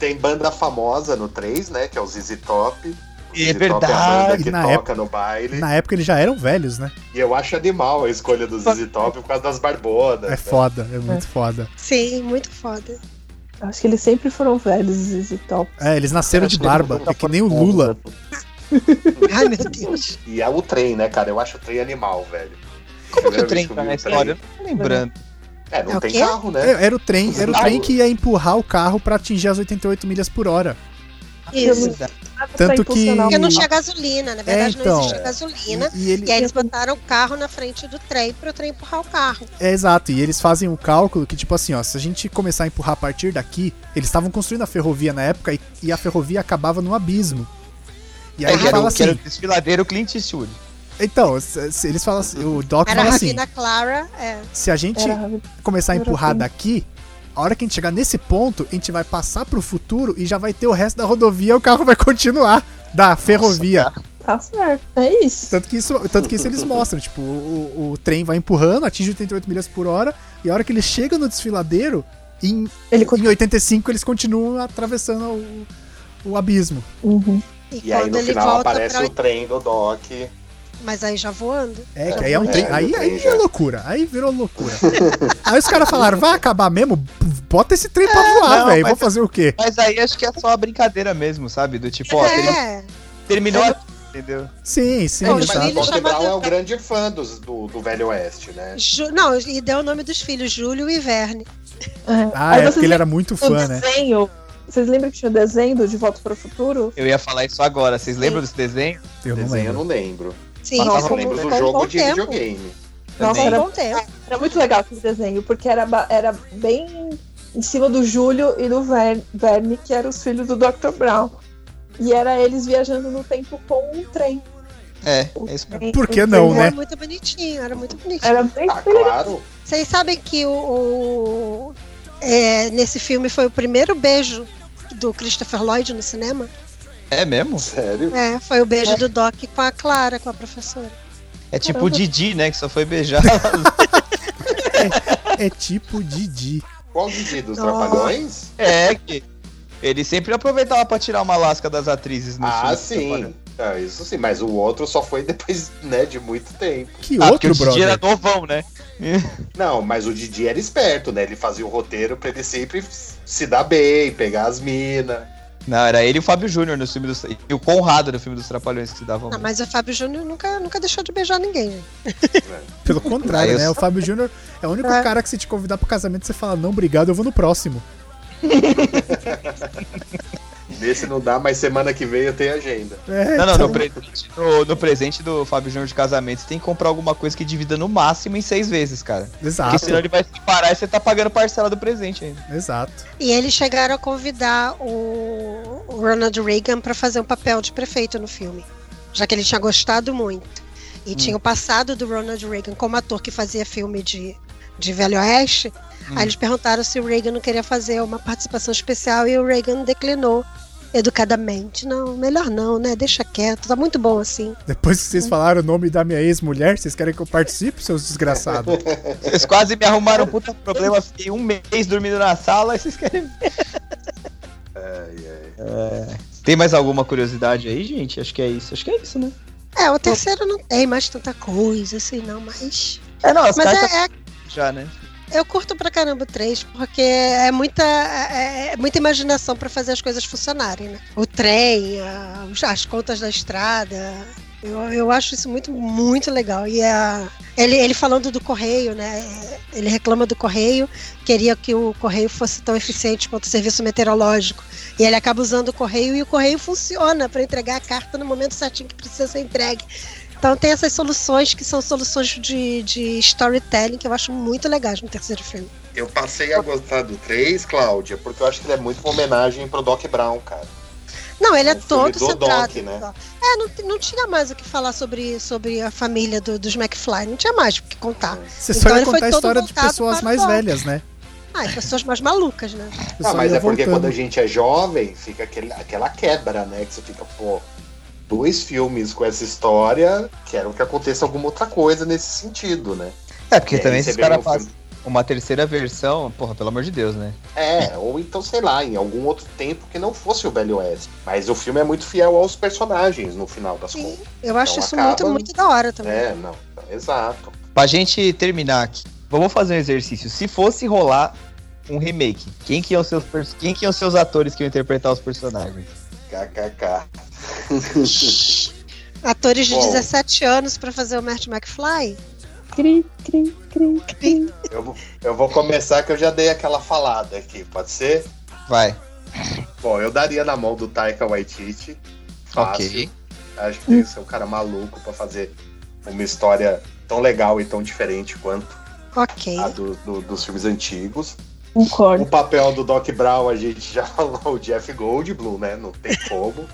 Tem banda famosa no 3, né? Que é o ZZ Top. O É ZZ Top a verdade. banda que Na toca época- no baile. Na época eles já eram velhos, né? E eu acho animal a escolha do ZZ Top por causa das né? barbodas. É foda, é muito foda. Sim, muito foda. Acho que eles sempre foram velhos, ZZ Top. É, eles nasceram de barba. É que nem o Lula. Ai, meu Deus. E é o trem, né, cara? Eu acho o trem animal, velho. Como que Primeira o trem vez tá eu vi na o trem. história? Eu não tô lembrando. É, não É o tem quê? carro, né? É, Era o trem, era o trem que ia empurrar o carro pra atingir as 88 milhas por hora. *laughs* Isso. Nada pra Tanto que- impulsionar É Porque o- não tinha gasolina, na verdade então. não existia gasolina. E ele E aí eles botaram o carro na frente do trem para o trem empurrar o carro. É exato, e eles fazem um cálculo que, tipo assim, ó, se a gente começar a empurrar a partir daqui, eles estavam construindo a ferrovia na época e, e a ferrovia acabava num abismo. E aí É, que ele era, fala o- assim, que era o desfiladeiro Clint Eastwood. então, se- se eles falam assim, o Doc Era a fala assim, Ravina Clara, é. se a gente Era rápido. começar a era empurrar assim. daqui, a hora que a gente chegar nesse ponto, a gente vai passar pro futuro e já vai ter o resto da rodovia e o carro vai *laughs* continuar da ferrovia. Tá certo. É isso. Tanto que, isso, tanto que isso eles mostram, tipo, o, o- o trem vai empurrando, atinge 88 milhas por hora, e a hora que ele chega no desfiladeiro, em Ele Em 85 eles continuam atravessando o, o abismo. Uhum. E, E aí quando no ele final volta aparece pra. o trem do Doc. Mas aí já voando. É, que aí é um trem. É, Aí, eu aí vejo. é loucura. Aí virou loucura. *laughs* aí os caras falaram: vai acabar mesmo? Bota esse trem pra voar, É, não, velho. mas- Vou fazer o quê? É. né? Mas aí acho que é só a brincadeira mesmo, sabe? Do tipo, ó, termi- é, terminou a entendeu? Sim, sim. Não, Mas Chile exato. Júlio Bob chama- Brown é um grande fã dos- do, do Velho Oeste, né? Ju- Não, e deu o nome dos filhos, Júlio e Verne. É. Ah, Aí é vocês porque ele lembram era muito do fã, né? desenho. Vocês lembram que tinha o desenho do De Volta para o Futuro? Eu ia falar isso agora. Vocês lembram desse desenho? Eu não Desenho eu lembro. não lembro. Sim, Mas como, eu lembro do como jogo bom de tempo. videogame. Nossa, Como era, bom tempo. era muito legal aquele desenho, porque era, ba- era bem em cima do Júlio e do Ver- Verne, que eram os filhos do Dr. Brown. E era eles viajando no tempo com um trem. Então, É, é isso mesmo. Por que não, né? Era muito bonitinho, era muito bonitinho. Era bem Ah, claro. Vocês sabem que o, o- é, nesse filme foi o primeiro beijo do Christopher Lloyd no cinema? É mesmo? Sério. É, foi o beijo do Doc com a Clara, com a professora. É tipo o Caramba. Didi, né? Que só foi *laughs* beijar. É tipo Didi. Qual o Didi dos Nossa. Trapalhões? é, que ele sempre aproveitava pra tirar uma lasca das atrizes no Ah, filme. sim. Ah, isso sim, mas o outro só foi *laughs* depois, né, de muito tempo. Que Ah, porque outro, o Didi brother. era novão, né? Não, mas o Didi era esperto, né? Ele fazia o roteiro pra ele sempre se dar bem, pegar as minas. Não, era ele e o Fábio Júnior no filme dos... E o Conrado no filme dos Trapalhões que se davam. Ah, mas o Fábio Júnior nunca, nunca deixou de beijar ninguém. né? gente. Pelo contrário, Ah, eu- né? O Fábio Júnior é o único É. cara que se te convidar pro casamento, você fala, não, obrigado, eu vou no próximo. Nesse não dá, mas semana que vem eu tenho agenda. É, Não, não, *laughs* então- no presente, no, no presente do Fábio Júnior de casamento, você tem que comprar alguma coisa que divida no máximo em seis vezes, cara. Porque Exato, senão ele vai separar e você tá pagando parcela do presente ainda. exato. E eles chegaram a convidar o o Ronald Reagan para fazer um papel de prefeito no filme, já que ele tinha gostado muito. E tinha o passado do Ronald Reagan como ator que fazia filme de, de Velho Oeste. Hum. Aí eles perguntaram se o Reagan não queria fazer uma participação especial e o Reagan declinou educadamente. Não, melhor não, né? Deixa quieto, tá muito bom assim. Depois que vocês falaram o nome da minha ex-mulher, vocês querem que eu participe, seus *laughs* desgraçados? Vocês quase me arrumaram um puta problema, fiquei um mês dormindo na sala e vocês querem ver. É. Tem mais alguma curiosidade aí, gente? Acho que é isso. Acho que é isso, né? É, o terceiro não tem mais tanta coisa assim, não, mas. É, não, as Mas cartas é, é já, né? Eu curto pra caramba o 3, porque é muita, é, é muita imaginação pra fazer as coisas funcionarem, né? O trem, a- as contas da estrada. Eu, eu acho isso muito, muito legal. E a, ele, ele falando do correio, né? Ele reclama do correio, queria que o correio fosse tão eficiente quanto o serviço meteorológico. E ele acaba usando o correio e o correio funciona pra entregar a carta no momento certinho que precisa ser entregue. Então tem essas soluções que são soluções de, de storytelling que eu acho muito legais no terceiro filme. Eu passei a gostar do 3, Cláudia, porque eu acho que ele é muito uma homenagem pro Doc Brown, cara. Não, ele é O um todo filme do centrado. Doc, né? É, não, não tinha mais o que falar sobre, sobre a família do- dos McFly, não tinha mais o que contar. Você só Então ia ele foi contar a todo história de voltado pessoas para o mais Doc. velhas, né? Ah, e pessoas mais malucas, né? Eu Ah, só mas ia é porque voltando. quando a gente é jovem, fica aquele, aquela quebra, né? Que você fica, pô, dois filmes com essa história, quero que aconteça alguma outra coisa nesse sentido, né? É, porque E aí também você esses vê um caras filme- fazem uma terceira versão, porra, pelo amor de Deus, né? É, ou então, sei lá, em algum outro tempo que não fosse o Velho Oeste. Mas o filme é muito fiel aos personagens, no final das Sim, contas. eu acho Então isso acaba, muito, né? muito da hora também. É, não, exato. Pra gente terminar aqui, vamos fazer um exercício. Se fosse rolar um remake, quem que iam seus, pers- quem que iam seus atores que iam interpretar os personagens? KKK. Atores de Bom. 17 anos pra fazer o Matt McFly? Cri, cri, cri, cri. Eu, vou- eu vou começar que eu já dei aquela falada aqui, pode ser? Vai. Bom, eu daria na mão do Taika Waititi. Fácil. Ok. Acho que deve ser um cara maluco pra fazer uma história tão legal e tão diferente quanto Ok. a do- do- dos filmes antigos. O Concordo. papel do Doc Brown, a gente já *laughs* falou, o Jeff Goldblum, né? Não tem como.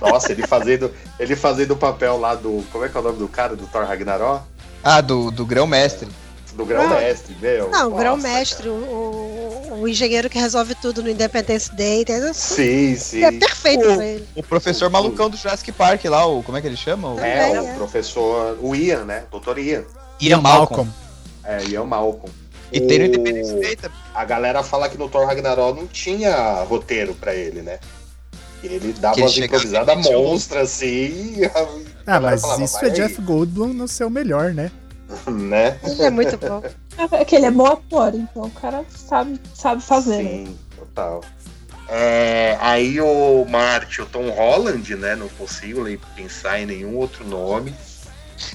Nossa, ele fazendo, ele fazendo o papel lá do. Como é que é o nome do cara? Do Thor Ragnarok? Ah, do, do Grão Mestre. Do Grão Mestre, meu. Não, o Nossa, Grão Mestre, o, o- o engenheiro que resolve tudo no Independence Day, entendeu? cara. Sim, sim. Uh. é perfeito O- pra ele. O professor malucão do Jurassic Park lá, o. Como é que ele chama? O É, também, o é. professor. O Ian, né? Doutor Ian. Ian Malcolm. Malcolm. É, Ian Malcolm. E tem no O- Independence Day também. A galera fala que no Thor Ragnarok não tinha roteiro pra ele, né? Ele dava Que ele umas chegava e improvisadas é metia um- monstras assim. e *laughs* a Ah, galera mas falava, isso "Vai é Jeff Goldblum no seu melhor, né? aí", Né? Ele é muito *laughs* bom. É que ele é bom ator, então o cara sabe, sabe fazer, né? Sim, total. É, aí o Marte, o Tom Holland, né? Não consigo le- pensar em nenhum outro nome.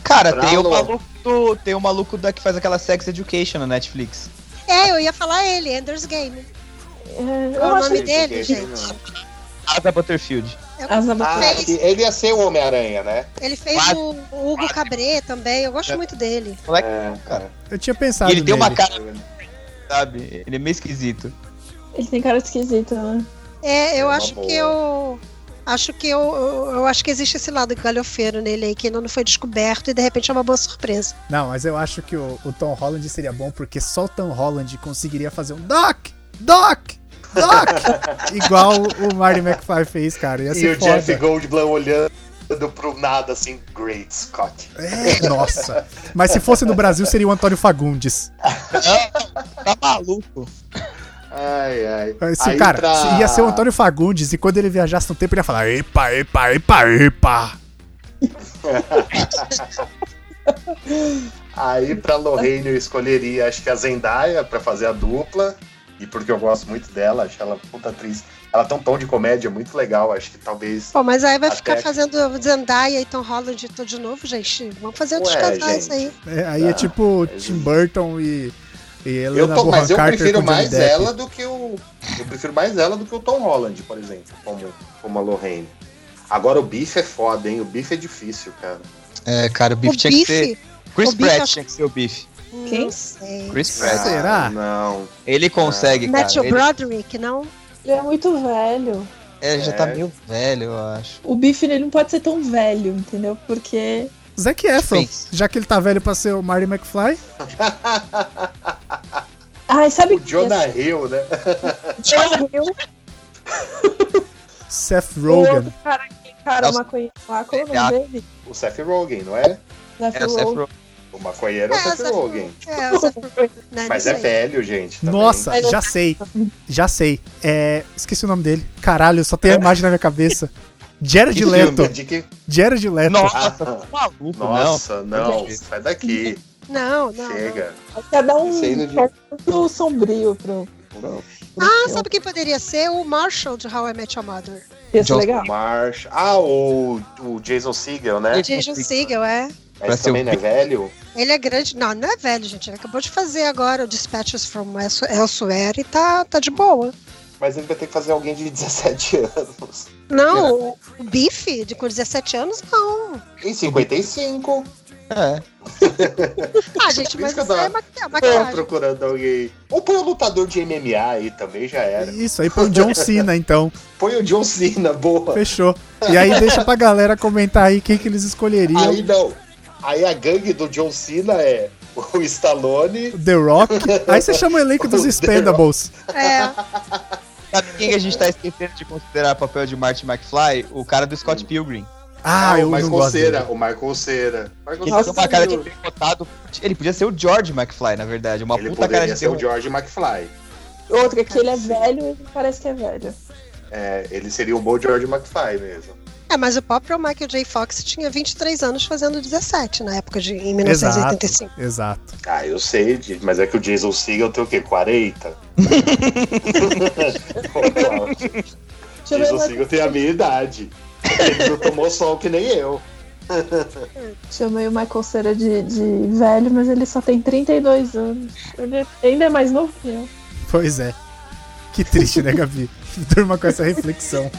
Cara, Pra tem o Lu- maluco do, tem o maluco da que faz aquela Sex Education na Netflix. É, eu ia falar ele, Ender's Game. É, Qual eu o acho nome que dele, Esse gente? não. Asa Butterfield. as Ah, aberturas- Fez. que- ele ia ser o Homem-Aranha, né? Ele fez Quase. o o Hugo Cabré também, eu gosto muito dele. É, cara. Eu tinha pensado e ele tem uma nele. cara, sabe? Ele é meio esquisito. Ele tem cara esquisita, né? É, É eu uma acho boa. que eu. Acho que eu, eu, eu acho que existe esse lado galhofeiro nele aí, que ainda não foi descoberto e de repente é uma boa surpresa. Não, mas eu acho que o, o Tom Holland seria bom porque só o Tom Holland conseguiria fazer um Doc! Doc! *laughs* Doc! Igual o Marty McFly fez, cara. Ia É. E o ser foda. Jeff Goldblum olhando pro nada assim, Great Scott. É, nossa. Mas se fosse no Brasil, seria o Antônio Fagundes. Tá maluco. Ai, ai. Esse Aí cara, pra- ia ser um o Antônio Fagundes e quando ele viajasse no tempo, ele ia falar: epa, epa, epa, epa. Aí pra Lorraine eu escolheria, acho que a Zendaya pra fazer a dupla. E porque eu gosto muito dela, acho ela puta atriz. Ela tem um tom de comédia muito legal, acho que talvez. Pô, mas aí vai Até ficar que- fazendo Zendaya e Tom Holland e tudo de novo, gente. Vamos fazer outros Ué, casais gente. aí. É, aí é Ah, tipo mas- Tim Burton e, e Eu Helena tô, Bonham mas eu Carter prefiro com Johnny mais Depp. ela do que o. Eu prefiro mais ela do que o Tom Holland, por exemplo, como, como a Lorraine. Agora o bife é foda, hein? O bife é difícil, cara. É, cara, o O Biff tinha que ser. bife? Chris o Biff Pratt é- tinha que ser o Biff. Quem? Não sei. Chris Ah. Pratt. Será? Não. Ele consegue, Matthew cara. Ele, Broderick, não? Ele é muito velho. é, já tá É. meio velho, eu acho. O bife ele não pode ser tão velho, entendeu? Porque. Zac Efron, Fez. já que ele tá velho pra ser o Marty McFly. Ai, sabe O Jonah Hill, né? Jonah Hill, Seth o Rogen. outro cara que encara o Nossa. maconheiro lá, qual é o nome Ah. dele? O Seth Rogen, não é? Zephyr É o Seth Rogen. Rogen. O maconheiro é o É, o Seth Seth Rogen. É, *laughs* o Zé Fernandes Mas é aí. velho, gente. também. Nossa, Mas não- já sei. Já sei. É, esqueci o nome dele. Caralho, só É. tem a imagem na minha cabeça. Jared Que Leto. De que... Jared É Leto. Nossa, é Ah, maluco, não. nossa, não. Não. Sai daqui. Não, não. não. Chega. Cada um Esse aí não é muito sombrio pro. Ah, sabe quem poderia ser? O Marshall de How I Met Your Mother. Ia ser John- legal. Marsh. Ah, o, o Jason Segel, né? Jason Segel, é. Pra Mas ser também o- não é velho? Ele é grande. Não, não é velho, gente. Ele acabou de fazer agora o Dispatches from Else- Elsewhere e tá, tá de boa. Mas ele vai ter que fazer alguém de *laughs* 17 anos. Não, o- o Biff, de com 17 anos, não. E 55. É. Ah, gente, Por mas isso que eu isso aí é tava- maqui- é Tô maquiagem. procurando alguém. Ou põe o é lutador de MMA aí também, já era. Isso aí foi o John Cena, então. Põe o John Cena, boa. Fechou. E aí deixa pra galera comentar aí quem que eles escolheriam. Aí não. Aí a gangue do John Cena é o Stallone. The Rock. Aí você chama o elenco dos O *laughs* The Expendables. É, Sabe quem que a gente tá esquecendo de considerar o papel de Marty McFly? O cara do Scott Pilgrim. Ah, eu o não Michael gosto. dele. Cera. O Michael Cera. Michael Que ele Cera é tem uma cara de viu? picotado. Ele podia ser o George McFly, na verdade. Uma Ele puta cara poderia de um ser o terror. George McFly. Outro é que ele é velho e ele parece que é velho. É, ele seria um bom George McFly mesmo. é, mas o próprio Michael J. Fox tinha 23 anos fazendo 17 na época de em 1985. Exato. Ah, eu sei, Di- mas é que o Jason Segel tem o quê? *laughs* 40? Deixa eu o ver Jason mais- um Segel tem a minha idade. Ele não tomou sol que nem eu. Chamei o Michael Cera de, de velho, mas ele só tem 32 anos. Ele é- ainda é mais novo que eu. *laughs* Pois é. Que triste, né, Gabi? Durma com essa reflexão.